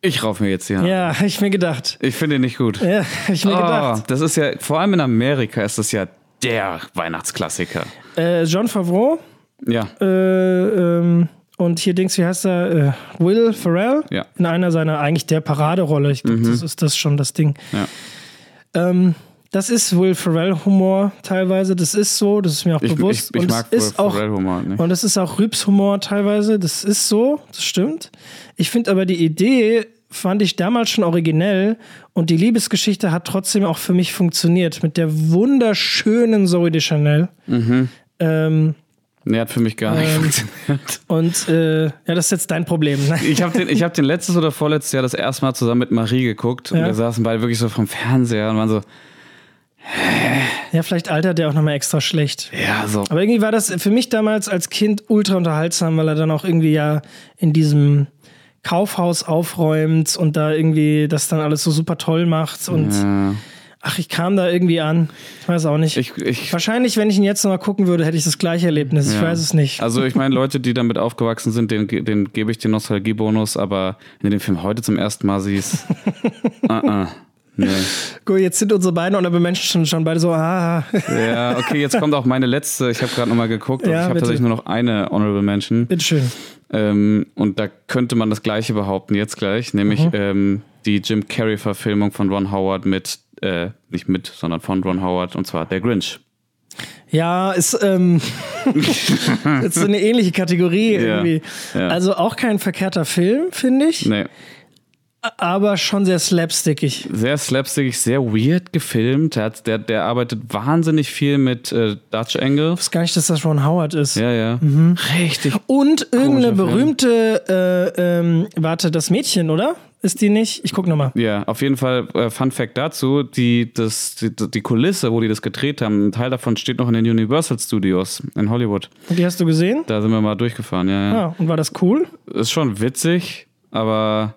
Speaker 2: Ich rauf mir jetzt die Hand.
Speaker 1: Ja, hab ich mir gedacht.
Speaker 2: Ich finde ihn nicht gut.
Speaker 1: Ja, hab ich mir gedacht.
Speaker 2: Ah, das ist ja, vor allem in Amerika ist das ja der Weihnachtsklassiker.
Speaker 1: Äh, John Favreau
Speaker 2: Ja.
Speaker 1: äh, ähm, und hier Dings, wie heißt er? Äh, Will Ferrell
Speaker 2: Ja. Mhm.
Speaker 1: in einer seiner eigentlich der Paraderolle. Ich glaube, das ist das schon das Ding.
Speaker 2: Ja.
Speaker 1: Ähm, das ist Will Ferrell-Humor teilweise. Das ist so, das ist mir auch
Speaker 2: Ich,
Speaker 1: bewusst.
Speaker 2: ich, ich
Speaker 1: und
Speaker 2: mag
Speaker 1: es ist auch
Speaker 2: Humor ne? nicht.
Speaker 1: Und es ist auch Rübs-Humor teilweise. Das ist so, das stimmt. Ich finde aber die Idee fand ich damals schon originell und die Liebesgeschichte hat trotzdem auch für mich funktioniert mit der wunderschönen Zoe de Chanel.
Speaker 2: Mhm.
Speaker 1: Ähm,
Speaker 2: Nee, hat für mich gar nicht
Speaker 1: Ähm.
Speaker 2: funktioniert.
Speaker 1: und äh, ja, das ist jetzt dein Problem. [laughs] Ne?
Speaker 2: Ich habe den, ich hab den letztes oder vorletztes Jahr das erste Mal zusammen mit Marie geguckt und
Speaker 1: Ja.
Speaker 2: wir saßen beide wirklich so vom Fernseher und waren so,
Speaker 1: Ja, vielleicht altert der auch nochmal extra schlecht.
Speaker 2: ja, so.
Speaker 1: Aber irgendwie war das für mich damals als Kind ultra unterhaltsam, weil er dann auch irgendwie ja in diesem Kaufhaus aufräumt und da irgendwie das dann alles so super toll macht und
Speaker 2: Ja.
Speaker 1: Ach, ich kam da irgendwie an. Ich weiß auch nicht.
Speaker 2: äh, Ich, ich,
Speaker 1: Wahrscheinlich, wenn ich ihn jetzt nochmal gucken würde, hätte ich das gleiche Erlebnis. Ich
Speaker 2: Ja.
Speaker 1: weiß es nicht.
Speaker 2: Also ich meine, Leute, die damit aufgewachsen sind, den,
Speaker 1: [laughs]
Speaker 2: den gebe ich den Nostalgiebonus, aber wenn du den Film heute zum ersten Mal siehst, uh -uh, Nee.
Speaker 1: Gut, jetzt sind unsere beiden unter Menschen schon, schon beide so, ah, [laughs]
Speaker 2: Ja, okay, jetzt kommt auch meine letzte. Ich habe gerade nochmal geguckt und
Speaker 1: Ja,
Speaker 2: ich habe
Speaker 1: bitte.
Speaker 2: tatsächlich nur noch eine Honorable Mention.
Speaker 1: bitteschön.
Speaker 2: Ähm, und da könnte man das Gleiche behaupten jetzt gleich, nämlich ähm, die Jim Carrey-Verfilmung von Ron Howard mit, äh, nicht mit, sondern von Ron Howard und zwar Der Grinch.
Speaker 1: Ja, ist,
Speaker 2: [laughs]
Speaker 1: ähm, ist so eine ähnliche Kategorie irgendwie.
Speaker 2: ja. Ne.
Speaker 1: Also auch kein verkehrter Film, finde ich,
Speaker 2: Nee,
Speaker 1: aber schon sehr slapstickig.
Speaker 2: sehr slapstickig, sehr weird gefilmt. Der, hat, der, der arbeitet wahnsinnig viel mit äh, Dutch Angle.
Speaker 1: Ich weiß gar nicht, dass das Ron Howard ist. Hm?
Speaker 2: Ja, ja.
Speaker 1: Mhm.
Speaker 2: Richtig.
Speaker 1: Und irgendeine
Speaker 2: Komischer Film.
Speaker 1: berühmte, äh, ähm, warte, das Mädchen, oder? Ist die nicht? Ich guck nochmal.
Speaker 2: Ja, auf jeden Fall, äh, Fun Fact dazu, die, das, die, die Kulisse, wo die das gedreht haben, ein Teil davon steht noch in den Universal Studios in Hollywood.
Speaker 1: Und die hast du gesehen?
Speaker 2: Da sind wir mal durchgefahren, ja. ja.
Speaker 1: Ja, und war das cool?
Speaker 2: Ist schon witzig, aber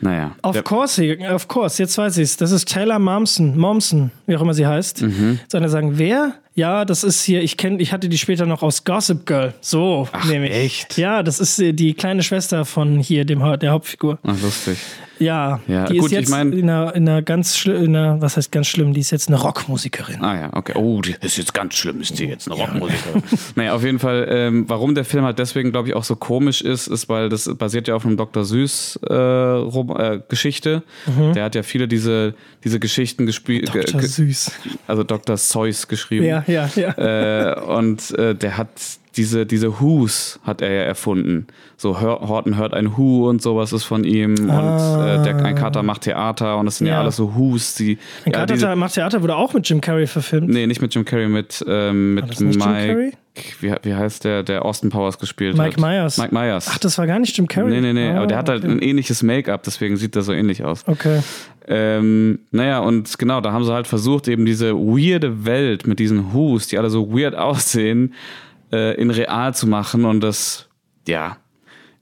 Speaker 2: naja.
Speaker 1: Of
Speaker 2: Der-
Speaker 1: course, he- of course, jetzt weiß ich's. Das ist Taylor Momsen, Momsen, wie auch immer sie heißt.
Speaker 2: Mhm.
Speaker 1: Jetzt einer sagen, wer? Ja, das ist hier, ich kenne, ich hatte die später noch aus Gossip Girl. So, nehme ich.
Speaker 2: echt?
Speaker 1: Ja, das ist äh, die kleine Schwester von hier, dem Hau- der Hauptfigur.
Speaker 2: Ach, lustig.
Speaker 1: Ja,
Speaker 2: Ja,
Speaker 1: die ist
Speaker 2: gut, ich
Speaker 1: jetzt
Speaker 2: mein-
Speaker 1: in, einer, in einer ganz schlimmen, in einer, was heißt ganz schlimm, die ist jetzt eine Rockmusikerin.
Speaker 2: Ah ja, okay. Oh, die ist jetzt ganz schlimm, ist die jetzt eine Rockmusikerin. [laughs] naja, auf jeden Fall, ähm, warum der Film halt deswegen, glaube ich, auch so komisch ist, ist, weil das basiert ja auf einem Dr. Süß äh, Rom- äh, Geschichte.
Speaker 1: Mhm.
Speaker 2: Der hat ja viele diese, diese Geschichten gespielt.
Speaker 1: Dr. Süß.
Speaker 2: also Dr. Seuss geschrieben.
Speaker 1: Ja, ja, ja.
Speaker 2: äh, und äh, der hat diese, diese Who's hat er ja erfunden. So Hör, Horton hört ein Who und sowas ist von ihm und äh, der, ein Kater macht Theater und das sind ja,
Speaker 1: Ah. Ja.
Speaker 2: alles so Who's, die.
Speaker 1: Ein
Speaker 2: ja,
Speaker 1: Kater
Speaker 2: diese,
Speaker 1: macht Theater wurde auch mit Jim Carrey verfilmt.
Speaker 2: nee, nicht mit Jim Carrey, mit, ähm, mit
Speaker 1: das nicht Jim
Speaker 2: Mike.
Speaker 1: Carrey?
Speaker 2: Wie, wie heißt der, der Austin Powers gespielt
Speaker 1: Mike
Speaker 2: hat?
Speaker 1: Myers.
Speaker 2: Mike Myers.
Speaker 1: Ach, das war gar nicht Jim Carrey.
Speaker 2: Nee, nee, nee,
Speaker 1: Ah,
Speaker 2: aber der hat halt
Speaker 1: okay.
Speaker 2: ein ähnliches Make-up, deswegen sieht er so ähnlich aus.
Speaker 1: Okay.
Speaker 2: Ähm, naja, und genau, da haben sie halt versucht, eben diese weirde Welt mit diesen Who's, die alle so weird [laughs] aussehen, äh, in real zu machen. Und das, ja,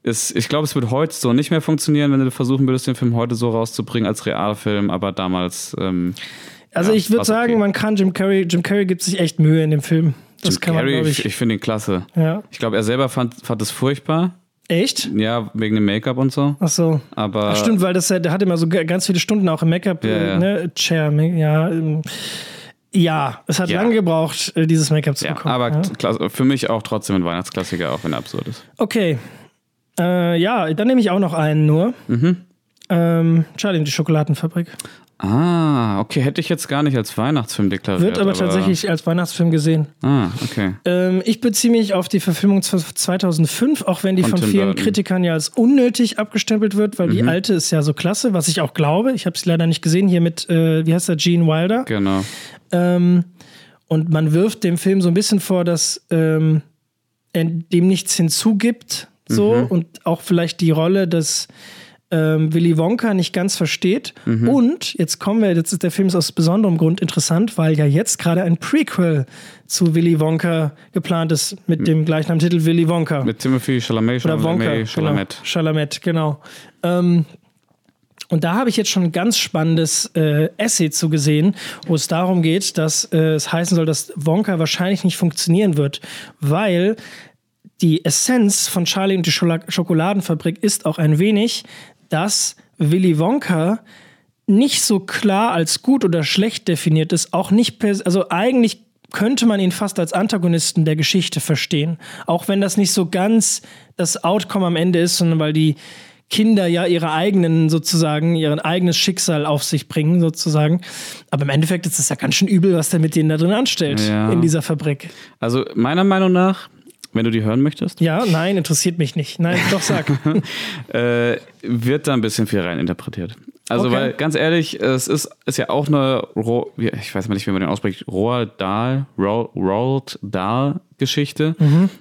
Speaker 2: ist, ich glaube, es wird heute so nicht mehr funktionieren, wenn du versuchen würdest, den Film heute so rauszubringen als Realfilm, aber damals. Ähm,
Speaker 1: Also
Speaker 2: Ja,
Speaker 1: ich würde
Speaker 2: war's okay.
Speaker 1: sagen, man kann Jim Carrey, Jim Carrey gibt sich echt Mühe in dem Film. Das kann
Speaker 2: Carrey,
Speaker 1: man, glaube
Speaker 2: ich,
Speaker 1: ich.
Speaker 2: ich finde ihn klasse.
Speaker 1: Ja.
Speaker 2: Ich glaube, er selber fand, fand es furchtbar.
Speaker 1: Echt?
Speaker 2: Ja, wegen dem Make-up und so.
Speaker 1: Ach so.
Speaker 2: Aber
Speaker 1: Ach, stimmt, weil das, ja- der hat immer so g- ganz viele Stunden auch im Make-up,
Speaker 2: Äh. Ja,
Speaker 1: äh,
Speaker 2: ja.
Speaker 1: ne? Chair, Make- ja. ähm, Ja, es hat
Speaker 2: Ja.
Speaker 1: lange gebraucht, äh, dieses Make-up zu
Speaker 2: ja,
Speaker 1: bekommen.
Speaker 2: aber
Speaker 1: ja.
Speaker 2: klasse- für mich auch trotzdem ein Weihnachtsklassiker, auch wenn er absurd ist.
Speaker 1: Okay. Äh, ja, dann nehme ich auch noch einen nur.
Speaker 2: Mhm.
Speaker 1: Ähm, Charlie und die Schokoladenfabrik.
Speaker 2: Ah, okay, hätte ich jetzt gar nicht als Weihnachtsfilm deklariert.
Speaker 1: Wird aber tatsächlich als Weihnachtsfilm gesehen.
Speaker 2: Ah, okay.
Speaker 1: Ähm, ich beziehe mich auf die Verfilmung zu- 2005, auch wenn die
Speaker 2: Von
Speaker 1: von,
Speaker 2: Tim
Speaker 1: vielen
Speaker 2: Burton. Mhm.
Speaker 1: Kritikern ja als unnötig abgestempelt wird, weil die alte ist ja so klasse, was ich auch glaube. Ich habe sie leider nicht gesehen, hier mit, äh, wie heißt er, Gene Wilder.
Speaker 2: Genau.
Speaker 1: Ähm, und man wirft dem Film so ein bisschen vor, dass ähm, er dem nichts hinzugibt, so und auch vielleicht die Rolle des ähm, Willy Wonka nicht ganz versteht. Und jetzt kommen wir, jetzt ist der Film ist aus besonderem Grund interessant, weil ja jetzt gerade ein Prequel zu Willy Wonka geplant ist mit dem gleichen Titel Willy Wonka.
Speaker 2: Mit Timothy Chalamet,
Speaker 1: Oder Wonka.
Speaker 2: Chalamet, Chalamet.
Speaker 1: Genau. Chalamet, genau. Ähm, und da habe ich jetzt schon ein ganz spannendes äh, Essay zu gesehen, wo es darum geht, dass äh, es heißen soll, dass Wonka wahrscheinlich nicht funktionieren wird, weil die Essenz von Charlie und die Schola- Schokoladenfabrik ist auch ein wenig, dass Willy Wonka nicht so klar als gut oder schlecht definiert ist, auch nicht pers also eigentlich könnte man ihn fast als Antagonisten der Geschichte verstehen, auch wenn das nicht so ganz das Outcome am Ende ist, sondern weil die Kinder ja ihre eigenen sozusagen, ihren eigenes Schicksal auf sich bringen sozusagen. Aber im Endeffekt ist es ja ganz schön übel, was der mit denen da drin anstellt
Speaker 2: Ja.
Speaker 1: in dieser Fabrik.
Speaker 2: Also meiner Meinung nach, wenn du die hören möchtest,
Speaker 1: Ja, nein, interessiert mich nicht. Nein, doch sag.
Speaker 2: äh, wird da ein bisschen viel reininterpretiert. Also
Speaker 1: Okay.
Speaker 2: weil, ganz ehrlich, es ist, ist ja auch eine, Ro wie- ich weiß mal nicht, wie man den ausspricht, Roald Dahl, Ro- Roald Dahl Geschichte.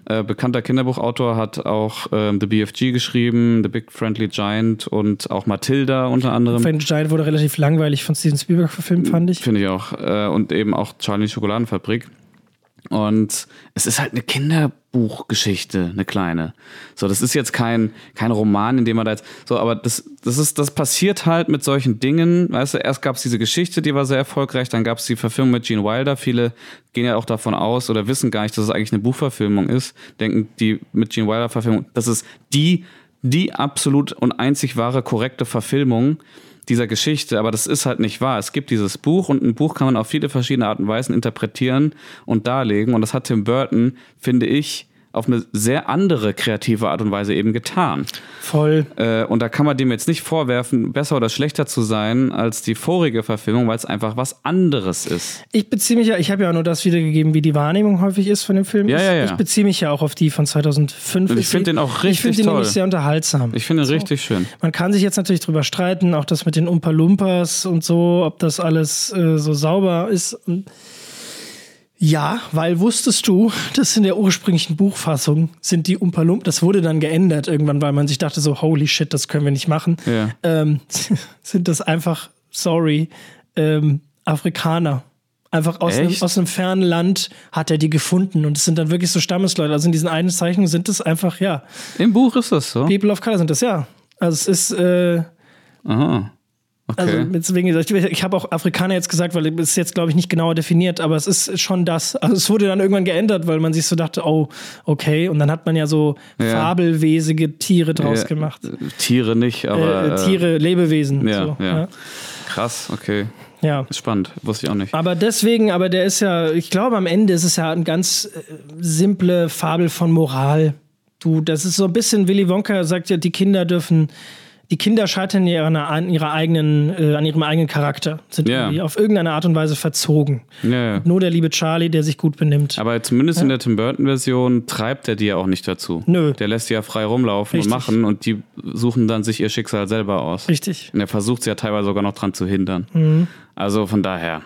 Speaker 2: Äh, bekannter Kinderbuchautor hat auch ähm, The BFG geschrieben, The Big Friendly Giant und auch Matilda unter anderem.
Speaker 1: Frank Giant wurde relativ langweilig von Steven Spielberg verfilmt, fand ich.
Speaker 2: Finde ich auch. Äh, und eben auch Charlie Schokoladenfabrik. Und es ist halt eine Kinderbuchgeschichte, eine kleine. So, das ist jetzt kein, kein Roman, in dem man da jetzt. So, aber das, das ist, das passiert halt mit solchen Dingen. Weißt du, erst gab es diese Geschichte, die war sehr erfolgreich, dann gab es die Verfilmung mit Gene Wilder. Viele gehen ja auch davon aus oder wissen gar nicht, dass es eigentlich eine Buchverfilmung ist. Denken die mit Gene Wilder-Verfilmung, das ist die, die absolut und einzig wahre, korrekte Verfilmung, dieser Geschichte, aber das ist halt nicht wahr. Es gibt dieses Buch und ein Buch kann man auf viele verschiedene Arten und Weisen interpretieren und darlegen und das hat Tim Burton, finde ich, auf eine sehr andere kreative Art und Weise eben getan.
Speaker 1: Voll.
Speaker 2: Äh, und da kann man dem jetzt nicht vorwerfen, besser oder schlechter zu sein als die vorige Verfilmung, weil es einfach was anderes ist.
Speaker 1: Ich beziehe mich ja, ich habe ja nur das wiedergegeben, wie die Wahrnehmung häufig ist von dem Film.
Speaker 2: Ja,
Speaker 1: Ich-
Speaker 2: ja, ja.
Speaker 1: Ich beziehe mich ja auch auf die von 2005.
Speaker 2: Und ich
Speaker 1: Ist
Speaker 2: find
Speaker 1: die-
Speaker 2: den auch
Speaker 1: Ich finde
Speaker 2: richtig
Speaker 1: den
Speaker 2: toll.
Speaker 1: nämlich sehr unterhaltsam.
Speaker 2: Ich finde ihn richtig schön.
Speaker 1: Man kann sich jetzt natürlich drüber streiten, auch das mit den Umpa Lumpas und so, ob das alles äh, so sauber ist. Und Ja, weil wusstest du, dass in der ursprünglichen Buchfassung sind die Umpa Lump, das wurde dann geändert irgendwann, weil man sich dachte so, holy shit, das können wir nicht machen.
Speaker 2: Ja.
Speaker 1: Ähm, [laughs] sind das einfach, sorry, ähm, Afrikaner. Einfach aus einem,
Speaker 2: Echt?
Speaker 1: aus einem fernen Land hat er die gefunden und es sind dann wirklich so Stammesleute. Also in diesen einen Zeichnungen sind es einfach, ja,
Speaker 2: Im Buch ist das so.
Speaker 1: People of Color sind das, ja. Also es ist, äh,
Speaker 2: Aha.
Speaker 1: also
Speaker 2: Okay.
Speaker 1: deswegen, ich, ich habe auch Afrikaner jetzt gesagt, weil es ist jetzt, glaube ich, nicht genauer definiert, aber es ist schon das. Also es wurde dann irgendwann geändert, weil man sich so dachte, oh, okay. Und dann hat man ja so
Speaker 2: Ja.
Speaker 1: fabelwesige Tiere draus
Speaker 2: Ja,
Speaker 1: gemacht.
Speaker 2: äh, Tiere nicht, aber.
Speaker 1: äh, Tiere, Lebewesen.
Speaker 2: Ja,
Speaker 1: so,
Speaker 2: ja.
Speaker 1: ja.
Speaker 2: Krass, okay.
Speaker 1: ja.
Speaker 2: Ist Spannend, wusste ich auch nicht.
Speaker 1: Aber deswegen, aber der ist ja, ich glaube, am Ende ist es ja eine ganz äh, simple Fabel von Moral. Du, das ist so ein bisschen, Willy Wonka sagt ja, die Kinder dürfen, die Kinder scheitern ja an, an ihrer eigenen, äh, an ihrem eigenen Charakter, sind
Speaker 2: Ja.
Speaker 1: irgendwie auf irgendeine Art und Weise verzogen.
Speaker 2: Ja, ja.
Speaker 1: Nur der liebe Charlie, der sich gut benimmt.
Speaker 2: Aber zumindest in der Tim Burton-Version treibt er die ja auch nicht dazu.
Speaker 1: Nö.
Speaker 2: Der lässt die ja frei rumlaufen
Speaker 1: Richtig.
Speaker 2: und machen und die suchen dann sich ihr Schicksal selber aus.
Speaker 1: Richtig. Mhm.
Speaker 2: Und er versucht sie ja teilweise sogar noch dran zu hindern. Also von daher,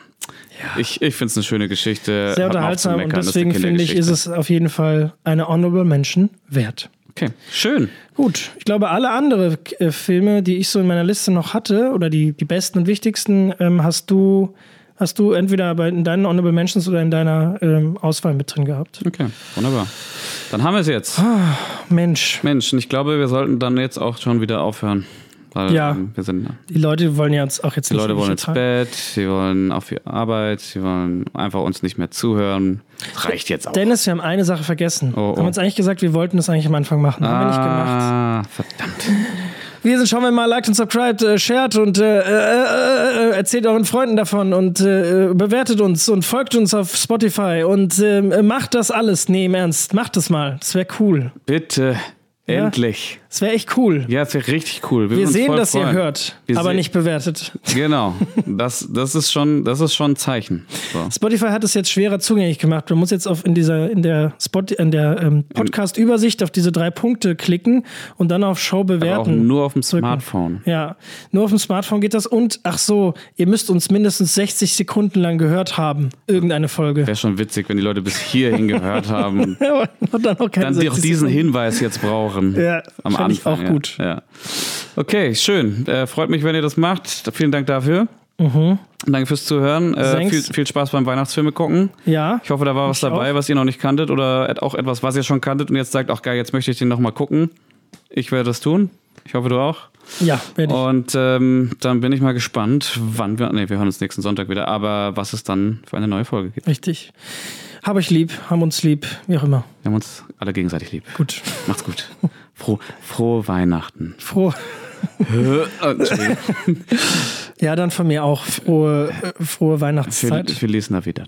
Speaker 2: ich, ich finde es eine schöne Geschichte.
Speaker 1: Sehr
Speaker 2: Hat man auch zu
Speaker 1: unterhaltsam und
Speaker 2: meckern, das ist
Speaker 1: deswegen
Speaker 2: eine
Speaker 1: finde ich, ist
Speaker 2: Kindergeschichte.
Speaker 1: es auf jeden Fall eine Honorable Mention wert.
Speaker 2: Okay, schön.
Speaker 1: Gut, ich glaube, alle andere äh, Filme, die ich so in meiner Liste noch hatte, oder die, die besten und wichtigsten, ähm, hast du, hast du entweder bei, in deinen Honorable Mentions oder in deiner ähm, Auswahl mit drin gehabt.
Speaker 2: Okay, wunderbar. Dann haben wir es jetzt.
Speaker 1: Ah. Mensch,
Speaker 2: Mensch, und ich glaube, wir sollten dann jetzt auch schon wieder aufhören. Weil
Speaker 1: Ja.
Speaker 2: ähm, wir sind,
Speaker 1: die Leute wollen ja uns auch jetzt
Speaker 2: die
Speaker 1: nicht
Speaker 2: Leute wollen ins
Speaker 1: ewig
Speaker 2: Bett, sie wollen auf die Arbeit, sie wollen einfach uns nicht mehr zuhören. Das reicht jetzt auch.
Speaker 1: Dennis, wir haben eine Sache vergessen.
Speaker 2: Oh, oh.
Speaker 1: Haben wir uns eigentlich gesagt, wir wollten das eigentlich am Anfang machen. Haben wir nicht gemacht.
Speaker 2: ah, verdammt.
Speaker 1: Wir sind, schauen wir mal, liked und subscribed, äh, shared und äh, äh, äh, äh, erzählt euren Freunden davon und äh, äh, bewertet uns und folgt uns auf Spotify und ähm, äh, macht das alles. Nee, im Ernst, macht das mal. Das wäre cool.
Speaker 2: Bitte,
Speaker 1: Ja.
Speaker 2: endlich.
Speaker 1: Das wäre echt cool.
Speaker 2: Ja, das wäre richtig cool.
Speaker 1: Wir
Speaker 2: würden uns
Speaker 1: sehen,
Speaker 2: voll
Speaker 1: dass ihr
Speaker 2: freuen.
Speaker 1: hört,
Speaker 2: Wir
Speaker 1: aber
Speaker 2: se-
Speaker 1: nicht bewertet.
Speaker 2: [laughs] Genau. Das, das, ist schon, das ist schon ein Zeichen.
Speaker 1: [laughs]
Speaker 2: So.
Speaker 1: Spotify hat es jetzt schwerer zugänglich gemacht. Man muss jetzt auf in dieser in der Spot in der ähm, Podcast Übersicht auf diese drei Punkte klicken und dann auf Show bewerten.
Speaker 2: Auch nur auf dem Smartphone.
Speaker 1: Ja, nur auf dem Smartphone geht das. Und ach so, ihr müsst uns mindestens 60 Sekunden lang gehört haben, irgendeine Folge.
Speaker 2: Wäre schon witzig, wenn die Leute bis hierhin
Speaker 1: [laughs]
Speaker 2: gehört haben.
Speaker 1: Und dann auch keine
Speaker 2: Dann die auch
Speaker 1: 60
Speaker 2: diesen
Speaker 1: Sekunden.
Speaker 2: Hinweis jetzt brauchen.
Speaker 1: Ja,
Speaker 2: am
Speaker 1: fänd
Speaker 2: Anfang.
Speaker 1: ich auch
Speaker 2: ja.
Speaker 1: gut.
Speaker 2: Ja. Okay, schön. Äh, freut mich, wenn ihr das macht. Vielen Dank dafür. Danke fürs Zuhören. Äh, viel,
Speaker 1: Mhm. Thanks.
Speaker 2: viel Spaß beim Weihnachtsfilme gucken.
Speaker 1: Ja.
Speaker 2: Ich hoffe, da war was dabei, was ihr noch nicht kanntet oder et- auch etwas, was ihr schon kanntet und jetzt sagt, ach geil, jetzt möchte ich den nochmal gucken. Ich werde das tun. Ich hoffe, du auch.
Speaker 1: Ja, werde ich.
Speaker 2: Und ähm, dann bin ich mal gespannt, wann wir. Ne, wir hören uns nächsten Sonntag wieder, aber was es dann für eine neue Folge gibt.
Speaker 1: Richtig. Hab euch lieb, haben uns lieb, wie auch immer.
Speaker 2: Wir haben uns alle gegenseitig lieb.
Speaker 1: Gut.
Speaker 2: Macht's gut. Froh, frohe Weihnachten. Äh,
Speaker 1: Froh.
Speaker 2: Entschuldigung.
Speaker 1: Ja, dann von mir auch frohe, äh, frohe
Speaker 2: Viel,
Speaker 1: Weihnachtszeit.
Speaker 2: viel lesen da wieder.